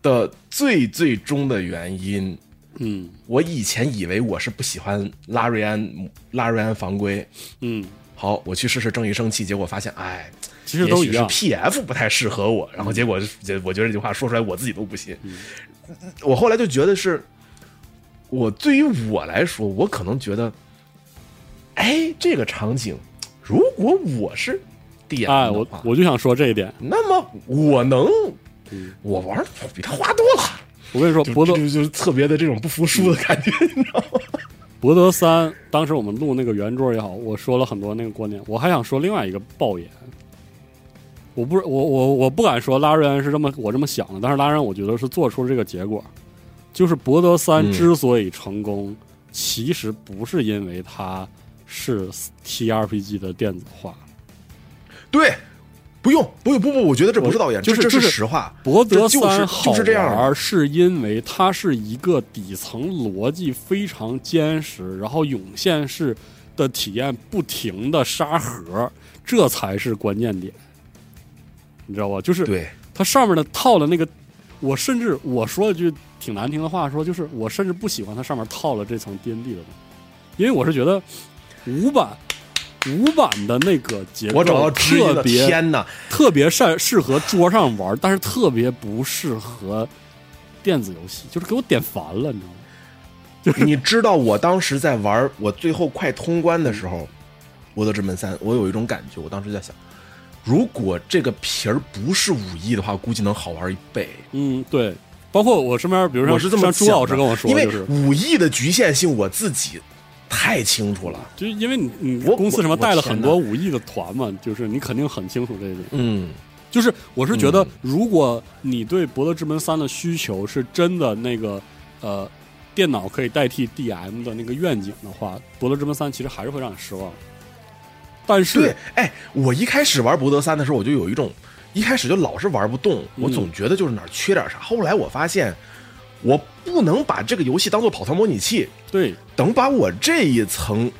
Speaker 2: 的最最终的原因。
Speaker 1: 嗯
Speaker 2: 我以前以为我是不喜欢拉瑞安拉瑞安防规，
Speaker 1: 嗯，
Speaker 2: 好，我去试试《正义生气》，结果发现，哎，
Speaker 1: 其实都
Speaker 2: 也
Speaker 1: 一
Speaker 2: 许是
Speaker 1: 样，
Speaker 2: PF 不太适合我，然后结果这我觉得这句话说出来我自己都不信。我后来就觉得是，我对于我来说，我可能觉得，哎，这个场景，如果我是 DM
Speaker 1: 哎，
Speaker 2: 的
Speaker 1: 我
Speaker 2: 话，
Speaker 1: 我嗯就想说这一点，
Speaker 2: 那么我能，我玩的比他花多了，
Speaker 1: 我跟你说，
Speaker 2: 就
Speaker 1: 博德
Speaker 2: 就就是特别的这种不服输的 感觉，你知道吗？
Speaker 1: 博德三，当时我们录那个圆桌也好，我说了很多那个观点，我还想说另外一个爆言。我不是我我我不敢说拉瑞安是这么我这么想的，但是拉瑞安我觉得是做出了这个结果，就是博德三
Speaker 2: 嗯
Speaker 1: 之所以成功，其实不是因为它是 TRPG 的电子化，
Speaker 2: 对。不用，不用，不不，我觉得这不是导演，
Speaker 1: 就
Speaker 2: 这
Speaker 1: 是就
Speaker 2: 这
Speaker 1: 是
Speaker 2: 实话。
Speaker 1: 博德
Speaker 2: 这就是
Speaker 1: 三好
Speaker 2: 就是这样
Speaker 1: 玩，是因为它是一个底层逻辑非常坚实，然后涌现式的体验不停的沙盒，这才是关键点。你知道吧？就是
Speaker 2: 对，
Speaker 1: 它上面的套的那个，我甚至我说一句挺难听的话，说就是我甚至不喜欢它上面套了这层 D N D 的东西，因为我是觉得五版五版的那个结构
Speaker 2: 我找到知音
Speaker 1: 特
Speaker 2: 了，
Speaker 1: 别
Speaker 2: 天哪！
Speaker 1: 特别善适合桌上玩，但是特别不适合电子游戏，就是给我点烦了，你知道吗？
Speaker 2: 你知道我当时在玩儿，我最后快通关的时候，《博德之门三》，我有一种感觉，我当时在想，如果这个皮儿不是五一的话，估计能好玩一倍。
Speaker 1: 嗯，对。包括我身边，比如说
Speaker 2: 我是这么
Speaker 1: 像
Speaker 2: 想
Speaker 1: 朱
Speaker 2: 的
Speaker 1: 老师跟我说，
Speaker 2: 因为
Speaker 1: 就是
Speaker 2: 五一的局限性我自己太清楚了。
Speaker 1: 就是因为你你
Speaker 2: 我
Speaker 1: 公司什么
Speaker 2: 我
Speaker 1: 带了
Speaker 2: 我天
Speaker 1: 很多五亿的团嘛，就是你肯定很清楚这一点。
Speaker 2: 嗯，
Speaker 1: 就是我是觉得，如果你对《博德之门三》的需求是真的那个呃，电脑可以代替 DM 的那个愿景的话，《博德之门三》其实还是会让你失望。但
Speaker 2: 对
Speaker 1: 是，
Speaker 2: 哎，我一开始玩《博德三》的时候，我就有一种一开始就老是玩不动，我
Speaker 1: 嗯
Speaker 2: 总觉得就是哪儿缺点啥。后来我发现，我不能把这个游戏当做跑团模拟器。
Speaker 1: 对，
Speaker 2: 等把我这一层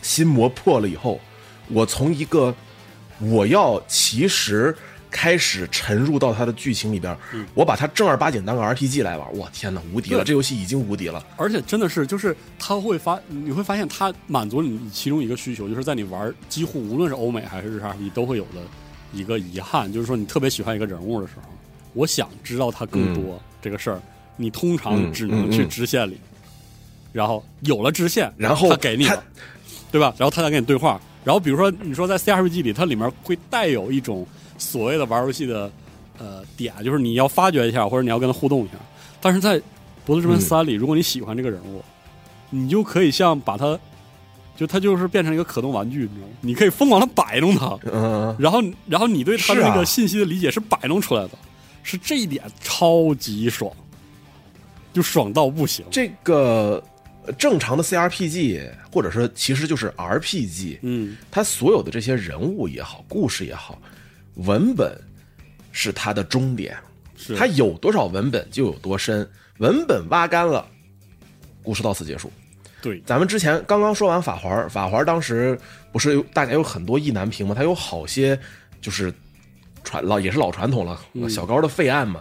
Speaker 2: 心魔破了以后，我从一个我要其实开始沉入到它的剧情里边，我把它正儿八经当个 RPG 来玩，哇天哪，无敌了！
Speaker 1: 嗯对
Speaker 2: 这游戏已经无敌了。
Speaker 1: 而且真的是，就是它会发，你会发现它满足你其中一个需求，就是在你玩几乎无论是欧美还是日常 RPG 都会有的一个遗憾，就是说你特别喜欢一个人物的时候，我想知道他更多、这个事儿，你通常只能去支线里，然后有了支线，
Speaker 2: 然后
Speaker 1: 嗯他给你
Speaker 2: 它
Speaker 1: 了，对吧？然后他再跟你对话。然后比如说你说在 CRPG 里，它里面会带有一种所谓的玩游戏的呃点，就是你要发掘一下，或者你要跟他互动一下。但是在《博德之门三》里，如果你喜欢这个人物，你就可以像把他，就他就是变成一个可动玩具，你知道吗？你可以疯狂的摆弄他，
Speaker 2: 嗯，
Speaker 1: 然后然后你对他的
Speaker 2: 是啊
Speaker 1: 那个信息的理解是摆弄出来的，是这一点超级爽，就爽到不行。
Speaker 2: 这个呃正常的 CRPG 或者说其实就是 RPG，
Speaker 1: 嗯，
Speaker 2: 它所有的这些人物也好，故事也好，文本是它的终点，
Speaker 1: 是
Speaker 2: 它有多少文本就有多深，文本挖干了，故事到此结束。
Speaker 1: 对，
Speaker 2: 咱们之前刚刚说完法环，法环当时不是有大家有很多意难平嘛，它有好些就是传老也是老传统了，小高的废案嘛，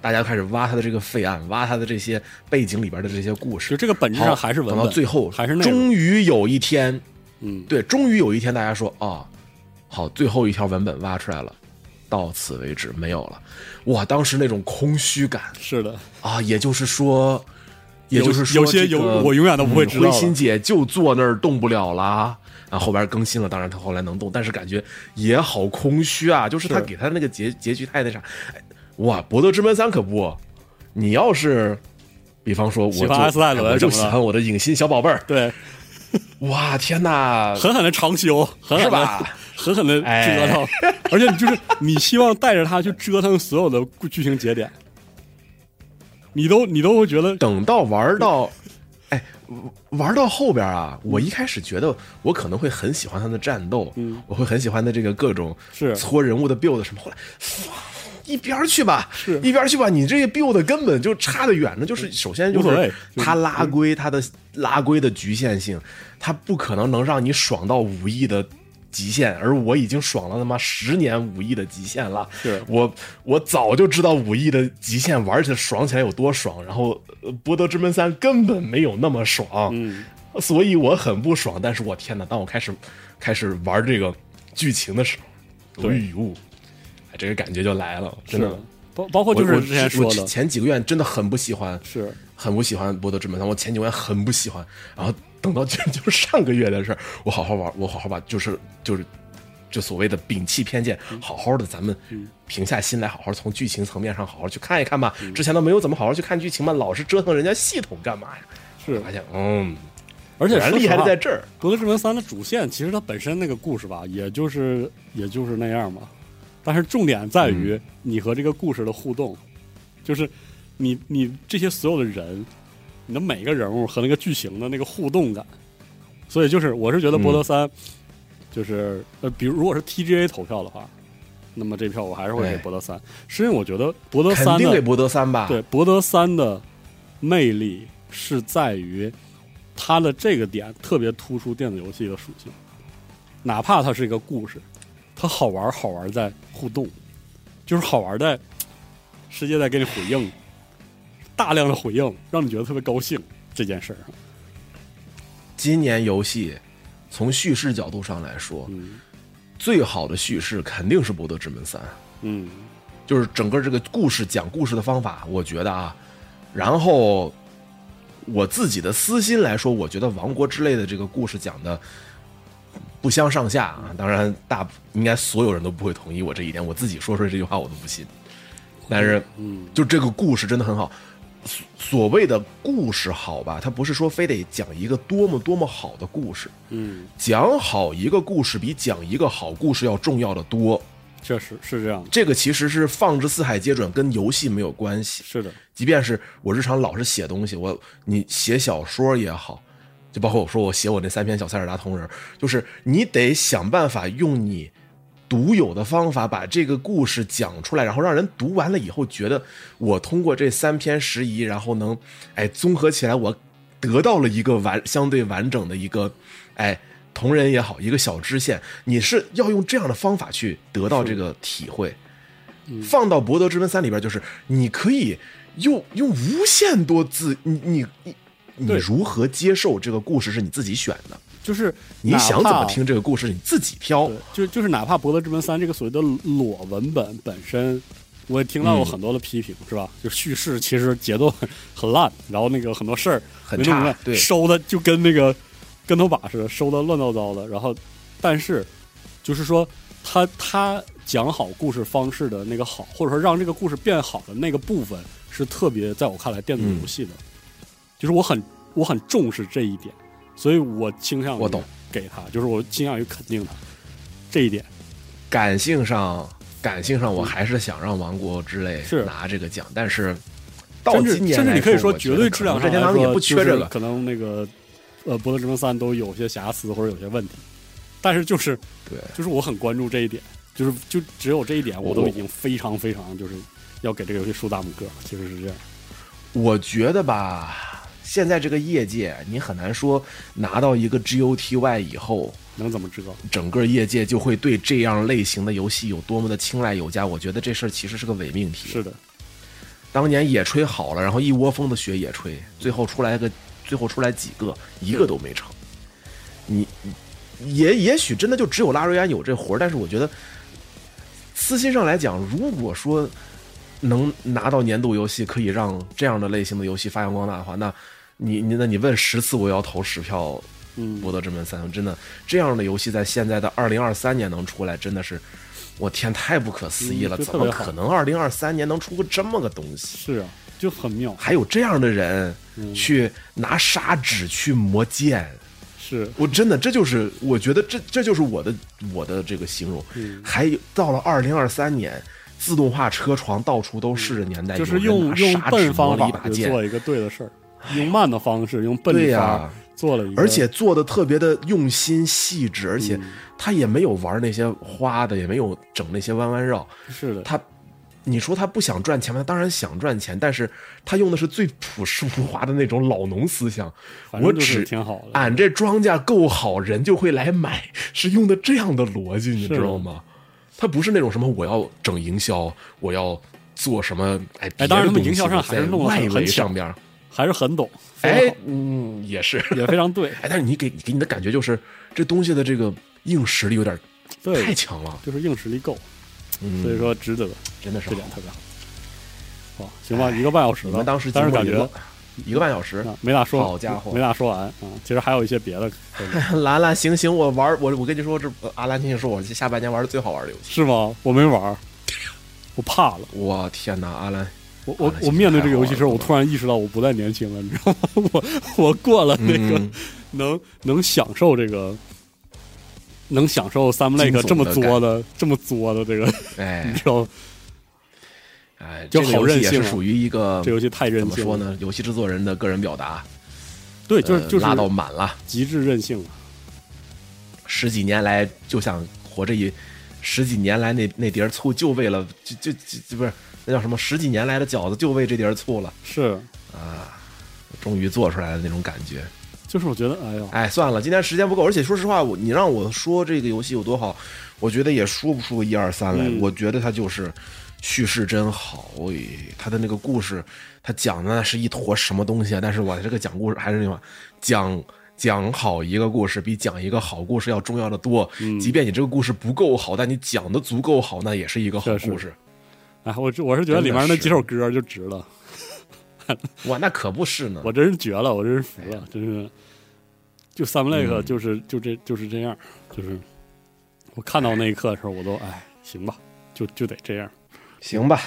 Speaker 2: 大家开始挖他的这个废案，挖他的这些背景里边的这些故事
Speaker 1: 就。这个本质上还是文
Speaker 2: 等
Speaker 1: 本，
Speaker 2: 到最后，
Speaker 1: 还是内容。
Speaker 2: 终于有一天，
Speaker 1: 嗯，
Speaker 2: 对，终于有一天，大家说啊、好，最后一条文本挖出来了，到此为止，没有了。哇，当时那种空虚感
Speaker 1: 是的，
Speaker 2: 啊，也就是说，也
Speaker 1: 有
Speaker 2: 就是说
Speaker 1: 有些
Speaker 2: 这
Speaker 1: 有
Speaker 2: 个
Speaker 1: 我永远都不会知道了
Speaker 2: 嗯灰心姐就坐那儿动不了啦。啊，后边更新了，当然她后来能动，但是感觉也好空虚啊，就是她
Speaker 1: 是
Speaker 2: 给她那个结结局太那啥。哎哇，《博德之门三》可不，你要是。比方说，我
Speaker 1: 喜
Speaker 2: 就
Speaker 1: 欢阿斯泰伦
Speaker 2: 哎我就
Speaker 1: 什
Speaker 2: 喜
Speaker 1: 么的
Speaker 2: 欢我的影心小宝贝儿。
Speaker 1: 对，
Speaker 2: 哇，天哪！
Speaker 1: 狠狠的长修，狠狠
Speaker 2: 是
Speaker 1: 的
Speaker 2: 吧，哎
Speaker 1: 狠狠的折腾，而且你就是你希望带着他去折腾所有的故剧情节点，你都你都会觉得
Speaker 2: 等到玩到，哎，玩到后边啊，我一开始觉得我可能会很喜欢他的战斗，
Speaker 1: 嗯
Speaker 2: 我会很喜欢的这个各种
Speaker 1: 是
Speaker 2: 搓人物的 build 什么，后来。放一边儿去吧，
Speaker 1: 是
Speaker 2: 一边儿去吧！你这个 build 根本就差得远呢。就是首先就
Speaker 1: 无所谓
Speaker 2: 是他拉规，他的拉规的局限性，他不可能能让你爽到五亿的极限，而我已经爽了他妈十年五亿的极限了。
Speaker 1: 是
Speaker 2: 我我早就知道武艺的极限玩起来爽起来有多爽，然后呃《博德之门三》根本没有那么爽，
Speaker 1: 嗯，
Speaker 2: 所以我很不爽。但是我天哪，当我开始开始玩这个剧情的时候，
Speaker 1: 对
Speaker 2: 哎呦，哎这个感觉就来了，真的
Speaker 1: 是。包包括就
Speaker 2: 我
Speaker 1: 是
Speaker 2: 我
Speaker 1: 之前说
Speaker 2: 我
Speaker 1: 的，
Speaker 2: 前几个月真的很不喜欢，
Speaker 1: 是
Speaker 2: 很不喜欢《博德之门三》，我前几个月很不喜欢，然后等到 就就是上个月的事儿，我好好玩，我好好把就是就是就所谓的摒弃偏见，
Speaker 1: 嗯
Speaker 2: 好好的咱们平下心来，好好从剧情层面上好好去看一看吧。
Speaker 1: 嗯
Speaker 2: 之前都没有怎么好好去看剧情嘛，老是折腾人家系统干嘛呀？
Speaker 1: 是，
Speaker 2: 发现嗯，
Speaker 1: 而且
Speaker 2: 果然
Speaker 1: 说
Speaker 2: 厉
Speaker 1: 实
Speaker 2: 害的
Speaker 1: 话，
Speaker 2: 在
Speaker 1: 《
Speaker 2: 这儿，
Speaker 1: 博德之门三》的主线其实它本身那个故事吧，也就是也就是那样嘛，但是重点在
Speaker 2: 嗯
Speaker 1: 于你和这个故事的互动，就是你你这些所有的人，你的每个人物和那个剧情的那个互动感，所以就是我是觉得《博德
Speaker 2: 嗯
Speaker 1: 三》就是呃，比如如果是 TGA 投票的话，那么这票我还是会给
Speaker 2: 哎
Speaker 1: 《博德三》，是因为我觉得《博德三
Speaker 2: 肯》定
Speaker 1: 的
Speaker 2: 给《博德三》吧？
Speaker 1: 对，《博德三》的魅力是在于它的这个点特别突出电子游戏的属性，哪怕它是一个故事，它好玩儿好玩儿在互动，就是好玩儿在世界在给你回应，大量的回应，让你觉得特别高兴这件事儿上。
Speaker 2: 今年游戏从叙事角度上来说，
Speaker 1: 嗯
Speaker 2: 最好的叙事肯定是《博德之门三》。
Speaker 1: 嗯，
Speaker 2: 就是整个这个故事讲故事的方法，我觉得啊，然后我自己的私心来说，我觉得《王国之泪》的这个故事讲的不相上下啊。当然大，应该所有人都不会同意我这一点，我自己说出来这句话我都不信。但是，
Speaker 1: 嗯，
Speaker 2: 就这个故事真的很好。所所谓的故事好吧，它不是说非得讲一个多么多么好的故事，
Speaker 1: 嗯
Speaker 2: 讲好一个故事比讲一个好故事要重要的多。
Speaker 1: 确实是这样的，
Speaker 2: 这个其实是放之四海皆准，跟游戏没有关系。
Speaker 1: 是的，
Speaker 2: 即便是我日常老是写东西，我你写小说也好，就包括我说我写我那三篇小塞尔达同人，就是你得想办法用你独有的方法把这个故事讲出来，然后让人读完了以后觉得我通过这三篇拾遗，然后能哎综合起来，我得到了一个完相对完整的一个哎。同人也好，一个小支线，你是要用这样的方法去得到这个体会。放到《博德之门三》里边，就是你可以用用无限多字，你你你你
Speaker 1: 对
Speaker 2: 如何接受这个故事是你自己选的，
Speaker 1: 就是
Speaker 2: 你想怎
Speaker 1: 哪怕
Speaker 2: 么听这个故事你自己挑
Speaker 1: 对。，就就是哪怕《博德之门三》这个所谓的裸文本本身，我也听到过
Speaker 2: 嗯
Speaker 1: 很多的批评，是吧？就叙事其实节奏很很烂，然后那个很多事儿
Speaker 2: 很
Speaker 1: 没弄
Speaker 2: 差
Speaker 1: 明白
Speaker 2: 对
Speaker 1: 收的就跟那个跟头把似的，收的乱糟糟的。然后，但是就是说他他讲好故事方式的那个好，或者说让这个故事变好的那个部分，是特别在我看来电子游戏的，就是我很我很重视这一点，所以我倾向于
Speaker 2: 我懂
Speaker 1: 给他，就是我倾向于肯定他这一点。
Speaker 2: 感性上，感性上，我还是想让《王国之泪
Speaker 1: 是》
Speaker 2: 拿这个奖，但是到
Speaker 1: 甚至
Speaker 2: 今年来
Speaker 1: 甚至你可以说
Speaker 2: 我
Speaker 1: 绝
Speaker 2: 觉得
Speaker 1: 对
Speaker 2: 可
Speaker 1: 质量
Speaker 2: 能
Speaker 1: 上
Speaker 2: 任天
Speaker 1: 来
Speaker 2: 堂也
Speaker 1: 说，
Speaker 2: 不缺这
Speaker 1: 就
Speaker 2: 个
Speaker 1: 是，可能那个呃《博德之门三》都有些瑕疵或者有些问题，但是就是
Speaker 2: 对。
Speaker 1: 就是我很关注这一点，就是就只有这一点，
Speaker 2: 我
Speaker 1: 我都已经非常非常就是要给这个游戏竖大拇哥，其实是这样。
Speaker 2: 我觉得吧，现在这个业界，你很难说拿到一个 GOTY 以后，
Speaker 1: 能怎么知道？
Speaker 2: 整个业界就会对这样类型的游戏有多么的青睐有加。我觉得这事儿其实是个伪命题。
Speaker 1: 是的，
Speaker 2: 当年野炊好了，然后一窝蜂的学野炊，最后出来个，最后出来几个，一个都没成。你也也许真的就只有拉瑞安有这活儿，但是我觉得，私心上来讲，如果说能拿到年度游戏，可以让这样的类型的游戏发扬光大的话，那你你那你问十次我要投十票《
Speaker 1: 嗯，
Speaker 2: 博德之门三》，真的这样的游戏在现在的二零二三年能出来，真的是。我天，太不可思议了！
Speaker 1: 嗯就
Speaker 2: 怎
Speaker 1: 特别
Speaker 2: 么
Speaker 1: 好
Speaker 2: 可能？二零二三年能出个这么个东西？
Speaker 1: 是啊，就很妙，
Speaker 2: 还有这样的人
Speaker 1: 嗯
Speaker 2: 去拿砂纸去磨剑，
Speaker 1: 是
Speaker 2: 我真的这就是我觉得这这就是我的我的这个形容。
Speaker 1: 嗯
Speaker 2: 还有到了二零二三年，自动化车床到处都是的年
Speaker 1: 嗯
Speaker 2: 代，
Speaker 1: 就是
Speaker 2: 有人
Speaker 1: 用
Speaker 2: 拿
Speaker 1: 用
Speaker 2: 砂纸
Speaker 1: 笨
Speaker 2: 磨
Speaker 1: 方
Speaker 2: 了
Speaker 1: 法
Speaker 2: 一把
Speaker 1: 就
Speaker 2: 剑，
Speaker 1: 做一个对的事儿，用慢的方式，用笨
Speaker 2: 对
Speaker 1: 的
Speaker 2: 呀、
Speaker 1: 法做了一个，
Speaker 2: 而且做的特别的用心细致，而
Speaker 1: 嗯
Speaker 2: 且他也没有玩那些花的，也没有整那些弯弯绕，
Speaker 1: 是的，
Speaker 2: 他，你说他不想赚钱吗？他当然想赚钱，但是他用的是最朴实无华的那种老农思想。
Speaker 1: 反
Speaker 2: 我
Speaker 1: 正就
Speaker 2: 只啊
Speaker 1: 是挺好的。
Speaker 2: 俺这庄稼够好，人就会来买，是用的这样的逻辑，你
Speaker 1: 是的
Speaker 2: 知道吗？他不是那种什么我要整营销，我要做什么哎，别的
Speaker 1: 当然他们
Speaker 2: 东西
Speaker 1: 营销上
Speaker 2: 我
Speaker 1: 还
Speaker 2: 在
Speaker 1: 是弄得
Speaker 2: 外
Speaker 1: 很
Speaker 2: 围
Speaker 1: 很
Speaker 2: 上
Speaker 1: 巧
Speaker 2: 边儿，
Speaker 1: 还是很懂，非常
Speaker 2: 哎
Speaker 1: 好，
Speaker 2: 嗯，也是，
Speaker 1: 也非常 对，
Speaker 2: 哎，但是你给给你的感觉就是这东西的这个硬实力有点
Speaker 1: 对
Speaker 2: 太强了，
Speaker 1: 就是硬实力够，
Speaker 2: 嗯，
Speaker 1: 所以说值得，
Speaker 2: 真的是
Speaker 1: 这
Speaker 2: 好
Speaker 1: 点特别好。好，行吧，一个半小时
Speaker 2: 你
Speaker 1: 了，
Speaker 2: 们当时
Speaker 1: 但是
Speaker 2: 经过
Speaker 1: 感
Speaker 2: 一
Speaker 1: 觉
Speaker 2: 个一个半小时，
Speaker 1: 啊没咋说，
Speaker 2: 好家伙
Speaker 1: 没咋说完啊、其实还有一些别的，
Speaker 2: 蓝蓝行行，我玩儿我我跟你说，这呃阿兰星星是我这下半年玩的最好玩的游戏。
Speaker 1: 是吗？我没玩儿，我怕了。
Speaker 2: 我天哪，阿兰，
Speaker 1: 我我
Speaker 2: 啊那
Speaker 1: 我
Speaker 2: 其实
Speaker 1: 面对
Speaker 2: 太
Speaker 1: 这个游
Speaker 2: 好
Speaker 1: 戏
Speaker 2: 玩
Speaker 1: 时候，我
Speaker 2: 了
Speaker 1: 突然意识到我不再年轻了，你知道吗？我我过了 那个、
Speaker 2: 嗯
Speaker 1: 能能享受这个，能享受 Sam
Speaker 2: 惊悚
Speaker 1: Lake
Speaker 2: 的
Speaker 1: 这么
Speaker 2: 感
Speaker 1: 作的这么作的这个， 你
Speaker 2: 哎
Speaker 1: 知道吗？
Speaker 2: 哎，
Speaker 1: 就
Speaker 2: 这个
Speaker 1: 好
Speaker 2: 游戏
Speaker 1: 任
Speaker 2: 也
Speaker 1: 性
Speaker 2: 是
Speaker 1: 啊
Speaker 2: 属于一个
Speaker 1: 这游戏太任
Speaker 2: 怎么
Speaker 1: 性
Speaker 2: 说
Speaker 1: 了，
Speaker 2: 呢？游戏制作人的个人表达，
Speaker 1: 对，就是
Speaker 2: 呃
Speaker 1: 就是
Speaker 2: 拉到满了。
Speaker 1: 极致任性了，
Speaker 2: 十几年来就想活这一，十几年来那那碟儿醋就为了就就就就不是那叫什么？十几年来的饺子就为这碟儿醋了，
Speaker 1: 是，
Speaker 2: 终于做出来了那种感觉。
Speaker 1: 就是我觉得，哎呦，
Speaker 2: 哎，算了，今天时间不够，而且说实话，我你让我说这个游戏有多好，我觉得也说不出个一二三来。
Speaker 1: 嗯
Speaker 2: 我觉得它就是叙事真好，哎，它的那个故事，它讲的那是一坨什么东西啊？但是我这个讲故事还是那句话，讲讲好一个故事，比讲一个好故事要重要的多。即便你这个故事不够好，但你讲的足够好，那也是一个好
Speaker 1: 确实
Speaker 2: 故事。
Speaker 1: 哎，我这我是觉得里面
Speaker 2: 真
Speaker 1: 那
Speaker 2: 的是
Speaker 1: 几首歌就值了，
Speaker 2: 哇，那可不是呢。
Speaker 1: 我真是绝了，我真是服了，真是。就 Sam Lake
Speaker 2: 嗯
Speaker 1: 就是、就这就是这样，就是我看到那一刻的时候，我都哎行吧，就就得这样。
Speaker 2: 行吧，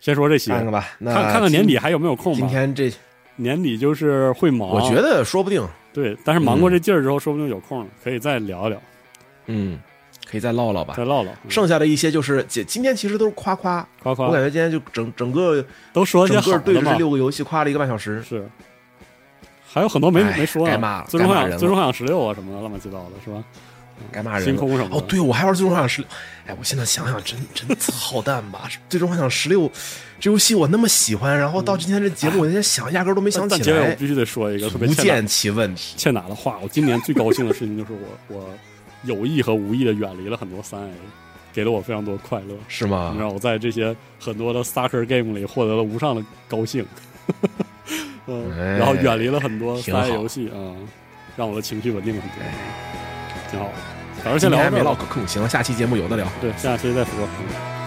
Speaker 1: 先说这些，
Speaker 2: 看看吧。哎那
Speaker 1: 看看看年底还有没有空
Speaker 2: 今，
Speaker 1: 吧
Speaker 2: 今。天这，
Speaker 1: 年底就是会忙，
Speaker 2: 我觉得说不定，嗯
Speaker 1: 对，但是忙过这劲儿之后，说不定有空了，可以再聊一聊。
Speaker 2: 嗯，可以再唠唠吧
Speaker 1: 再。唠唠，嗯
Speaker 2: 剩下的一些就是姐，今天其实都是夸夸，
Speaker 1: 夸夸
Speaker 2: 我感觉今天就整整个
Speaker 1: 都说一些
Speaker 2: 整
Speaker 1: 好
Speaker 2: 个对
Speaker 1: 的
Speaker 2: 着这
Speaker 1: 嘛，
Speaker 2: 六个游戏夸了一个半小时。
Speaker 1: 是，还有很多没
Speaker 2: 哎
Speaker 1: 没说
Speaker 2: 该骂
Speaker 1: 呢
Speaker 2: 了，
Speaker 1: 最终
Speaker 2: 该骂
Speaker 1: 幻
Speaker 2: 人了
Speaker 1: 想最终幻想十六啊什么的乱七八糟的是吧？
Speaker 2: 该骂人了。
Speaker 1: 星空什么的
Speaker 2: 哦，对，我还玩《最终幻想十六》。哎，我现在想想，真真操蛋吧！ 《最终幻想十六》这游戏我那么喜欢，然后到今天这节目，我现在想压根儿都没想
Speaker 1: 但但
Speaker 2: 起
Speaker 1: 结尾我
Speaker 2: 来，
Speaker 1: 必须得说一个特别
Speaker 2: 不
Speaker 1: 欠打
Speaker 2: 见其问题。
Speaker 1: 欠打的话，我今年最高兴的事情就是我我有意和无意的远离了很多三 A，给了我非常多快乐，
Speaker 2: 是吗？
Speaker 1: 让我在这些很多的 soccer game 里获得了无上的高兴， 嗯，
Speaker 2: 哎
Speaker 1: 然后远离了很多
Speaker 2: 挺
Speaker 1: 三 A
Speaker 2: 好
Speaker 1: 游戏，嗯，让我的情绪稳定了很多，挺好的。反正先
Speaker 2: 今
Speaker 1: 聊
Speaker 2: 哎
Speaker 1: 到
Speaker 2: 天还
Speaker 1: 这
Speaker 2: 没
Speaker 1: 儿
Speaker 2: 唠
Speaker 1: 吧，
Speaker 2: 嗑，行，下期节目有的聊，
Speaker 1: 对，下期再说，嗯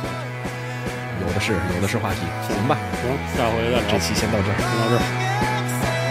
Speaker 2: 有的是，有的是话题，行吧？
Speaker 1: 行，下回再聊，
Speaker 2: 这
Speaker 1: 先
Speaker 2: 期先到这儿。
Speaker 1: 到这儿。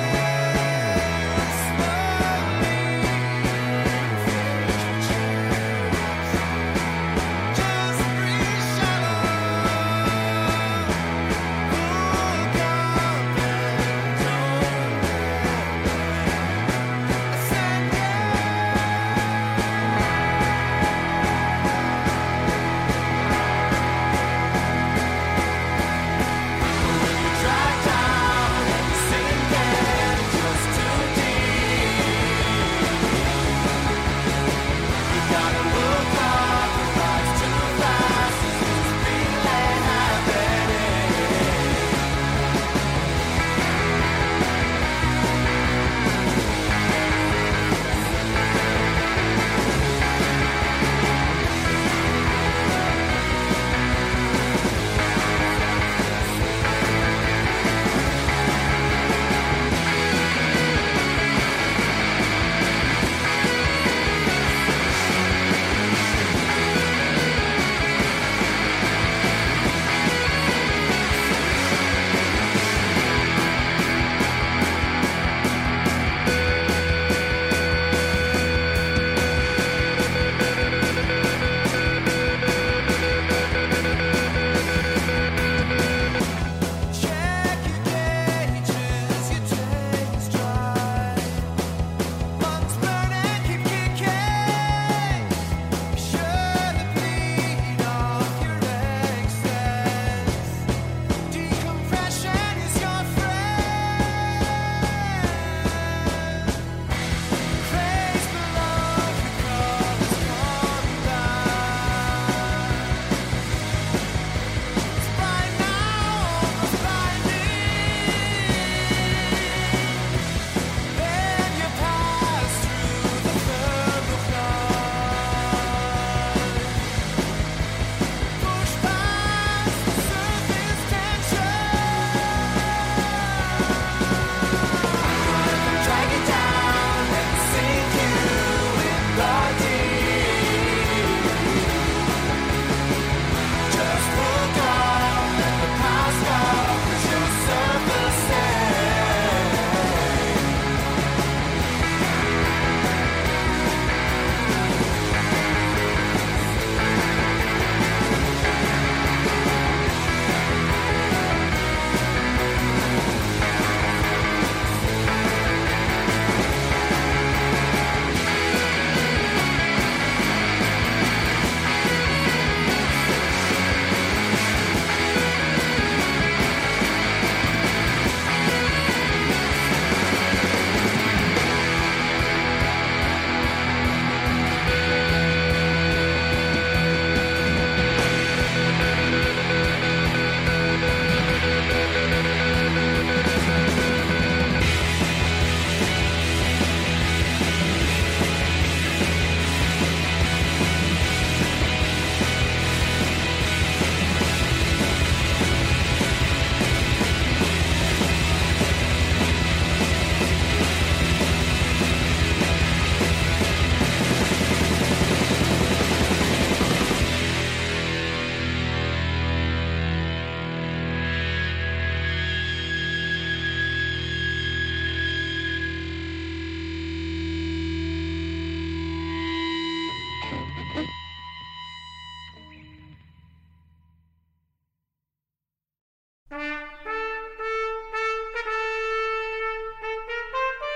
Speaker 3: Decompression is your friend. Praise below the covers come down. It's by now almost blinding. Then you pass through the thermal flood. Push past the surface tension. Drag it down and sink you in the deep. Just look up at the past covers your surfaces.